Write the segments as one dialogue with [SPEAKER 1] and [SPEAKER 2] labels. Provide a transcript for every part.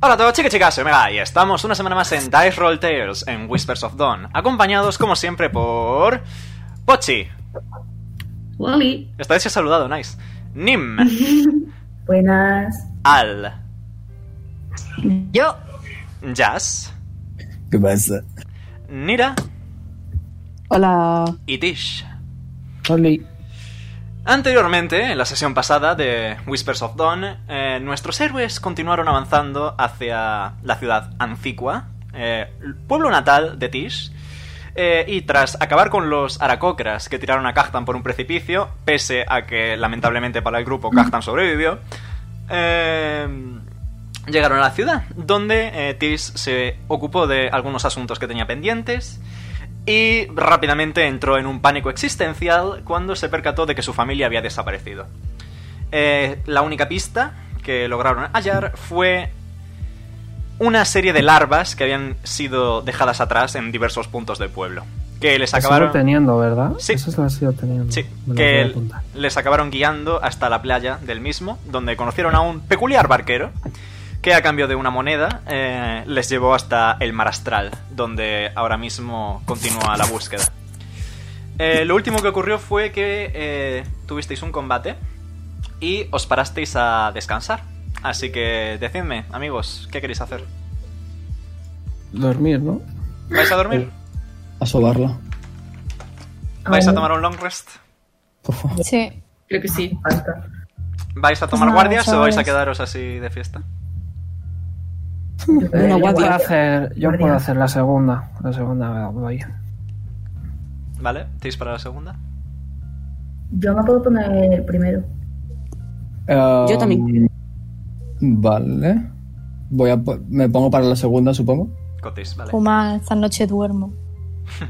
[SPEAKER 1] Hola a todos chicos chicas, soy Mega y estamos una semana más en Dice Roll Tales en Whispers of Dawn, acompañados como siempre por... Pochi,
[SPEAKER 2] Wally.
[SPEAKER 1] esta vez se ha saludado, nice. Nim,
[SPEAKER 2] Buenas.
[SPEAKER 1] Al,
[SPEAKER 3] Yo.
[SPEAKER 1] Jazz,
[SPEAKER 4] ¿Qué pasa?
[SPEAKER 1] Nira
[SPEAKER 3] Hola.
[SPEAKER 1] y Tish.
[SPEAKER 4] Oli.
[SPEAKER 1] Anteriormente, en la sesión pasada de Whispers of Dawn, eh, nuestros héroes continuaron avanzando hacia la ciudad Anficua, eh, pueblo natal de Tish, eh, y tras acabar con los aracocras que tiraron a Cactan por un precipicio, pese a que lamentablemente para el grupo Cactan sobrevivió, eh, llegaron a la ciudad, donde eh, Tish se ocupó de algunos asuntos que tenía pendientes, y rápidamente entró en un pánico existencial cuando se percató de que su familia había desaparecido. Eh, la única pista que lograron hallar fue una serie de larvas que habían sido dejadas atrás en diversos puntos del pueblo. Que les
[SPEAKER 4] Acabaron
[SPEAKER 1] acabaron.
[SPEAKER 4] teniendo, ¿verdad?
[SPEAKER 1] Sí.
[SPEAKER 4] Eso se lo has ido teniendo.
[SPEAKER 1] Sí,
[SPEAKER 4] Me lo voy a
[SPEAKER 1] que
[SPEAKER 4] apuntar.
[SPEAKER 1] les acabaron guiando hasta la playa del mismo, donde conocieron a un peculiar barquero que a cambio de una moneda eh, les llevó hasta el mar astral, donde ahora mismo continúa la búsqueda. Eh, lo último que ocurrió fue que eh, tuvisteis un combate y os parasteis a descansar. Así que decidme, amigos, ¿qué queréis hacer?
[SPEAKER 4] Dormir, ¿no?
[SPEAKER 1] ¿Vais a dormir?
[SPEAKER 4] Eh,
[SPEAKER 5] A sobarla.
[SPEAKER 1] ¿Vais
[SPEAKER 4] oh.
[SPEAKER 1] a tomar un long rest?
[SPEAKER 5] Por favor.
[SPEAKER 3] Sí.
[SPEAKER 2] Creo que sí.
[SPEAKER 1] ¿Vais a tomar
[SPEAKER 3] nada,
[SPEAKER 4] Pues
[SPEAKER 1] guardias o vais
[SPEAKER 3] chavales.
[SPEAKER 1] a quedaros así de fiesta?
[SPEAKER 4] yo
[SPEAKER 3] guardia.
[SPEAKER 4] puedo hacer, yo puedo
[SPEAKER 2] Guardia.
[SPEAKER 4] hacer la segunda. La segunda voy.
[SPEAKER 1] ¿Vale? ¿Tenéis para la segunda?
[SPEAKER 2] Yo me puedo poner el primero.
[SPEAKER 4] Em,
[SPEAKER 5] Yo
[SPEAKER 3] también.
[SPEAKER 5] Vale. Voy a, po- me pongo para la segunda, supongo.
[SPEAKER 1] Cotis, vale.
[SPEAKER 3] Puma, esta noche duermo.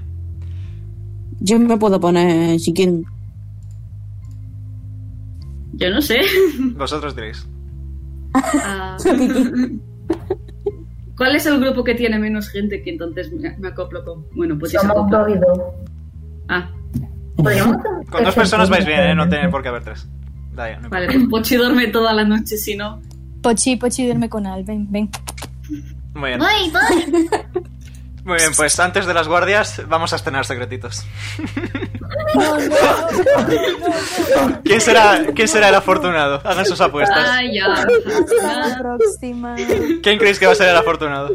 [SPEAKER 6] Yo me puedo poner, si quieren.
[SPEAKER 2] Yo no sé.
[SPEAKER 1] Vosotros diréis.
[SPEAKER 2] Ah. ¿Cuál es el grupo que tiene menos gente que entonces me, me acoplo con? Bueno, pues sí se
[SPEAKER 7] Somos
[SPEAKER 2] acopla.
[SPEAKER 7] dos y dos.
[SPEAKER 2] Ah,
[SPEAKER 7] Podríamos
[SPEAKER 1] Con dos personas vais bien, ¿eh? No tiene por qué haber tres. Da igual, no
[SPEAKER 2] vale, pues Pochi duerme toda la noche, si no.
[SPEAKER 3] Pochi, Pochi duerme con Al. Ven, ven.
[SPEAKER 1] importa. Muy bien. Muy bien, pues antes de las guardias vamos a estrenar secretitos. ¿Quién será, quién será el afortunado? Hagan sus apuestas.
[SPEAKER 2] Ah, ya.
[SPEAKER 3] Hasta
[SPEAKER 8] Ah.
[SPEAKER 3] la próxima.
[SPEAKER 1] ¿Quién creéis que va a ser el afortunado?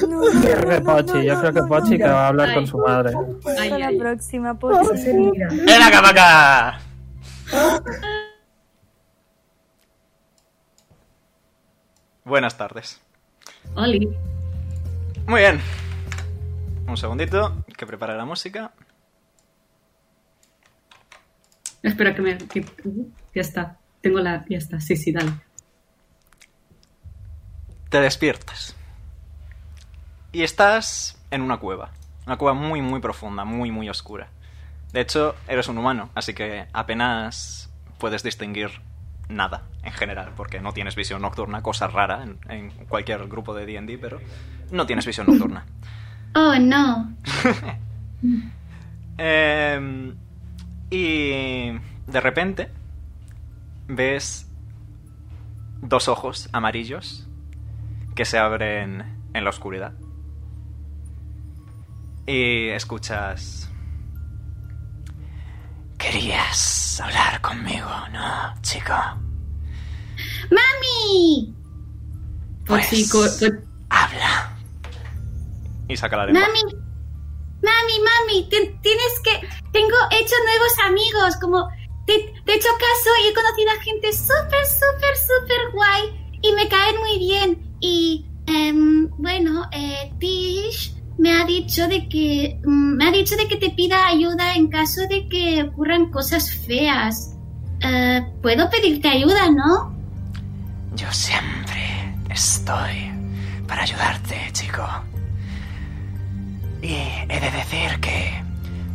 [SPEAKER 4] Yo creo que Pochi, yo creo que Pochi que va a hablar con su madre.
[SPEAKER 2] Ay,
[SPEAKER 3] Pues, Hasta la
[SPEAKER 2] ay.
[SPEAKER 7] Oh,
[SPEAKER 3] próxima, Pochi.
[SPEAKER 1] ¡Ven acá, para acá! Buenas tardes.
[SPEAKER 2] Oli.
[SPEAKER 1] Muy bien. Un segundito, que prepare la música.
[SPEAKER 2] Espera que me. que- ya está. Tengo la. Ya está. Sí, sí, dale.
[SPEAKER 1] Te despiertas. Y estás en una cueva. Una cueva muy, muy profunda, muy, muy oscura. De hecho, eres un humano, así que apenas puedes distinguir nada en general, porque no tienes visión nocturna, cosa rara en, en cualquier grupo de DD, pero no tienes visión nocturna.
[SPEAKER 2] Oh, no.
[SPEAKER 1] Eh, y de repente ves dos ojos amarillos que se abren en la oscuridad. Y escuchas... Querías hablar conmigo, ¿no, chico?
[SPEAKER 8] ¡Mami!
[SPEAKER 2] Pochi,
[SPEAKER 1] Pues-
[SPEAKER 2] co- co-
[SPEAKER 1] Habla. Y saca la lengua.
[SPEAKER 8] ¡Mami! ¡Mami, mami! te- tienes que... Tengo hecho nuevos amigos, como... Te, te he hecho caso y he conocido a gente súper, súper, súper guay. Y me caen muy bien. Y... em, bueno, eh, Tish me ha dicho de que... mm, Me ha dicho de que te pida ayuda en caso de que ocurran cosas feas. Eh, Puedo pedirte ayuda, ¿no?
[SPEAKER 1] Yo siempre estoy para ayudarte, chico. Y he de decir que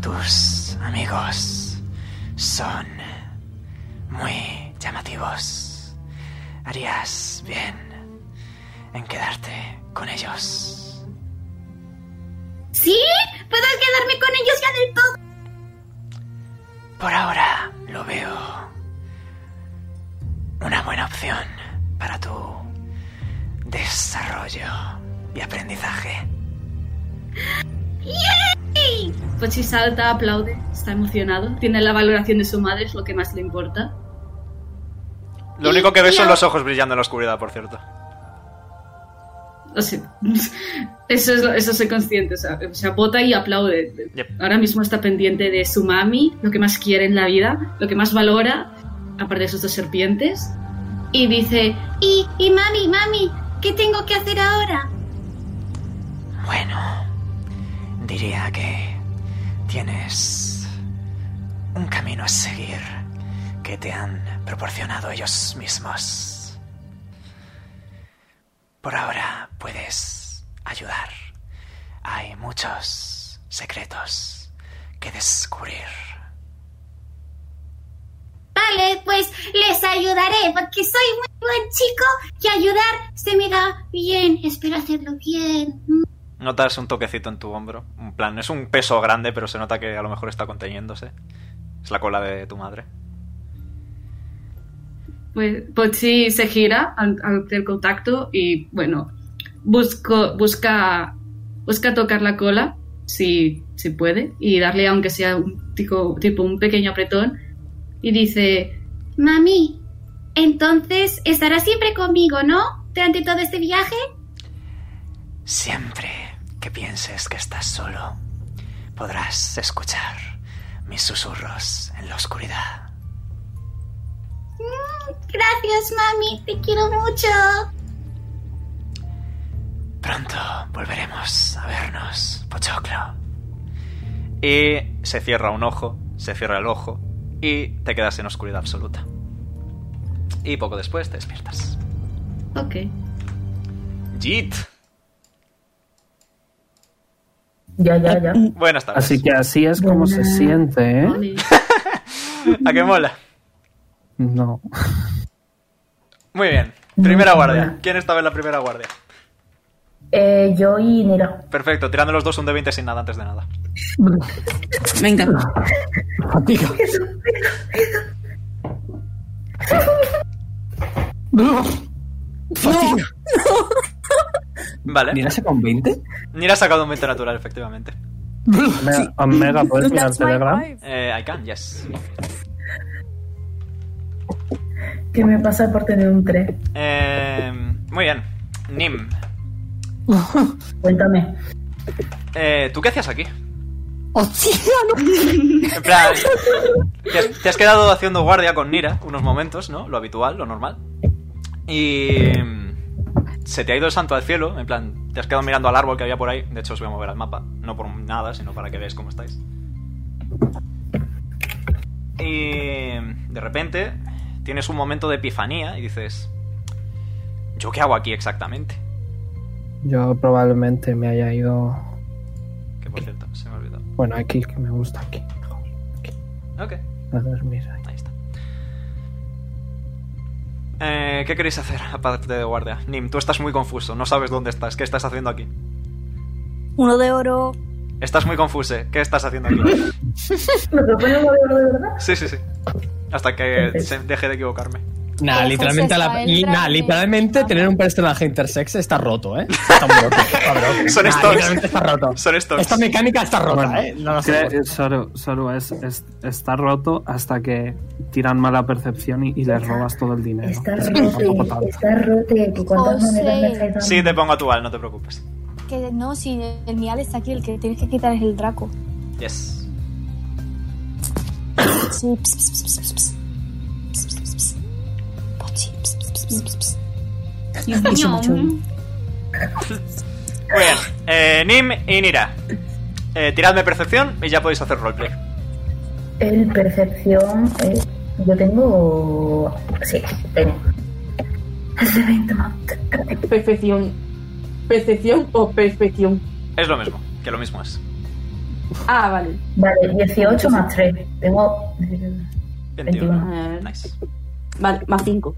[SPEAKER 1] tus amigos son muy llamativos. Harías bien en quedarte con ellos.
[SPEAKER 8] ¿Sí? ¿Puedo quedarme con ellos ya del todo?
[SPEAKER 1] Por ahora lo veo una buena opción para tu desarrollo. desarrollo y aprendizaje.
[SPEAKER 2] Pochi salta, aplaude, está emocionado. Tiene la valoración de su madre, es lo que más le importa.
[SPEAKER 1] Lo único que ves son los ojos brillando en la oscuridad, por cierto.
[SPEAKER 2] O sea, eso, es, lo- eso soy consciente. O sea, o sea, vota y aplaude.
[SPEAKER 1] Yep.
[SPEAKER 2] Ahora mismo está pendiente de su mami, lo que más quiere en la vida, lo que más valora, aparte de sus dos serpientes. Y dice,
[SPEAKER 8] Y, y mami, mami, ¿qué tengo que hacer ahora?
[SPEAKER 1] Bueno, diría que tienes un camino a seguir que te han proporcionado ellos mismos. Por ahora puedes ayudar. Hay muchos secretos que descubrir.
[SPEAKER 8] Vale, pues les ayudaré, porque soy muy buen chico y ayudar se me da bien. Espero hacerlo bien. Mm.
[SPEAKER 1] Notas un toquecito en tu hombro. Un plan, es un peso grande, pero se nota que a lo mejor está conteniéndose. Es la cola de tu madre.
[SPEAKER 2] pues Pochi se gira al, al del contacto y, bueno, busco, busca, busca tocar la cola, si, si puede, y darle, aunque sea un tico- tipo un pequeño apretón. Y dice,
[SPEAKER 8] Mami, entonces estarás siempre conmigo, ¿no? Durante todo este viaje.
[SPEAKER 1] Siempre que pienses que estás solo, podrás escuchar mis susurros en la oscuridad.
[SPEAKER 8] Mm, Gracias, mami, te quiero mucho.
[SPEAKER 1] Pronto volveremos a vernos, Pochoclo. Y se cierra un ojo, se cierra el ojo y te quedas en oscuridad absoluta. Y poco después te despiertas.
[SPEAKER 2] ok.
[SPEAKER 1] Jit.
[SPEAKER 4] Ya, ya, ya.
[SPEAKER 6] Eh,
[SPEAKER 1] Buenas tardes.
[SPEAKER 4] Así que así es como se
[SPEAKER 2] Buenas.
[SPEAKER 4] siente, ¿eh?
[SPEAKER 2] Vale.
[SPEAKER 1] ¿A qué mola?
[SPEAKER 4] No.
[SPEAKER 1] Muy bien. Primera guardia. ¿Quién estaba en la primera guardia?
[SPEAKER 7] Eh, yo y Nira.
[SPEAKER 1] Perfecto, tirando los dos un de 20 sin nada antes de nada.
[SPEAKER 6] Venga.
[SPEAKER 5] Fatiga. Fatiga.
[SPEAKER 1] Vale.
[SPEAKER 5] ¿Mira ese con 20?
[SPEAKER 1] Nira ha sacado un 20 natural, efectivamente.
[SPEAKER 4] Omega,
[SPEAKER 9] Ah,
[SPEAKER 4] Omega,
[SPEAKER 9] pues,
[SPEAKER 4] ¿puedes mirar
[SPEAKER 3] That's my
[SPEAKER 4] Telegram?
[SPEAKER 3] wife.
[SPEAKER 1] Eh, I can, yes.
[SPEAKER 7] ¿Qué me pasa por tener un 3?
[SPEAKER 1] Eh, muy bien. Nim,
[SPEAKER 7] Cuéntame.
[SPEAKER 1] eh, ¿tú qué hacías aquí?
[SPEAKER 6] ¡Hostia!
[SPEAKER 1] En plan, te has, te has quedado haciendo guardia con Nira unos momentos, ¿no? Lo habitual, lo normal. Y mm, se te ha ido el santo al cielo, en plan, te has quedado mirando al árbol que había por ahí. De hecho, os voy a mover al mapa, no por nada, sino para que veáis cómo estáis. Y mm, de repente tienes un momento de epifanía y dices, ¿yo qué hago aquí exactamente?
[SPEAKER 4] Yo probablemente me haya ido.
[SPEAKER 1] Que por cierto, se me ha olvidado.
[SPEAKER 4] Bueno, aquí, que me gusta aquí. Joder,
[SPEAKER 1] Ok.
[SPEAKER 4] A dormir ahí.
[SPEAKER 1] Ahí está. Eh, ¿Qué queréis hacer aparte de guardia? Nim, tú estás muy confuso, no sabes dónde estás, ¿qué estás haciendo aquí?
[SPEAKER 3] Uno de oro.
[SPEAKER 1] Estás muy confuso, ¿eh? ¿qué estás haciendo aquí?
[SPEAKER 7] ¿Me proponen un modelo de verdad?
[SPEAKER 1] Sí, sí, sí. Hasta que se- deje de equivocarme.
[SPEAKER 3] Pero
[SPEAKER 9] Nah,
[SPEAKER 3] José
[SPEAKER 9] literalmente, a la-
[SPEAKER 3] Israel
[SPEAKER 9] li- nah,
[SPEAKER 3] Grande.
[SPEAKER 9] literalmente tener un personaje intersex está roto, ¿eh? Está muy roto. Está roto.
[SPEAKER 1] Son
[SPEAKER 9] Nah,
[SPEAKER 1] estos.
[SPEAKER 9] literalmente está roto.
[SPEAKER 1] Son estos.
[SPEAKER 9] Esta mecánica está rota,
[SPEAKER 4] Bueno,
[SPEAKER 9] ¿eh? No lo sé.
[SPEAKER 4] que Soru, Soru es, es- está roto hasta que tiran mala percepción y, y les robas todo el dinero.
[SPEAKER 7] Está
[SPEAKER 4] Es que tampoco
[SPEAKER 7] rote,
[SPEAKER 4] tanto.
[SPEAKER 7] está rote. que ¿Cuántas
[SPEAKER 3] José.
[SPEAKER 7] monedas me estáis dando?
[SPEAKER 1] Sí, te pongo a tu al, no te preocupes.
[SPEAKER 3] Que no, si el Mial está aquí, el que tienes que quitar es el Draco.
[SPEAKER 1] Yes.
[SPEAKER 3] Sí. ps, ps, ps, ps, ps. Ps, ps, ps, ps. Pochi, ps, ps, ps, ps, ps, ps.
[SPEAKER 6] Hice mucho bien.
[SPEAKER 1] Muy bien. Eh, Nim y Nira. Eh, tiradme percepción y ya podéis hacer roleplay.
[SPEAKER 7] El percepción. eh, yo tengo. Sí, tengo. Hace 20 más.
[SPEAKER 10] Perfección. Percepción o perfección.
[SPEAKER 1] Es lo mismo, que lo mismo es.
[SPEAKER 10] Ah, vale.
[SPEAKER 7] Vale, 18 más 3. Tengo.
[SPEAKER 1] 21.
[SPEAKER 10] Eh,
[SPEAKER 1] Nice.
[SPEAKER 10] Vale, más 5.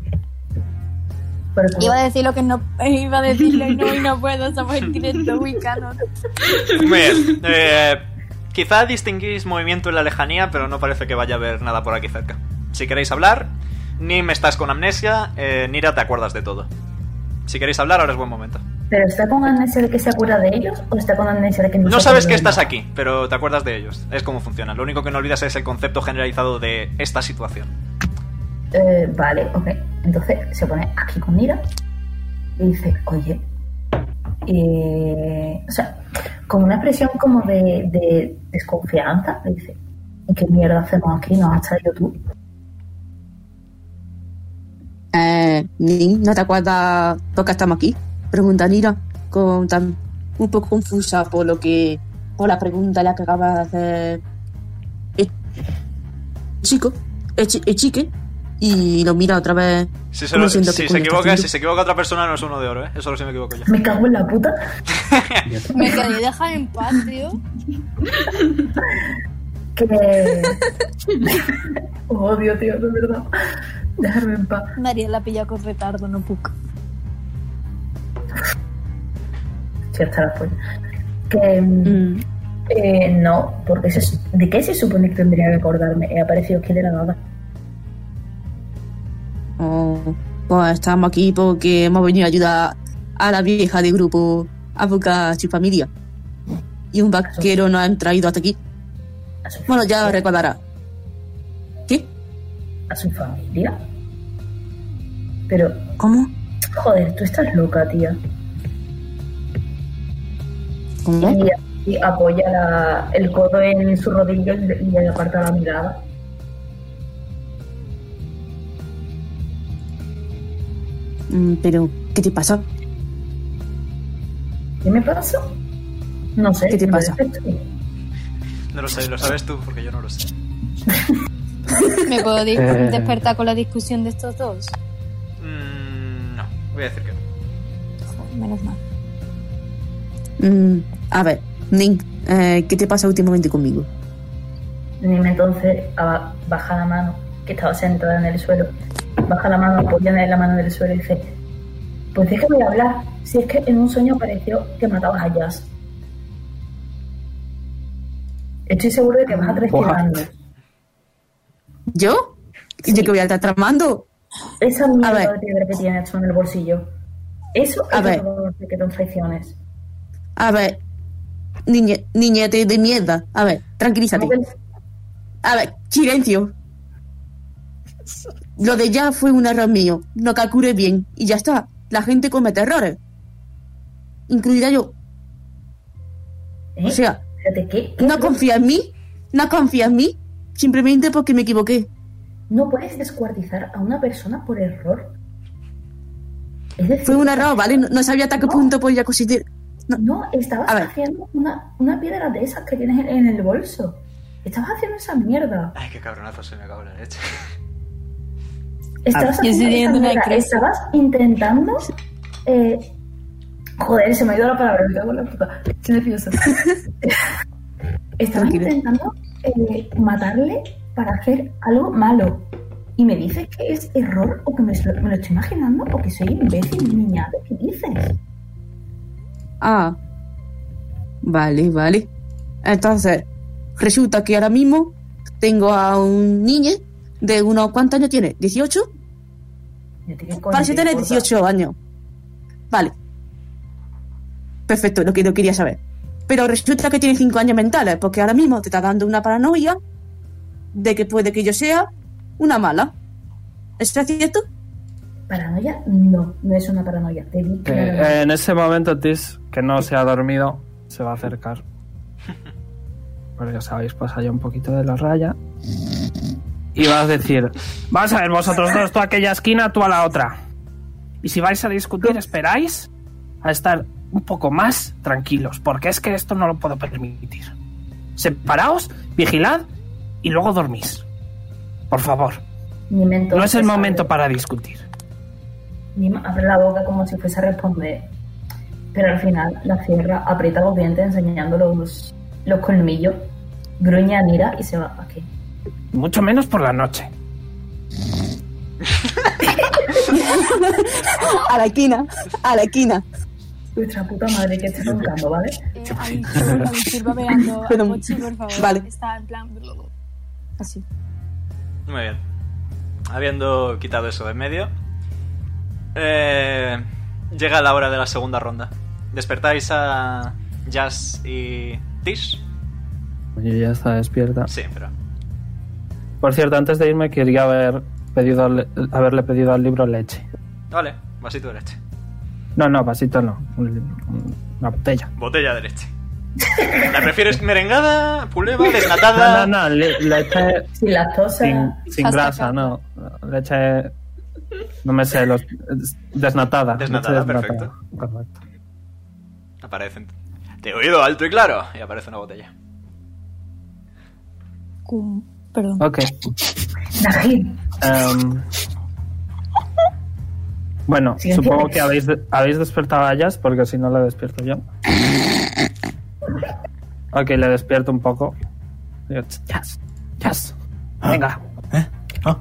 [SPEAKER 7] pero como-
[SPEAKER 3] Iba a decir lo que no. Iba a decirlo y no, y no puedo. Estamos en directo, muy canon.
[SPEAKER 1] Muy bien. Eh, quizá distinguís movimiento en la lejanía, pero no parece que vaya a haber nada por aquí cerca. Si queréis hablar, Nim estás con amnesia, eh, Nira te acuerdas de todo. Si queréis hablar, ahora es buen momento.
[SPEAKER 7] ¿Pero está con Amnesia el que se acuerda de ellos o está con Amnesia el que no
[SPEAKER 1] No sabes que
[SPEAKER 7] qué
[SPEAKER 1] estás aquí, pero te acuerdas de ellos. Es como funciona. Lo único que no olvidas es el concepto generalizado de esta situación.
[SPEAKER 7] Eh, vale, ok. Entonces se pone aquí con Mira y dice, oye. eh, o sea, con una expresión como de, de desconfianza, le dice, ¿qué mierda hacemos aquí? ¿Nos has traído tú?
[SPEAKER 10] Eh, Nin, ¿no te acuerdas por qué estamos aquí? Pregunta Nira, con tan, un poco confusa por lo que. por la pregunta la que acaba de hacer. el chico, el, chi- el chique, y lo mira otra vez.
[SPEAKER 1] Si se,
[SPEAKER 10] como
[SPEAKER 1] lo-
[SPEAKER 10] diciendo,
[SPEAKER 1] si
[SPEAKER 10] ¿qué
[SPEAKER 1] se
[SPEAKER 10] coño está
[SPEAKER 1] equivoca,
[SPEAKER 10] haciendo?
[SPEAKER 1] si se equivoca otra persona, no es uno de oro, ¿eh? Eso lo sí me equivoco yo.
[SPEAKER 7] Me cago en la puta.
[SPEAKER 11] Me quedé dejar en paz, tío.
[SPEAKER 7] Que. Odio, tío, de verdad. Dejarme en paz.
[SPEAKER 11] María la pilla con retardo, no puc.
[SPEAKER 7] Sí, hasta la polla. pues. Que. mm, eh, no, porque se su- ¿de qué se supone que tendría que acordarme? He aparecido aquí de la nada.
[SPEAKER 10] Oh, pues estamos aquí porque hemos venido a ayudar a la vieja de grupo a buscar a su familia. Y un vaquero nos han traído hasta aquí. Bueno, ya recordará.
[SPEAKER 7] a su familia. Pero.
[SPEAKER 10] ¿Cómo?
[SPEAKER 7] Joder, tú estás loca, tía. Y, y apoya la- el codo en su rodilla y le- y le aparta la mirada.
[SPEAKER 10] Mm, Pero, ¿qué te pasa?
[SPEAKER 7] ¿Qué me pasa? No sé.
[SPEAKER 10] ¿Qué te
[SPEAKER 7] me
[SPEAKER 10] pasa?
[SPEAKER 7] parece que-
[SPEAKER 1] No lo sé, lo sabes tú, porque yo no lo sé.
[SPEAKER 11] ¿Me puedo di-
[SPEAKER 1] Eh.
[SPEAKER 11] despertar con la discusión de estos dos?
[SPEAKER 1] Mm, no, voy a decir que no.
[SPEAKER 11] Menos mal.
[SPEAKER 10] Mm, a ver, Ning, eh, ¿qué te pasa últimamente conmigo?
[SPEAKER 7] Nime entonces a- baja la mano, que estaba sentada en el suelo. Baja la mano, apoya en la mano del suelo y dice: Pues déjame hablar. Si es que en un sueño pareció que matabas a Jazz. Estoy seguro de que vas a tres
[SPEAKER 10] What?
[SPEAKER 7] kilogramos.
[SPEAKER 10] ¿Yo? ¿Yo que voy a estar tramando?
[SPEAKER 7] Esa mierda
[SPEAKER 10] A ver.
[SPEAKER 7] de piedra que tienes tú en el bolsillo. Eso
[SPEAKER 10] A
[SPEAKER 7] es
[SPEAKER 10] ver.
[SPEAKER 7] lo que te traiciones.
[SPEAKER 10] A ver, niñe, niñete de mierda. A ver, tranquilízate. A ver, silencio. Lo de ya fue un error mío. No calculé bien y ya está. La gente comete errores. Incluida yo.
[SPEAKER 7] ¿Eh?
[SPEAKER 10] O sea, no confía en mí. No confía en mí. Simplemente porque me equivoqué.
[SPEAKER 7] No puedes descuartizar a una persona por error. Es decir,
[SPEAKER 10] Fue un error, ¿vale? No, no sabía hasta qué punto podía considerar.
[SPEAKER 7] No, estabas haciendo una, una piedra de esas que tienes en, en el bolso. Estabas haciendo esa mierda.
[SPEAKER 1] Ay, qué cabronazo soy, me cago en la leche.
[SPEAKER 7] Estabas,
[SPEAKER 11] Ah, yo estoy
[SPEAKER 7] haciendo
[SPEAKER 11] teniendo
[SPEAKER 7] esa
[SPEAKER 11] una
[SPEAKER 7] mierda.
[SPEAKER 11] crisis.
[SPEAKER 7] Estabas intentando. eh, joder, se me ha ido la palabra. Me cago en la puta. Estoy nerviosa. Estabas intentando eh, matarle para hacer algo malo. Y me dices que es error o que me, lo- me lo estoy imaginando o que soy imbécil, niña. ¿Qué dices?
[SPEAKER 10] Ah. Vale, vale. Entonces, resulta que ahora mismo tengo a un niño de unos cuántos años tiene, 18. Parece tener 18 años. Vale. Perfecto, lo que no quería saber. Pero resulta que tiene 5 años mentales, porque ahora mismo te está dando una paranoia de que puede que yo sea una mala. ¿Eso es cierto?
[SPEAKER 7] Paranoia no, no es una paranoia. Te di
[SPEAKER 4] Que,
[SPEAKER 7] claramente.
[SPEAKER 4] eh, en ese momento, Tis, que no se ha dormido, se va a acercar. Bueno, ya sabéis, pasa ya un poquito de la raya. Y vas a decir: Vamos a ver, vosotros dos, tú a aquella esquina, tú a la otra. Y si vais a discutir, esperáis a estar un poco más tranquilos, porque es que esto no lo puedo permitir. Separaos, vigilad y luego dormís. Por favor,
[SPEAKER 7] Ni me
[SPEAKER 4] no es el
[SPEAKER 7] entonces
[SPEAKER 4] momento para discutir.
[SPEAKER 7] Mima abre la boca como si fuese a responder, pero al final la cierra, aprieta los dientes enseñando los, los colmillos, gruñe a Nira y se va. Aquí.
[SPEAKER 4] Mucho menos por la noche.
[SPEAKER 10] a la esquina, a la esquina.
[SPEAKER 7] Nuestra puta madre que está roncando, ¿vale?
[SPEAKER 4] pues
[SPEAKER 11] Sírvame dando a
[SPEAKER 10] Pero-
[SPEAKER 11] Mochi, por favor.
[SPEAKER 10] vale.
[SPEAKER 11] Está en plan... blub. Así.
[SPEAKER 1] Muy bien. Habiendo quitado eso de en medio, eh, Llega la hora de la segunda ronda. ¿Despertáis a Jazz y Tish?
[SPEAKER 4] Yo ya está despierta.
[SPEAKER 1] Sí, pero...
[SPEAKER 4] Por cierto, antes de irme quería haber pedido al- haberle pedido al libro leche.
[SPEAKER 1] Vale, vasito de leche.
[SPEAKER 4] No, no, vasito no. un- Una botella.
[SPEAKER 1] Botella de leche. ¿La prefieres merengada, puleva, desnatada?
[SPEAKER 4] No, no, no. le- leche
[SPEAKER 7] Sin lactosa.
[SPEAKER 4] sin, sin
[SPEAKER 1] Hasta
[SPEAKER 4] grasa, no. Leche... No me sé, los, desnatada. leche
[SPEAKER 1] Desnatada,
[SPEAKER 4] Correcto.
[SPEAKER 1] Aparecen. Te he oído alto y claro. Y aparece una botella.
[SPEAKER 11] Cum- Perdón.
[SPEAKER 4] Ok. Em, bueno,
[SPEAKER 11] Siguiente.
[SPEAKER 4] supongo que habéis, de- habéis despertado a Jazz porque si no la despierto yo. Ok, le despierto un poco. Digo, "Ch- Jazz, Ah. Jazz, venga.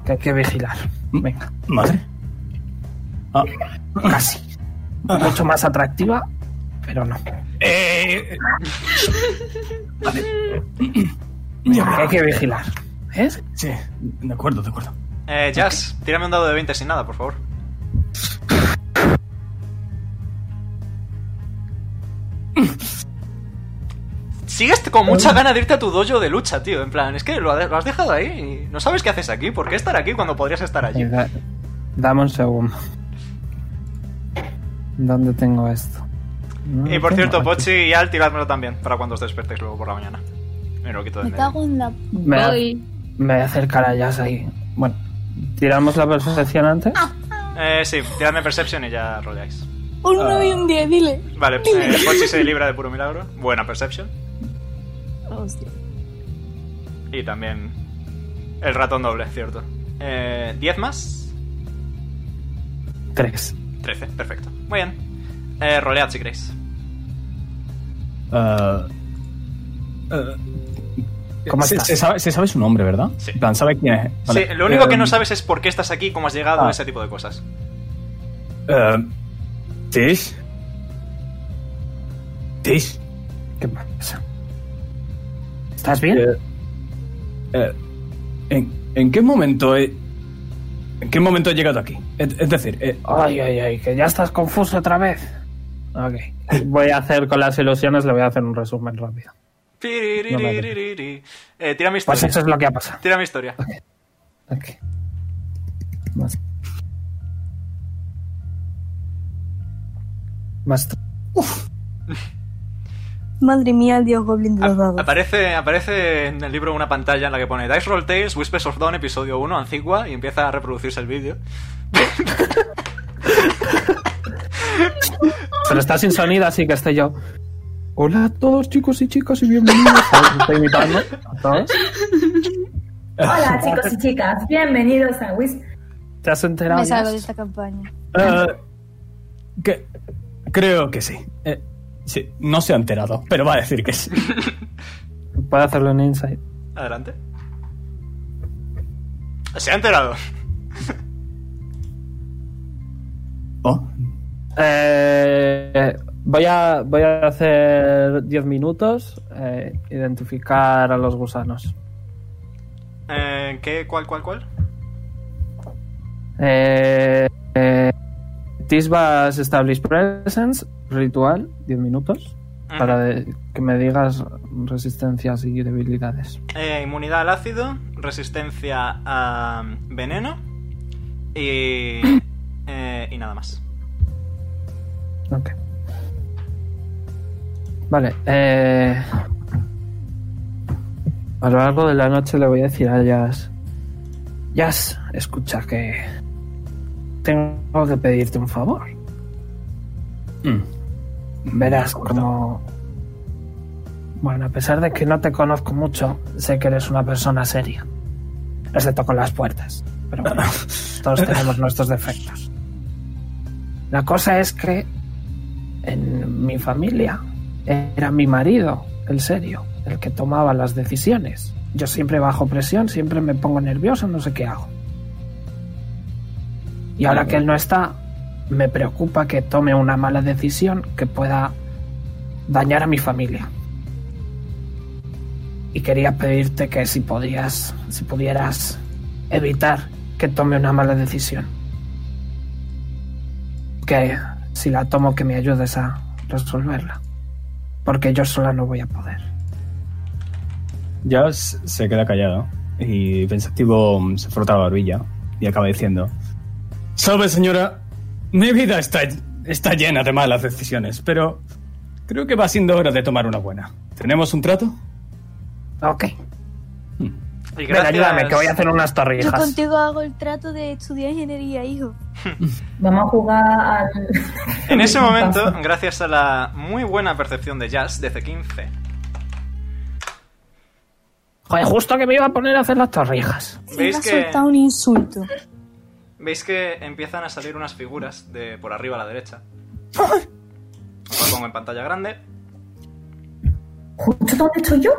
[SPEAKER 4] Que hay que vigilar. Venga.
[SPEAKER 9] Madre.
[SPEAKER 4] Casi. Mucho más atractiva, pero no.
[SPEAKER 9] Eh,
[SPEAKER 4] hay que vigilar. ¿Es?
[SPEAKER 9] Sí, de acuerdo, de acuerdo.
[SPEAKER 1] Eh, Jazz, tírame un dado de 20 sin nada, por favor. Sigues con mucha gana de irte a tu dojo de lucha, tío. En plan, es que lo ha- lo has dejado ahí y no sabes qué haces aquí. ¿Por qué estar aquí cuando podrías estar allí?
[SPEAKER 4] Venga, Dame un segundo. ¿Dónde tengo esto? No
[SPEAKER 1] Y
[SPEAKER 4] lo
[SPEAKER 1] por
[SPEAKER 4] tengo.
[SPEAKER 1] cierto, Pochi y Al, tiradmelo también para cuando os despertéis luego por la mañana. Me lo quito de
[SPEAKER 11] Me
[SPEAKER 1] en medio.
[SPEAKER 11] cago en la.
[SPEAKER 4] Me, me voy a acercar a Jazz ahí. Bueno, ¿tiramos la percepción antes?
[SPEAKER 1] Eh, sí, tiradme Perception y ya roleáis.
[SPEAKER 11] Un
[SPEAKER 4] Ah.
[SPEAKER 11] 9 y un 10, dile.
[SPEAKER 1] Vale, eh, Pochi se libra de puro milagro. Buena Perception.
[SPEAKER 11] Hostia.
[SPEAKER 1] Y también el ratón doble, cierto. Eh, ¿10 más?
[SPEAKER 4] Tres.
[SPEAKER 1] 13, perfecto. Muy bien. Eh, rolead si queréis.
[SPEAKER 9] Eh, eh,
[SPEAKER 1] ¿Cómo
[SPEAKER 9] se,
[SPEAKER 1] estás?
[SPEAKER 9] se sabe, se sabe su nombre, ¿verdad?
[SPEAKER 1] Sí.
[SPEAKER 9] En plan, sabe quién es. Vale.
[SPEAKER 1] Sí, lo único que
[SPEAKER 9] Eh,
[SPEAKER 1] no sabes es por qué estás aquí, cómo has llegado,
[SPEAKER 9] ah.
[SPEAKER 1] ese tipo de cosas.
[SPEAKER 9] eh, Tish. Tish.
[SPEAKER 4] ¿Qué pasa? ¿Estás bien?
[SPEAKER 9] Eh, ¿en, en qué momento he, ¿En qué momento he llegado aquí? Es, es decir, eh,
[SPEAKER 4] Ay, ay, ay, que ya estás confuso otra vez. Ok. Voy a hacer con las ilusiones, le voy a hacer un resumen rápido.
[SPEAKER 1] Piririririri. Eh, tira mi historia.
[SPEAKER 4] Pues eso es lo que ha pasado.
[SPEAKER 1] Tira mi historia.
[SPEAKER 4] Más. Más. tr-
[SPEAKER 11] Madre mía, el dios Goblin de los dados.
[SPEAKER 1] Aparece, aparece en el libro una pantalla en la que pone Dice Roll Tales, Whispers of Dawn, episodio 1, Antigua, y empieza a reproducirse el vídeo.
[SPEAKER 4] Pero está sin sonido, así que estoy yo. Hola a todos, chicos y chicas, y bienvenidos. ¿Sabes? Estoy imitando a todos.
[SPEAKER 7] Hola chicos y chicas, bienvenidos a Whisper.
[SPEAKER 4] ¿Te has enterado?
[SPEAKER 11] Me salgo
[SPEAKER 4] Jazz?
[SPEAKER 11] de esta campaña.
[SPEAKER 9] eh, que- creo que sí. Eh, sí. No se ha enterado, pero va a decir que sí.
[SPEAKER 4] Puedo hacerle un insight.
[SPEAKER 1] Adelante. Se ha enterado.
[SPEAKER 4] Eh, voy, a, voy a hacer 10 minutos. eh, identificar a los gusanos.
[SPEAKER 1] Eh, ¿Qué? ¿Cuál, cuál, cuál?
[SPEAKER 4] Eh, eh, Tisbas Establish Presence, ritual, 10 minutos. Para de- que me digas resistencias y debilidades.
[SPEAKER 1] Eh, inmunidad al ácido, resistencia a um, veneno y, eh, y nada más.
[SPEAKER 4] Ok. Vale. eh, a lo largo de la noche le voy a decir a Jazz. Jazz, escucha que. Tengo que pedirte un favor. Verás como... Bueno, a pesar de que no te conozco mucho, sé que eres una persona seria. Excepto con las puertas. Pero bueno, todos tenemos nuestros defectos. La cosa es que en mi familia era mi marido, el serio, el que tomaba las decisiones. Yo siempre bajo presión, siempre me pongo nervioso, no sé qué hago. Y ahora que él no está, me preocupa que tome una mala decisión que pueda dañar a mi familia. Y quería pedirte que si podías, si pudieras evitar que tome una mala decisión. Que si la tomo que me ayudes a resolverla. Porque yo sola no voy a poder.
[SPEAKER 9] Ya se queda callado y pensativo se frota la barbilla y acaba diciendo: Sabe, señora, mi vida está, está llena de malas decisiones, pero creo que va siendo hora de tomar una buena. ¿Tenemos un trato? Hmm.
[SPEAKER 4] Ok.
[SPEAKER 1] Y
[SPEAKER 4] Ven, ayúdame, que voy a hacer unas
[SPEAKER 11] Yo
[SPEAKER 4] torrijas.
[SPEAKER 11] contigo hago el trato de estudiar ingeniería, hijo.
[SPEAKER 7] Vamos a jugar al...
[SPEAKER 1] En ese momento, gracias a la muy buena percepción de Jazz de C15,
[SPEAKER 4] Joder, justo que me iba a poner a hacer las torrijas.
[SPEAKER 1] ¿Veis
[SPEAKER 11] Iba a
[SPEAKER 1] que-
[SPEAKER 11] soltar un insulto.
[SPEAKER 1] veis que empiezan a salir unas figuras de por arriba a la derecha. Os lo pongo en pantalla grande.
[SPEAKER 11] ¿Justo dónde estoy yo?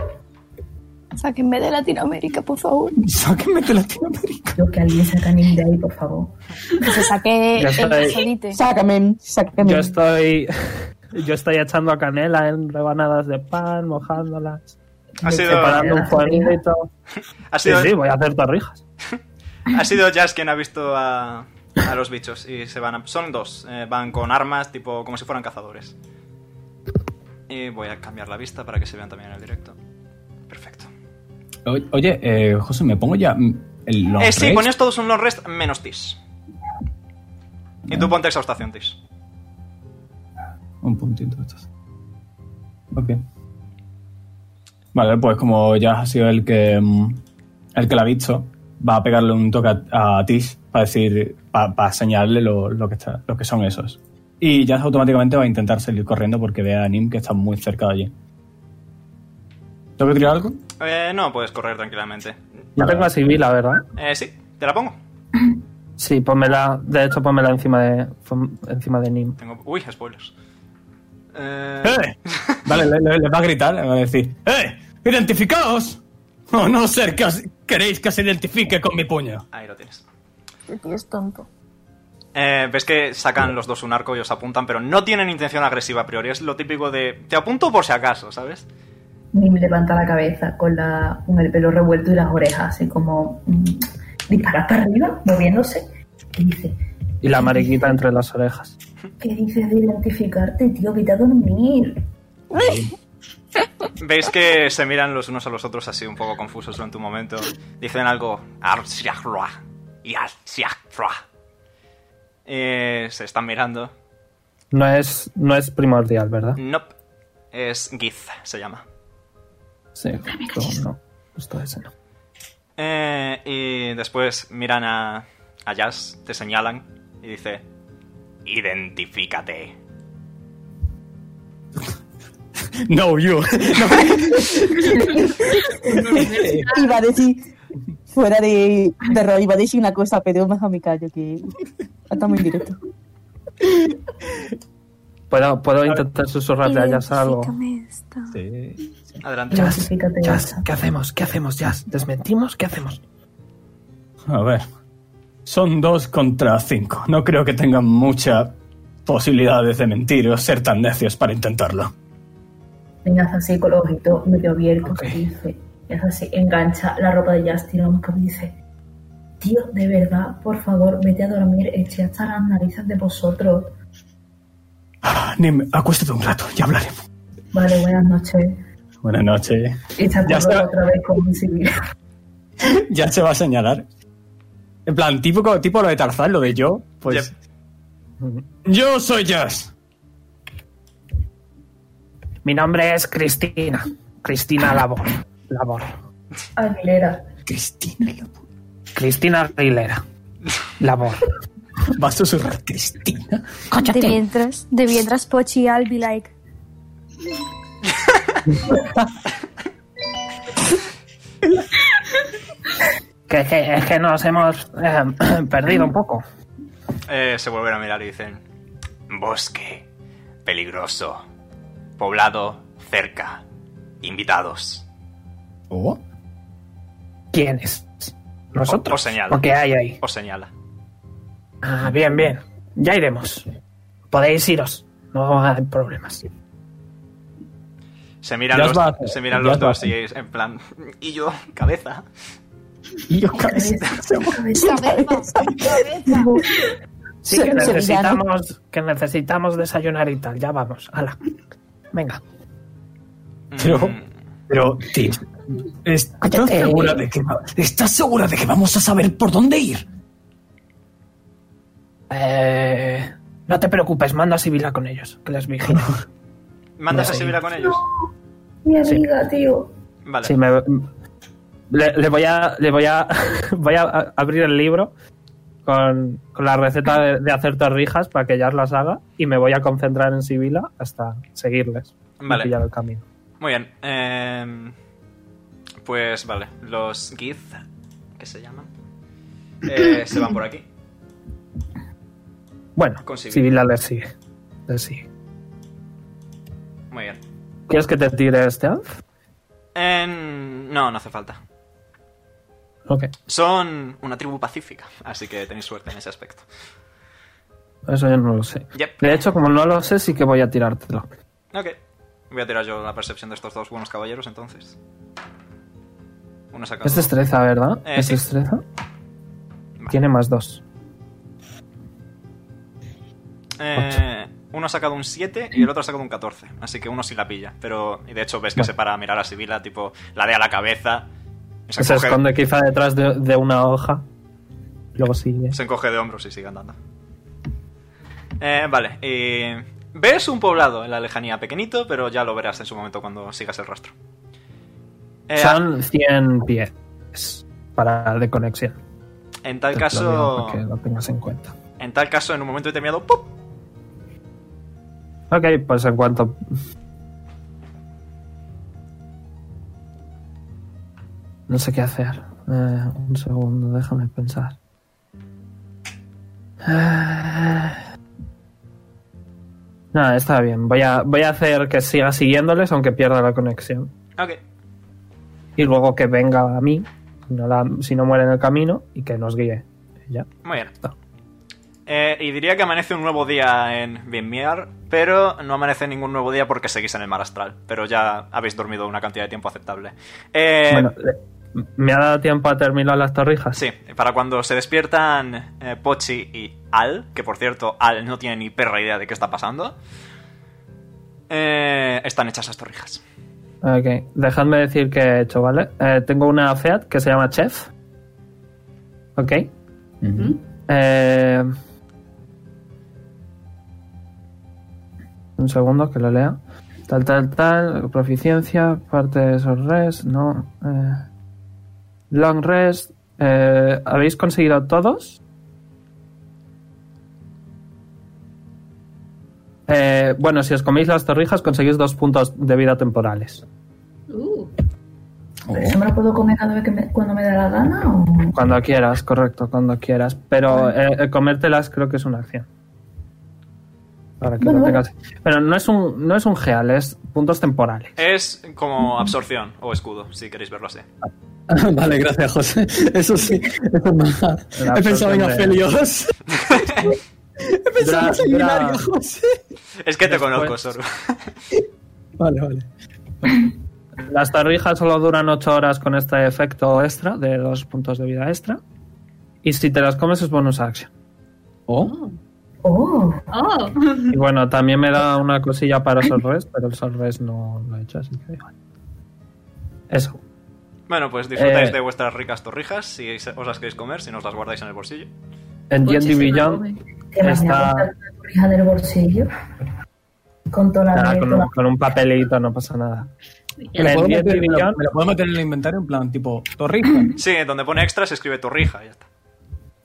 [SPEAKER 11] Sáquenme de Latinoamérica, por favor.
[SPEAKER 9] Sáquenme de Latinoamérica.
[SPEAKER 7] Creo que alguien saca a Nim de ahí, por favor.
[SPEAKER 11] Que se saque
[SPEAKER 4] Yo el estoy- gasolite.
[SPEAKER 11] Sácame, sácame.
[SPEAKER 4] Yo estoy. Yo estoy echando canela en rebanadas de pan, mojándolas.
[SPEAKER 1] Ha sido-
[SPEAKER 4] Preparando un cuadrito.
[SPEAKER 1] Ha sido-
[SPEAKER 4] Sí, sí, voy a hacer torrijas.
[SPEAKER 1] Ha sido Jazz quien ha visto a, a los bichos y se van a- Son dos, eh, van con armas tipo como si fueran cazadores. Y voy a cambiar la vista para que se vean también en el directo. Perfecto.
[SPEAKER 9] O- Oye, eh, José, ¿me pongo ya mm, el long
[SPEAKER 1] Eh, sí,
[SPEAKER 9] rest?
[SPEAKER 1] ponéis todos un long rest menos Tis. Y tú ponte exhaustación, Tis.
[SPEAKER 9] Un puntito estos. Ok. Vale, pues como ya ha sido el que mm, el que la ha visto, va a pegarle un toque a, a Tish para decir, para señalarle lo, lo que está, lo que son esos. Y ya automáticamente va a intentar salir corriendo porque ve a Nim que está muy cerca de allí. ¿Tengo que tirar algo?
[SPEAKER 1] Eh, no, puedes correr tranquilamente.
[SPEAKER 4] Yo tengo a Sibila, ¿verdad?
[SPEAKER 1] Eh, sí, te la pongo.
[SPEAKER 4] Sí, pónmela. De hecho, pónmela encima de, pon- encima de Nim.
[SPEAKER 1] Tengo... Uy, spoilers. Eh,
[SPEAKER 9] ¡Eh! Vale, le, le- le va a gritar, le va a decir, ¡Eh! ¡Identificaos! O no ser que os- queréis que se identifique con mi puño.
[SPEAKER 1] Ahí lo tienes.
[SPEAKER 11] es tonto.
[SPEAKER 1] Eh, ves que sacan los dos un arco y os apuntan, pero no tienen intención agresiva a priori. Es lo típico de. Te apunto por si acaso, ¿sabes?
[SPEAKER 7] Nim levanta la cabeza con, la, con el pelo revuelto y las orejas, así como mm, dispara para arriba, moviéndose. ¿Qué dice?
[SPEAKER 4] Y la mariquita entre las orejas.
[SPEAKER 7] ¿Qué dices de identificarte, tío? Vete a dormir.
[SPEAKER 1] Veis que se miran los unos a los otros así un poco confusos durante un momento. Dicen algo. "Arsiahrua, yarsiahrua". Eh, se están mirando.
[SPEAKER 4] No es, no es primordial, ¿verdad?
[SPEAKER 1] Nope. Es Giz, se llama.
[SPEAKER 4] Sí, justo no. Justo ese no.
[SPEAKER 1] Eh, y después miran a, a Jazz, te señalan y dice: Identifícate.
[SPEAKER 9] No, you.
[SPEAKER 10] Iba a decir, fuera de, de rol, iba a decir una cosa, pero mejor me callo que está muy directo.
[SPEAKER 4] ¿Puedo, puedo intentar susurrarle a Jazz algo?
[SPEAKER 9] Sí.
[SPEAKER 1] Adelante.
[SPEAKER 4] Jazz,
[SPEAKER 7] Identifícate,
[SPEAKER 4] Jazz, ¿qué hacemos? ¿Qué hacemos, Jazz? ¿Desmentimos? ¿Qué hacemos?
[SPEAKER 9] A ver. Son dos contra cinco. No creo que tengan muchas posibilidades de mentir o ser tan necios para intentarlo.
[SPEAKER 7] Venga, psicológico, medio abierto. ¿Qué dice? Y hace así, engancha la ropa de Justin, lo más que dice. Tío, de verdad, por favor, vete a dormir, eché hasta las narices de vosotros.
[SPEAKER 9] Ah, Nim, acuéstate un rato, ya hablaremos.
[SPEAKER 7] Vale, buenas noches.
[SPEAKER 9] Buenas noches.
[SPEAKER 7] Echa
[SPEAKER 9] Ya
[SPEAKER 7] por
[SPEAKER 9] está.
[SPEAKER 7] otra vez con un civil.
[SPEAKER 9] Ya se va a señalar. En plan, tipo, tipo lo de Tarzán, lo de yo. Pues. Yo soy Jazz.
[SPEAKER 4] Mi nombre es Cristina. Cristina Labor. Labor.
[SPEAKER 7] Aguilera.
[SPEAKER 9] Cristina.
[SPEAKER 4] Cristina Aguilera. Labor.
[SPEAKER 9] Va a susurrar Cristina.
[SPEAKER 11] De mientras, de mientras Pochi I'll be like.
[SPEAKER 4] Que, que- es que nos hemos eh, perdido un poco.
[SPEAKER 1] Eh, se vuelven a mirar y dicen: Bosque, peligroso, poblado, cerca, invitados.
[SPEAKER 4] ¿Oh? ¿Quiénes?
[SPEAKER 1] O-
[SPEAKER 4] ¿Nosotros?
[SPEAKER 1] Os señala.
[SPEAKER 4] ¿O qué hay ahí?
[SPEAKER 1] Os señala.
[SPEAKER 4] Ah, bien, bien. Ya iremos. Podéis iros. No hay problemas.
[SPEAKER 1] Se miran
[SPEAKER 4] Ya os
[SPEAKER 1] los,
[SPEAKER 4] va a hacer,
[SPEAKER 1] se miran
[SPEAKER 4] ya
[SPEAKER 1] los
[SPEAKER 4] os va a
[SPEAKER 1] dos y es en plan: Y yo, cabeza.
[SPEAKER 9] Y yo cabeza.
[SPEAKER 7] Cabeza, cabeza, cabeza.
[SPEAKER 4] Sí,
[SPEAKER 6] Se-
[SPEAKER 4] que
[SPEAKER 6] sevillano.
[SPEAKER 4] necesitamos, que necesitamos desayunar y tal. Ya vamos, ala. Venga.
[SPEAKER 9] Pero, pero, tío, ¿estás
[SPEAKER 4] Cállate.
[SPEAKER 9] segura, de que, va- ¿estás segura de que vamos a saber por dónde ir?
[SPEAKER 4] Eh, no te preocupes, mando a Sibila con ellos, que les vigilo.
[SPEAKER 1] ¿Mandas
[SPEAKER 4] No
[SPEAKER 1] a
[SPEAKER 4] sé.
[SPEAKER 1] Sibila con ellos?
[SPEAKER 7] Mi amiga, tío.
[SPEAKER 1] Vale.
[SPEAKER 4] Sí, me- le, le voy a, le voy a, voy a a- abrir el libro con, con la receta de, de hacer torrijas para que ya las haga y me voy a concentrar en Sibila hasta seguirles. y
[SPEAKER 1] Vale.
[SPEAKER 4] pillar el camino.
[SPEAKER 1] Muy bien. eh, pues vale, los Gith, que se llaman, eh, se van por aquí.
[SPEAKER 4] Bueno,
[SPEAKER 1] Con Sibila.
[SPEAKER 4] Sibila les sigue, les sigue.
[SPEAKER 1] Muy bien.
[SPEAKER 4] ¿Quieres que te tire este alf?
[SPEAKER 1] Eh, no, no hace falta.
[SPEAKER 4] Ok.
[SPEAKER 1] Son una tribu pacífica, así que tenéis suerte en ese aspecto.
[SPEAKER 4] Eso yo no lo sé.
[SPEAKER 1] Yep.
[SPEAKER 4] De hecho, como no lo sé, sí que voy a tirártelo.
[SPEAKER 1] Ok. Voy a tirar yo la percepción de estos dos buenos caballeros entonces. Uno sacado.
[SPEAKER 4] Es destreza, ¿verdad?
[SPEAKER 1] Eh,
[SPEAKER 4] es
[SPEAKER 1] sí.
[SPEAKER 4] destreza. Tiene más dos.
[SPEAKER 1] Eh, uno ha sacado un 7 y el otro ha sacado un 14. Así que uno sí la pilla. Pero, y de hecho, ves que se para a mirar a Sibila, tipo, la de a la cabeza. y
[SPEAKER 4] Se,
[SPEAKER 1] encoge-
[SPEAKER 4] esconde quizá detrás de, de una hoja. Luego sigue.
[SPEAKER 1] se encoge de hombros y sigue andando. Eh, vale, y. Ves un poblado en la lejanía pequeñito, pero ya lo verás en su momento cuando sigas el rastro. Eh,
[SPEAKER 4] Son 100 pies para de conexión.
[SPEAKER 1] En tal
[SPEAKER 4] Te lo digo
[SPEAKER 1] caso.
[SPEAKER 4] para Que lo tengas en cuenta.
[SPEAKER 1] En tal caso, en un momento determinado, ¡pop!
[SPEAKER 4] Ok, pues en cuanto. No sé qué hacer. Eh, un segundo, déjame pensar. Ah. Nada, está bien. Voy a, voy a hacer que siga siguiéndoles, aunque pierda la conexión.
[SPEAKER 1] Ok.
[SPEAKER 4] Y luego que venga a mí, no la- si no muere en el camino, y que nos guíe. Y Ya.
[SPEAKER 1] Muy bien. Eh, y diría que amanece un nuevo día en Bienmiar, pero no amanece ningún nuevo día porque seguís en el mar astral. Pero ya habéis dormido una cantidad de tiempo aceptable. Eh,
[SPEAKER 4] Bueno, le- ¿me ha dado tiempo a terminar las torrijas?
[SPEAKER 1] Sí, para cuando se despiertan eh, Pochi y Al, que por cierto, Al no tiene ni perra idea de qué está pasando, eh, están hechas las torrijas.
[SPEAKER 4] Ok, dejadme decir que he hecho, ¿vale? Eh, tengo una FEAT que se llama Chef. Ok. Eh, un segundo que lo lea. Tal, tal, tal. Proficiencia, parte de esos res, no. eh, long rest. eh, ¿Habéis conseguido todos? Eh, bueno, si os coméis las torrijas conseguís dos puntos de vida temporales.
[SPEAKER 7] ¿Pero
[SPEAKER 5] Oh.
[SPEAKER 7] eso me lo puedo comer cada vez que me- cuando me da la gana? ¿o?
[SPEAKER 4] Cuando quieras, correcto, cuando quieras. Pero eh, eh, comértelas creo que es una acción. Para que
[SPEAKER 7] Bueno,
[SPEAKER 4] lo
[SPEAKER 7] bueno.
[SPEAKER 4] tengas. Pero no es un no es un geal, es puntos temporales.
[SPEAKER 1] Es como absorción o escudo, si queréis verlo así.
[SPEAKER 5] vale, gracias, José. Eso sí. Eso es más.
[SPEAKER 4] La
[SPEAKER 5] He pensado en
[SPEAKER 4] absorción de-
[SPEAKER 5] Afelios. He pensado en
[SPEAKER 4] Dra-
[SPEAKER 5] Sanguinario,
[SPEAKER 4] dra-
[SPEAKER 5] José.
[SPEAKER 1] Es que te
[SPEAKER 4] Después-
[SPEAKER 1] conozco, Soru.
[SPEAKER 5] Vale, vale.
[SPEAKER 4] Las tarrijas solo duran 8 horas con este efecto extra de dos puntos de vida extra. Y si te las comes es bonus action.
[SPEAKER 5] Oh.
[SPEAKER 7] Oh,
[SPEAKER 2] Oh,
[SPEAKER 4] Y bueno, también me da una cosilla para Solres, pero el Solres no lo he hecho, así que igual. Eso.
[SPEAKER 1] Bueno, pues disfrutáis
[SPEAKER 4] Eh.
[SPEAKER 1] de vuestras ricas torrijas si se- os las queréis comer, si no os las guardáis en el bolsillo.
[SPEAKER 4] En
[SPEAKER 2] Pochi
[SPEAKER 4] D&D
[SPEAKER 2] se la
[SPEAKER 4] Beyond
[SPEAKER 2] come.
[SPEAKER 7] que
[SPEAKER 4] Está-
[SPEAKER 7] me voy a sacar la torrija del bolsillo. Con toda la
[SPEAKER 4] nada, Ah, con un-
[SPEAKER 7] toda-
[SPEAKER 4] con un papelito no pasa nada.
[SPEAKER 5] ¿Me lo,
[SPEAKER 4] En
[SPEAKER 5] puedo
[SPEAKER 4] diez
[SPEAKER 5] meter, me lo-
[SPEAKER 4] billón.
[SPEAKER 5] me lo puedo meter en el inventario en plan tipo torrija?
[SPEAKER 1] Sí, donde pone extra se escribe torrija, ya está.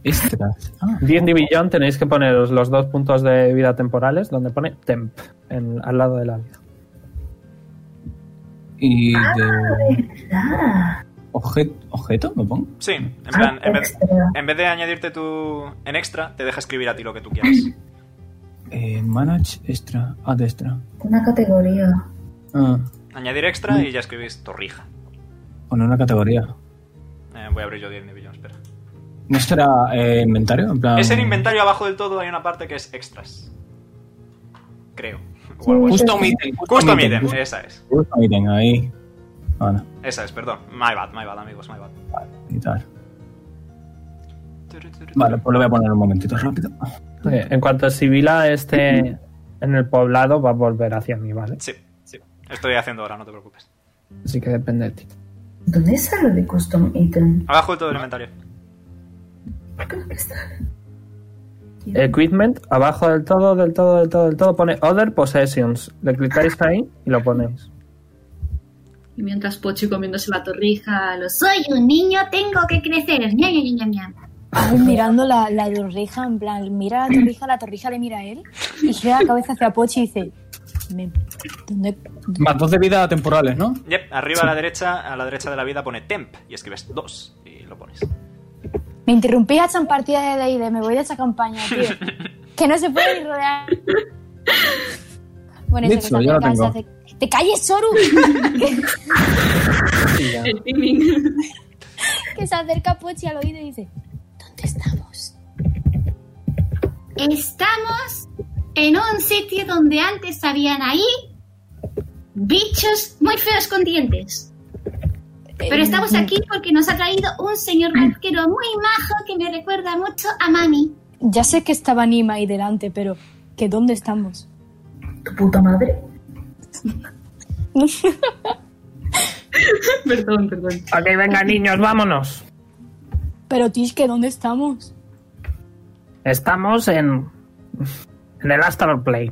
[SPEAKER 5] Extras. Ah,
[SPEAKER 4] D&D Beyond tenéis que poneros los dos puntos de vida temporales donde pone temp en- al lado de la vida.
[SPEAKER 9] Y de
[SPEAKER 7] Ah,
[SPEAKER 9] obje- objeto, me pongo.
[SPEAKER 1] Sí, en plan, en vez,
[SPEAKER 7] extra.
[SPEAKER 1] en vez de añadirte tu. en extra, te deja escribir a ti lo que tú quieras.
[SPEAKER 9] Eh, manage extra, add extra.
[SPEAKER 7] Una categoría.
[SPEAKER 9] Ah,
[SPEAKER 1] Añadir extra y ya escribís torrija.
[SPEAKER 9] poner una categoría.
[SPEAKER 1] Eh, voy a abrir yo 10 billones, espera.
[SPEAKER 9] ¿No será eh, inventario? En plan,
[SPEAKER 1] Es en inventario abajo del todo, hay una parte que es extras. Creo. O algo así.
[SPEAKER 9] Custom item.
[SPEAKER 1] Custom item, esa es.
[SPEAKER 9] Custom item, ahí. Ahora,
[SPEAKER 1] Esa es, perdón. My bad, my bad, amigos, my bad.
[SPEAKER 9] y tal.
[SPEAKER 1] Tu,
[SPEAKER 9] Vale, pues lo voy a poner un momentito rápido.
[SPEAKER 4] Ok, En cuanto Sibila esté en el poblado, va a volver hacia mí, ¿vale?
[SPEAKER 1] Sí, sí. Estoy haciendo ahora, no te preocupes.
[SPEAKER 4] Así que depende de ti.
[SPEAKER 7] ¿Dónde está lo de custom item?
[SPEAKER 1] Abajo de todo el inventario.
[SPEAKER 7] ¿Por qué no está?
[SPEAKER 4] Eh, Equipment, abajo del todo, del todo, del todo, del todo, pone Other Possessions. Le clicáis ahí y lo ponéis.
[SPEAKER 2] Y mientras Pochi comiéndose la torrija, los...
[SPEAKER 8] Soy un niño, tengo que crecer. Ña, ña, ña, ña, ña.
[SPEAKER 11] Voy mirando la, la torrija, en plan, mira la torrija, la torrija le mira a él y gira la cabeza hacia Pochi y dice: "Men, ¿dónde,
[SPEAKER 9] Más dos de vida temporales, ¿no?
[SPEAKER 1] Yep, arriba a la derecha, a la derecha de la vida pone temp y escribes 2 y lo pones.
[SPEAKER 11] Me interrumpí a echar partida de D&D, me voy de esa campaña, tío. que no se puede ni rodear. Bueno, eso que se
[SPEAKER 9] Mitsu, yo lo
[SPEAKER 11] acerca, se
[SPEAKER 9] tengo.
[SPEAKER 11] hace- ¡Te calles, Soru!
[SPEAKER 2] El timing.
[SPEAKER 11] que se acerca Pochi al oído y dice: ¿Dónde estamos?
[SPEAKER 8] Estamos en un sitio donde antes habían ahí bichos muy feos con dientes.
[SPEAKER 11] Eh,
[SPEAKER 8] Pero estamos
[SPEAKER 11] mm.
[SPEAKER 8] aquí porque nos ha traído un señor barquero muy majo que me recuerda mucho a mami.
[SPEAKER 11] Ya sé que estaba Nima ahí delante, pero ¿que dónde estamos?
[SPEAKER 7] ¿Tu puta madre?
[SPEAKER 2] perdón, perdón.
[SPEAKER 4] Ok, venga, niños, vámonos.
[SPEAKER 11] Pero Tish, ¿que dónde estamos?
[SPEAKER 4] Estamos en. En el Astral Play.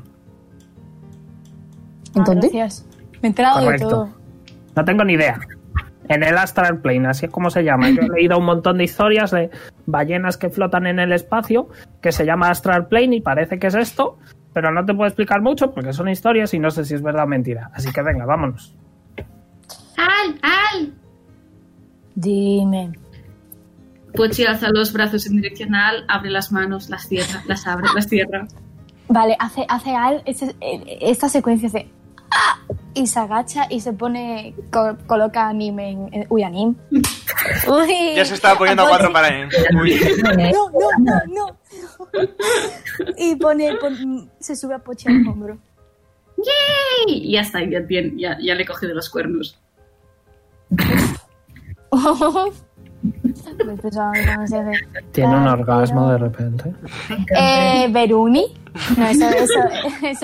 [SPEAKER 11] ¿En dónde? Ah, Gracias. Me he enterado
[SPEAKER 4] Correcto.
[SPEAKER 11] de todo.
[SPEAKER 4] No tengo ni idea. En el Astral Plane, así es como se llama. Yo he leído un montón de historias de ballenas que flotan en el espacio, que se llama Astral Plane y parece que es esto, pero no te puedo explicar mucho porque son historias y no sé si es verdad o mentira. Así que venga, vámonos.
[SPEAKER 8] ¡Al, al!
[SPEAKER 11] Dime.
[SPEAKER 2] Pochi alza los brazos en dirección a Al, abre las manos, las cierra, las abre, las cierra.
[SPEAKER 11] Vale, hace, hace al, este- eh, esta secuencia hace ¡ah! y se agacha y se pone, co- coloca a Nim en, en- uy, a Nim. Uy,
[SPEAKER 1] Ya se estaba poniendo a
[SPEAKER 11] Pochi.
[SPEAKER 1] cuatro para él. Uy.
[SPEAKER 11] No, no, no, no. Y pone, pon- se sube a Pochi al hombro.
[SPEAKER 2] ¡Yay! Y ya está, ya, tiene- ya, ya le coge de los cuernos.
[SPEAKER 11] Me pensaba, ¿cómo se hace?
[SPEAKER 4] Tiene un orgasmo de repente.
[SPEAKER 11] Eh, Beruni. No, eso, eso,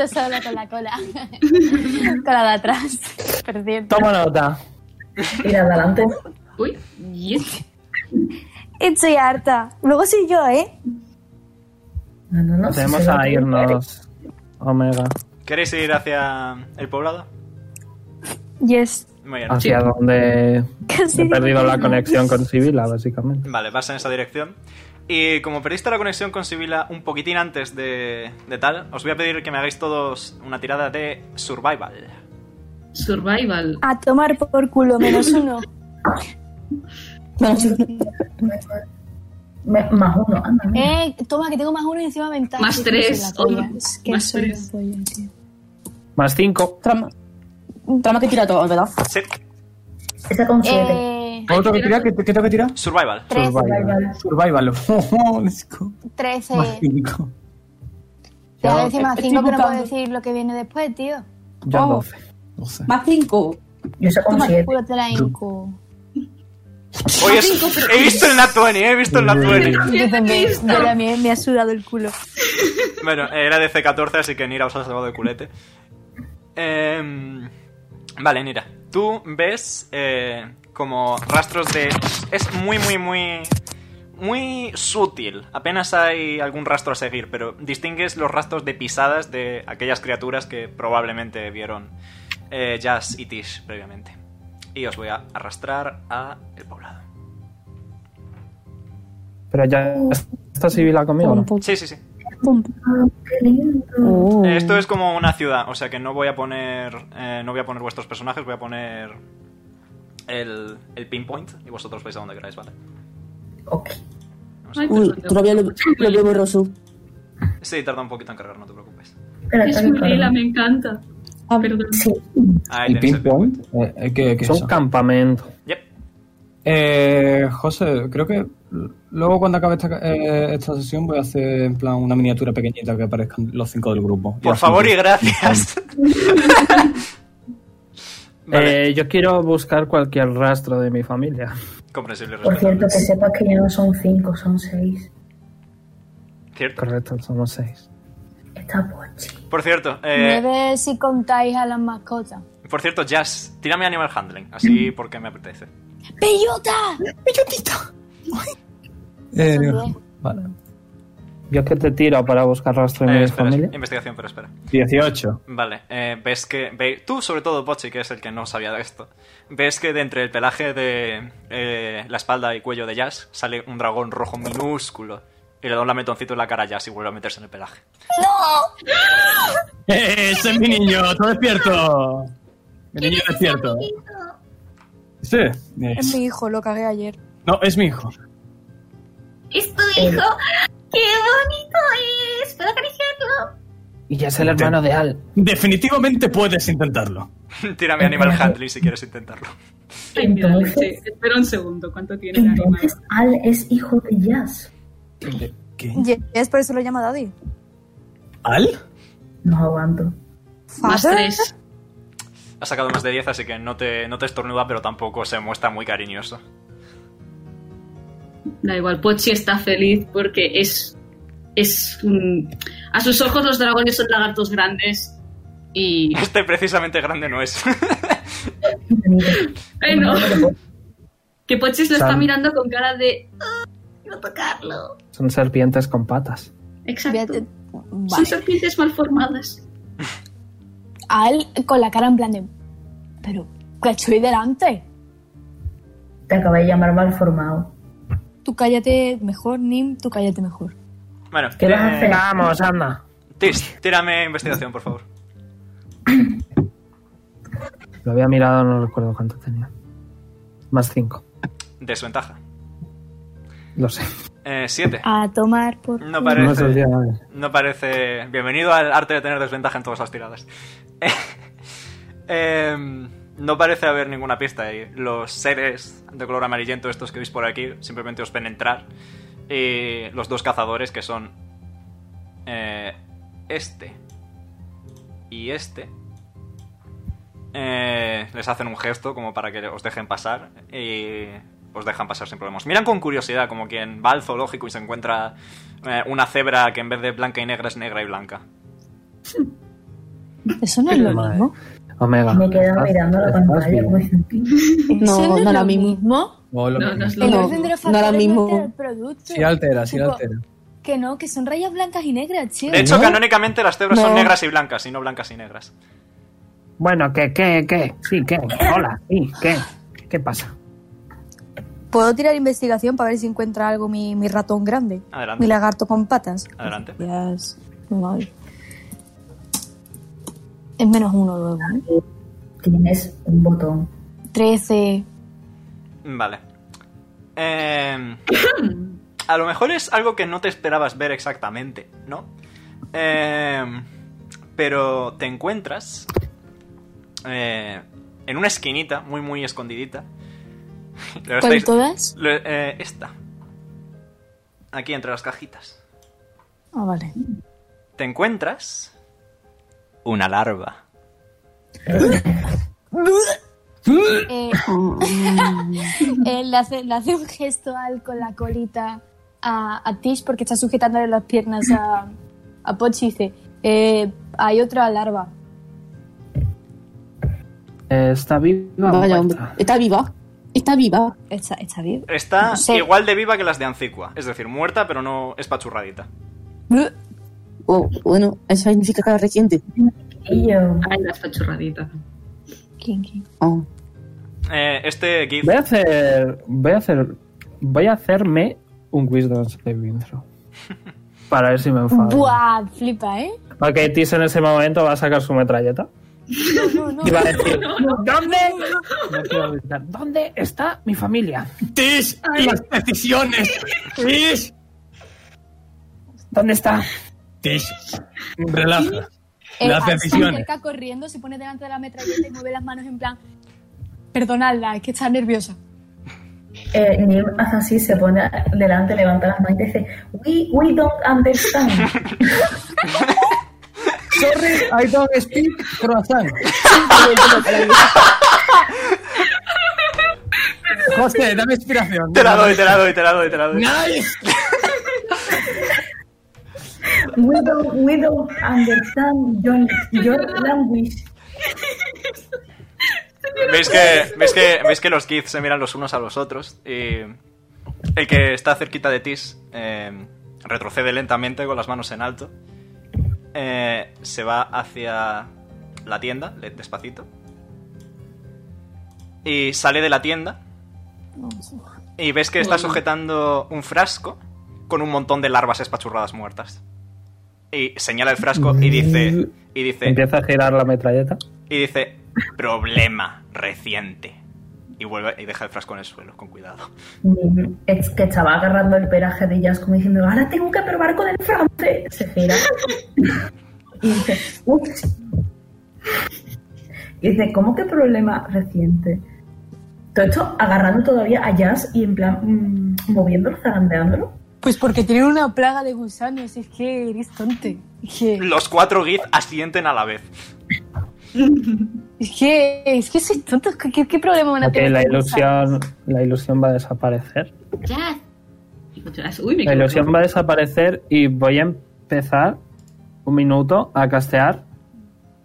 [SPEAKER 11] eso solo con la cola. Con la de atrás. Por cierto.
[SPEAKER 4] Toma nota.
[SPEAKER 7] Mira, adelante.
[SPEAKER 2] Uy, yes.
[SPEAKER 11] Estoy harta. Luego soy yo, ¿eh?
[SPEAKER 7] No, no, no.
[SPEAKER 4] Tenemos
[SPEAKER 7] si se va
[SPEAKER 4] a irnos. Omega.
[SPEAKER 1] ¿Queréis ir hacia el poblado?
[SPEAKER 11] Yes.
[SPEAKER 1] Muy bien.
[SPEAKER 4] Hacia donde
[SPEAKER 11] Casi
[SPEAKER 4] he
[SPEAKER 11] digo
[SPEAKER 4] perdido
[SPEAKER 11] que
[SPEAKER 4] la
[SPEAKER 11] no.
[SPEAKER 4] conexión con Sibila, básicamente.
[SPEAKER 1] Vale, vas en esa dirección. Y como perdiste la conexión con Sibila un poquitín antes de, de tal, os voy a pedir que me hagáis todos una tirada de survival.
[SPEAKER 2] Survival.
[SPEAKER 11] A tomar por culo, menos uno.
[SPEAKER 7] Me- más uno, anda, mira.
[SPEAKER 11] Eh, toma, que tengo más uno y encima ventaja.
[SPEAKER 2] Más
[SPEAKER 11] Es que soy
[SPEAKER 2] tres,
[SPEAKER 11] la polla.
[SPEAKER 2] hombre.
[SPEAKER 11] Es que
[SPEAKER 2] Más
[SPEAKER 11] soy la
[SPEAKER 2] tres.
[SPEAKER 11] polla, tío.
[SPEAKER 4] Más 5.
[SPEAKER 10] Trama. Trama que tira todo, ¿verdad?
[SPEAKER 1] Sí,
[SPEAKER 7] He sacado un siete.
[SPEAKER 11] Eh,
[SPEAKER 9] ¿Otro que tira? ¿Qué, qué tengo que tirar?
[SPEAKER 1] survival.
[SPEAKER 11] tres,
[SPEAKER 9] Survival. Survival. Oh, Let's go.
[SPEAKER 11] trece.
[SPEAKER 9] Más cinco.
[SPEAKER 11] Te da encima
[SPEAKER 10] Estoy
[SPEAKER 11] cinco, pero no puedo
[SPEAKER 10] buscando.
[SPEAKER 11] decir lo que viene después, tío.
[SPEAKER 4] Yo
[SPEAKER 10] Oh.
[SPEAKER 4] 12.
[SPEAKER 9] No sé.
[SPEAKER 10] Más 5.
[SPEAKER 7] Yo he sacado un
[SPEAKER 11] Toma por
[SPEAKER 7] 7.
[SPEAKER 11] culo, te la inco.
[SPEAKER 1] Hoy
[SPEAKER 11] Ah,
[SPEAKER 1] es- he visto el Nat 20, he visto el Nat 20.
[SPEAKER 11] Yo también, yo también me ha sudado el culo.
[SPEAKER 1] Bueno, era de C14, así que Nira os ha salvado el culete. Em, vale, Nira. Tú ves eh, como rastros de... Es muy, muy, muy... Muy sutil. Apenas hay algún rastro a seguir, pero distingues los rastros de pisadas de aquellas criaturas que probablemente vieron eh, Jazz y Tish previamente. Y os voy a arrastrar a el poblado.
[SPEAKER 4] Pero ya está Sibila conmigo. ¿no?
[SPEAKER 1] Sí, sí, sí.
[SPEAKER 7] Qué lindo.
[SPEAKER 10] Oh.
[SPEAKER 1] Eh, Esto es como una ciudad, o sea que no voy a poner. eh, no voy a poner vuestros personajes, voy a poner el, el pinpoint y vosotros vais a donde queráis, ¿vale?
[SPEAKER 7] Ok.
[SPEAKER 1] No sé.
[SPEAKER 2] Ay,
[SPEAKER 10] Uy,
[SPEAKER 2] perdón.
[SPEAKER 10] todavía lo, lo veo borroso.
[SPEAKER 1] Sí, tarda un poquito en cargar, no te preocupes.
[SPEAKER 7] Espera,
[SPEAKER 2] Es
[SPEAKER 7] tengo
[SPEAKER 2] muy
[SPEAKER 7] que
[SPEAKER 2] lila,
[SPEAKER 7] cargar.
[SPEAKER 2] me encanta.
[SPEAKER 10] Ah,
[SPEAKER 2] Perdón.
[SPEAKER 1] Ahí
[SPEAKER 9] ¿Y
[SPEAKER 1] tenéis el-
[SPEAKER 9] Pinpoint? Eh, eh, ¿Qué, qué
[SPEAKER 4] Es
[SPEAKER 9] es
[SPEAKER 4] un
[SPEAKER 9] eso?
[SPEAKER 4] campamento.
[SPEAKER 1] Yep.
[SPEAKER 9] Eh, José, creo que luego cuando acabe esta, eh, esta sesión voy a hacer en plan una miniatura pequeñita que aparezcan los cinco del grupo.
[SPEAKER 1] Por favor y gracias. Vale.
[SPEAKER 4] Eh, yo quiero buscar cualquier rastro de mi familia.
[SPEAKER 1] Comprensible
[SPEAKER 7] Por cierto, que
[SPEAKER 1] respetable.
[SPEAKER 7] sepas que ya no son cinco, son seis.
[SPEAKER 1] Cierto.
[SPEAKER 4] Correcto, somos seis.
[SPEAKER 7] Está pochi.
[SPEAKER 1] Por cierto, eh,
[SPEAKER 11] Nueve si contáis a las mascotas.
[SPEAKER 1] por cierto, Jazz, tírame Animal Handling, así porque me apetece.
[SPEAKER 11] ¡Bellota!
[SPEAKER 6] ¡Bellotita!
[SPEAKER 5] Eh,
[SPEAKER 4] Vale. Yo que te tiro para buscar rastro de
[SPEAKER 1] Eh,
[SPEAKER 4] mi
[SPEAKER 1] espera,
[SPEAKER 4] familia.
[SPEAKER 1] investigación, pero espera.
[SPEAKER 9] 18.
[SPEAKER 1] Vale, eh, ves que. ve- tú, sobre todo, Pochi, que es el que no sabía de esto. Ves que de entre el pelaje de eh, la espalda y cuello de Jazz sale un dragón rojo minúsculo. Y le da un lametoncito en la cara a Jazz y vuelve a meterse en el pelaje.
[SPEAKER 9] ¡Eh, ese es mi niño! ¡Está despierto! Mi niño despierto. Sí,
[SPEAKER 11] Es
[SPEAKER 9] es.
[SPEAKER 11] mi hijo, lo cagué ayer.
[SPEAKER 9] No, es mi hijo.
[SPEAKER 8] Es tu hijo. ¡Qué bonito es! ¿Puedo acariciarlo?
[SPEAKER 4] Y ya es el hermano de Al.
[SPEAKER 9] Definitivamente puedes intentarlo.
[SPEAKER 1] Tírame Animal Handling si quieres intentarlo.
[SPEAKER 2] Entonces, espera un segundo, ¿cuánto tiene el animal?
[SPEAKER 7] Entonces, Al es hijo de Jazz.
[SPEAKER 11] Y es por eso lo llama Daddy.
[SPEAKER 9] ¿Al?
[SPEAKER 7] No aguanto.
[SPEAKER 2] Más tres.
[SPEAKER 1] Ha sacado más de 10, así que no te, no te estornuda, pero tampoco se muestra muy cariñoso.
[SPEAKER 2] Da igual, Pochi está feliz porque es. es un- a sus ojos los dragones son lagartos grandes y.
[SPEAKER 1] Este precisamente grande no es.
[SPEAKER 2] Bueno. Que Pochis lo está
[SPEAKER 4] Sam.
[SPEAKER 2] mirando con cara de. "Ah, Quiero tocarlo.
[SPEAKER 4] Son serpientes con patas.
[SPEAKER 2] Exacto. Son
[SPEAKER 11] Vale.
[SPEAKER 2] serpientes mal formadas.
[SPEAKER 11] A él con la cara en plan de. Pero, que estoy delante.
[SPEAKER 7] Te acabé de llamar malformado.
[SPEAKER 11] Tú cállate mejor, Nim, tú cállate mejor.
[SPEAKER 1] Bueno,
[SPEAKER 7] ¿Qué vas a
[SPEAKER 1] eh,
[SPEAKER 7] hacer?
[SPEAKER 4] Vamos, anda.
[SPEAKER 1] Tis, tírame investigación, por favor.
[SPEAKER 4] Lo había mirado, no recuerdo cuánto tenía. Más cinco.
[SPEAKER 1] Desventaja.
[SPEAKER 4] Lo sé.
[SPEAKER 1] Eh, 7.
[SPEAKER 11] A tomar por.
[SPEAKER 1] No
[SPEAKER 11] culo.
[SPEAKER 4] No se olvida
[SPEAKER 1] parece.
[SPEAKER 4] nada.
[SPEAKER 1] No parece. Bienvenido al arte de tener desventaja en todas las tiradas. Em, no parece haber ninguna pista. ahí. los seres de color amarillento, estos que veis por aquí, simplemente os ven entrar. Y los dos cazadores, que son. eh, este y este. eh, les hacen un gesto como para que os dejen pasar. Y os dejan pasar sin problemas. Miran con curiosidad, como quien va al zoológico y se encuentra eh, una cebra que en vez de blanca y negra es negra y blanca.
[SPEAKER 11] Eso no es lo mismo.
[SPEAKER 5] eh.
[SPEAKER 4] Omega.
[SPEAKER 7] Me quedo mirando la
[SPEAKER 4] estás
[SPEAKER 7] pantalla
[SPEAKER 4] bien.
[SPEAKER 7] como diciendo,
[SPEAKER 11] Eso
[SPEAKER 10] No, no
[SPEAKER 11] es
[SPEAKER 10] lo
[SPEAKER 11] lo
[SPEAKER 10] mismo.
[SPEAKER 5] No, lo
[SPEAKER 2] No,
[SPEAKER 5] mismo.
[SPEAKER 2] no es lo
[SPEAKER 11] El
[SPEAKER 10] No,
[SPEAKER 11] orden de los
[SPEAKER 10] no ahora
[SPEAKER 11] factores
[SPEAKER 10] mismo.
[SPEAKER 11] altera el producto.
[SPEAKER 5] Sí altera, sí
[SPEAKER 11] Tipo,
[SPEAKER 5] altera.
[SPEAKER 11] Que no, que son rayas blancas y negras, tío.
[SPEAKER 1] De hecho, canónicamente las cebras son
[SPEAKER 11] No.
[SPEAKER 1] negras y blancas, y no blancas y negras.
[SPEAKER 4] Bueno, ¿qué, qué, qué? Sí, ¿qué? Hola, sí, ¿qué? ¿Qué pasa?
[SPEAKER 11] Puedo tirar investigación para ver si encuentra algo mi, mi ratón grande.
[SPEAKER 1] Adelante.
[SPEAKER 11] Mi lagarto con patas.
[SPEAKER 1] Adelante.
[SPEAKER 11] Yes. Vale. Es menos uno luego, ¿eh?
[SPEAKER 7] Tienes un botón.
[SPEAKER 11] 13.
[SPEAKER 1] Mm, Vale. Eh, a lo mejor es algo que no te esperabas ver exactamente, ¿no? Eh, pero te encuentras eh, en una esquinita, muy, muy escondidita. Lo
[SPEAKER 11] ¿Cuál
[SPEAKER 1] estáis-
[SPEAKER 11] todas?
[SPEAKER 1] lo- eh, esta. Aquí entre las cajitas.
[SPEAKER 11] Ah, vale.
[SPEAKER 1] Te encuentras una larva.
[SPEAKER 11] Eh, eh, le, hace, le hace un gesto al con la colita a, a Tish porque está sujetándole las piernas a, a Pochi y dice: eh, Hay otra larva.
[SPEAKER 4] Eh, ¿Está viva? o
[SPEAKER 10] Vaya, hombre.
[SPEAKER 4] muerta?
[SPEAKER 10] Está viva. Está viva.
[SPEAKER 11] Está, está bien.
[SPEAKER 1] Está
[SPEAKER 11] No sé.
[SPEAKER 1] igual de viva que las de Anficua, es decir, muerta pero no espachurradita.
[SPEAKER 10] Oh, bueno, eso significa que es reciente.
[SPEAKER 7] Y yo,
[SPEAKER 2] Ay, la está churradita.
[SPEAKER 11] ¿Quién, quién?
[SPEAKER 10] Oh.
[SPEAKER 1] Eh, este GIF,
[SPEAKER 4] Voy a hacer. Voy a hacer. Voy a hacerme un Wisdom Saving Throw. Para ver si me enfado.
[SPEAKER 11] Buah, flipa, ¿eh?
[SPEAKER 4] Ok, Tis en ese momento va a sacar su metralleta.
[SPEAKER 11] No, no,
[SPEAKER 4] Y va a
[SPEAKER 11] no.
[SPEAKER 4] decir: ¿Dónde? No quiero gritar, ¿Dónde está mi familia?
[SPEAKER 9] ¡Tish! ¡Y las decisiones! ¡Tish!
[SPEAKER 4] ¿Dónde está?
[SPEAKER 9] ¡Tish! Relaja.
[SPEAKER 11] Eh,
[SPEAKER 9] Las
[SPEAKER 11] Al se
[SPEAKER 9] decisiones.
[SPEAKER 11] acerca corriendo, se pone delante de la metralleta y mueve las manos en plan. Perdonadla, es que está nerviosa.
[SPEAKER 7] eh, Nim hace así, se pone delante, levanta las manos y dice, we, we don't understand.
[SPEAKER 5] Sorry, I don't speak croissant.
[SPEAKER 4] José, dame inspiración.
[SPEAKER 1] Te la doy, te la doy, te la doy, te la doy.
[SPEAKER 4] Nice.
[SPEAKER 7] We don't, we don't understand your, your language.
[SPEAKER 1] ¿Veis que, veis, que, veis que los kids se miran los unos a los otros y el que está cerquita de Tis eh, retrocede lentamente con las manos en alto. Eh, se va hacia la tienda, le- despacito. Y sale de la tienda y ves que está sujetando un frasco con un montón de larvas espachurradas muertas. Y señala el frasco y dice, y dice,
[SPEAKER 4] Empieza a girar la metralleta.
[SPEAKER 1] y dice, problema reciente. Y vuelve y deja el frasco en el suelo, con cuidado.
[SPEAKER 7] Mm, Es que estaba agarrando el peraje de Jazz como diciendo, ahora tengo que probar con el francés. Se gira. y dice, ups. Y dice, ¿cómo que problema reciente? Todo esto agarrando todavía a Jazz y en plan mm, moviéndolo, zarandeándolo.
[SPEAKER 11] Pues porque tiene una plaga de gusanos, ¿eh? es que eres tonte. Es que,
[SPEAKER 1] Los cuatro Gith asienten a la vez.
[SPEAKER 11] es que, es que sois tontos, ¿qué, qué- qué problema van a
[SPEAKER 4] Ok,
[SPEAKER 11] tener?
[SPEAKER 4] la
[SPEAKER 11] con gusanos?
[SPEAKER 4] ilusión, la ilusión va a desaparecer.
[SPEAKER 2] Uy, me
[SPEAKER 4] La
[SPEAKER 2] equivoco.
[SPEAKER 4] ilusión va a desaparecer y voy a empezar un minuto a castear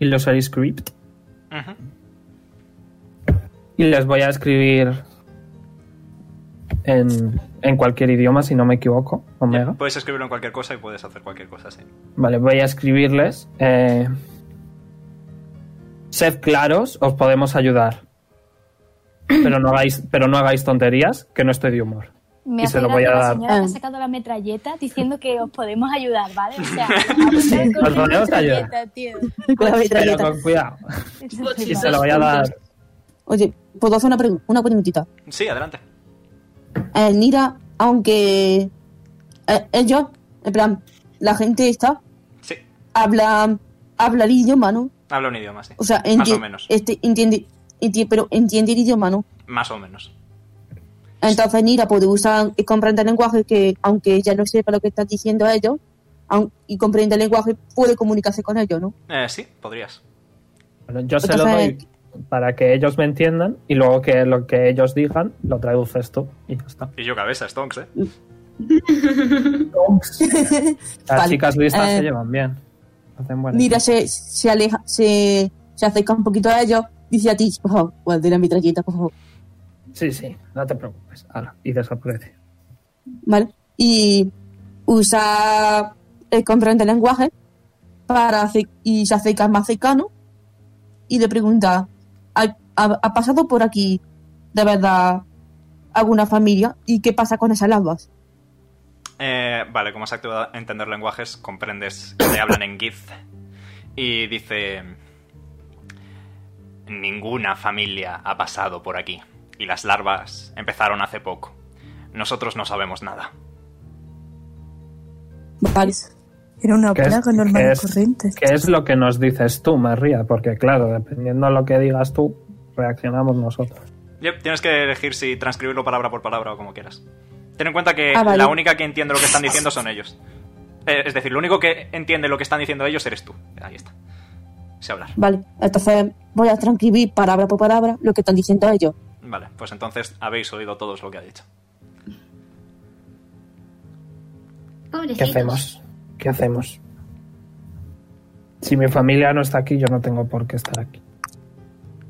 [SPEAKER 4] Illusory Script.
[SPEAKER 1] Ujú.
[SPEAKER 4] Y les voy a escribir en, en cualquier idioma, si no me equivoco, Omega.
[SPEAKER 1] Puedes escribirlo en cualquier cosa y puedes hacer cualquier cosa, sí.
[SPEAKER 4] Vale, voy a escribirles. eh, sed claros, os podemos ayudar. Pero no, hagáis, pero no hagáis tonterías, que no estoy de humor.
[SPEAKER 11] Me
[SPEAKER 4] y
[SPEAKER 11] ha
[SPEAKER 4] se lo
[SPEAKER 11] pegado
[SPEAKER 4] voy a
[SPEAKER 11] la
[SPEAKER 4] dar.
[SPEAKER 11] señora
[SPEAKER 12] Ah.
[SPEAKER 11] que ha sacado la metralleta diciendo que os podemos ayudar, ¿vale? O sea,
[SPEAKER 4] os podemos ayudar.
[SPEAKER 11] tío.
[SPEAKER 10] Con
[SPEAKER 2] Pues,
[SPEAKER 10] la
[SPEAKER 4] Pero
[SPEAKER 10] metralleta.
[SPEAKER 4] con cuidado. Y
[SPEAKER 10] Sí,
[SPEAKER 4] se lo voy a dar.
[SPEAKER 10] Oye, ¿puedo hacer una, pregu- una preguntita?
[SPEAKER 1] Sí, adelante.
[SPEAKER 10] Eh, Nira, aunque eh, ellos, en plan, la gente está,
[SPEAKER 1] Sí,
[SPEAKER 10] habla, habla el idioma, ¿no?
[SPEAKER 1] habla un idioma, sí.
[SPEAKER 10] O sea,
[SPEAKER 1] más
[SPEAKER 10] enti-
[SPEAKER 1] o menos.
[SPEAKER 10] este, entiende, enti- pero entiende el idioma, ¿no?
[SPEAKER 1] Más o menos.
[SPEAKER 10] Entonces Nira puede usar y comprender lenguaje que, aunque ella no sepa lo que están diciendo ellos, aun- y comprende el lenguaje, puede comunicarse con ellos, ¿no?
[SPEAKER 1] Eh, sí, podrías.
[SPEAKER 4] Bueno, yo se lo doy
[SPEAKER 10] Entonces-
[SPEAKER 4] para que ellos me entiendan y luego que lo que ellos digan lo traduces tú y ya está.
[SPEAKER 1] Y yo cabeza, Stonks, ¿eh?
[SPEAKER 4] Las
[SPEAKER 10] Vale,
[SPEAKER 4] chicas listas
[SPEAKER 10] eh,
[SPEAKER 4] se llevan bien. Hacen buenas.
[SPEAKER 10] Nira se, se aleja, se, se acerca un poquito a ellos, dice a ti, por favor, guarde la metralleta, por favor.
[SPEAKER 4] Sí, sí, no te preocupes. Ala, y desaparece.
[SPEAKER 10] ¿vale? Y usa eh, el comprender lenguaje para ace- y se acerca más cercano y le pregunta, ¿ha, ha- ha pasado por aquí de verdad alguna familia? ¿Y qué pasa con esas larvas?
[SPEAKER 1] Eh, vale, como has activado entender lenguajes, comprendes que te hablan en Gith. Y dice... Ninguna familia ha pasado por aquí. Y las larvas empezaron hace poco. Nosotros no sabemos nada.
[SPEAKER 10] Vale.
[SPEAKER 12] Era una
[SPEAKER 4] ¿Qué es-
[SPEAKER 12] plaga normal
[SPEAKER 4] qué
[SPEAKER 12] y
[SPEAKER 4] es-
[SPEAKER 12] corriente.
[SPEAKER 4] ¿Qué es lo que nos dices tú, María? Porque claro, dependiendo de lo que digas tú, reaccionamos nosotros.
[SPEAKER 1] Yep, tienes que elegir si transcribirlo palabra por palabra o como quieras. Ten en cuenta que
[SPEAKER 4] Ah, vale.
[SPEAKER 1] la única que entiende lo que están diciendo son ellos. Eh, es decir, lo único que entiende lo que están diciendo ellos eres tú. Ahí está. Sé hablar.
[SPEAKER 10] Vale, entonces voy a transcribir palabra por palabra lo que están diciendo ellos.
[SPEAKER 1] Vale, pues entonces habéis oído todos lo que ha dicho.
[SPEAKER 4] ¿Qué hacemos? ¿Qué hacemos? Si mi familia no está aquí, yo no tengo por qué estar aquí.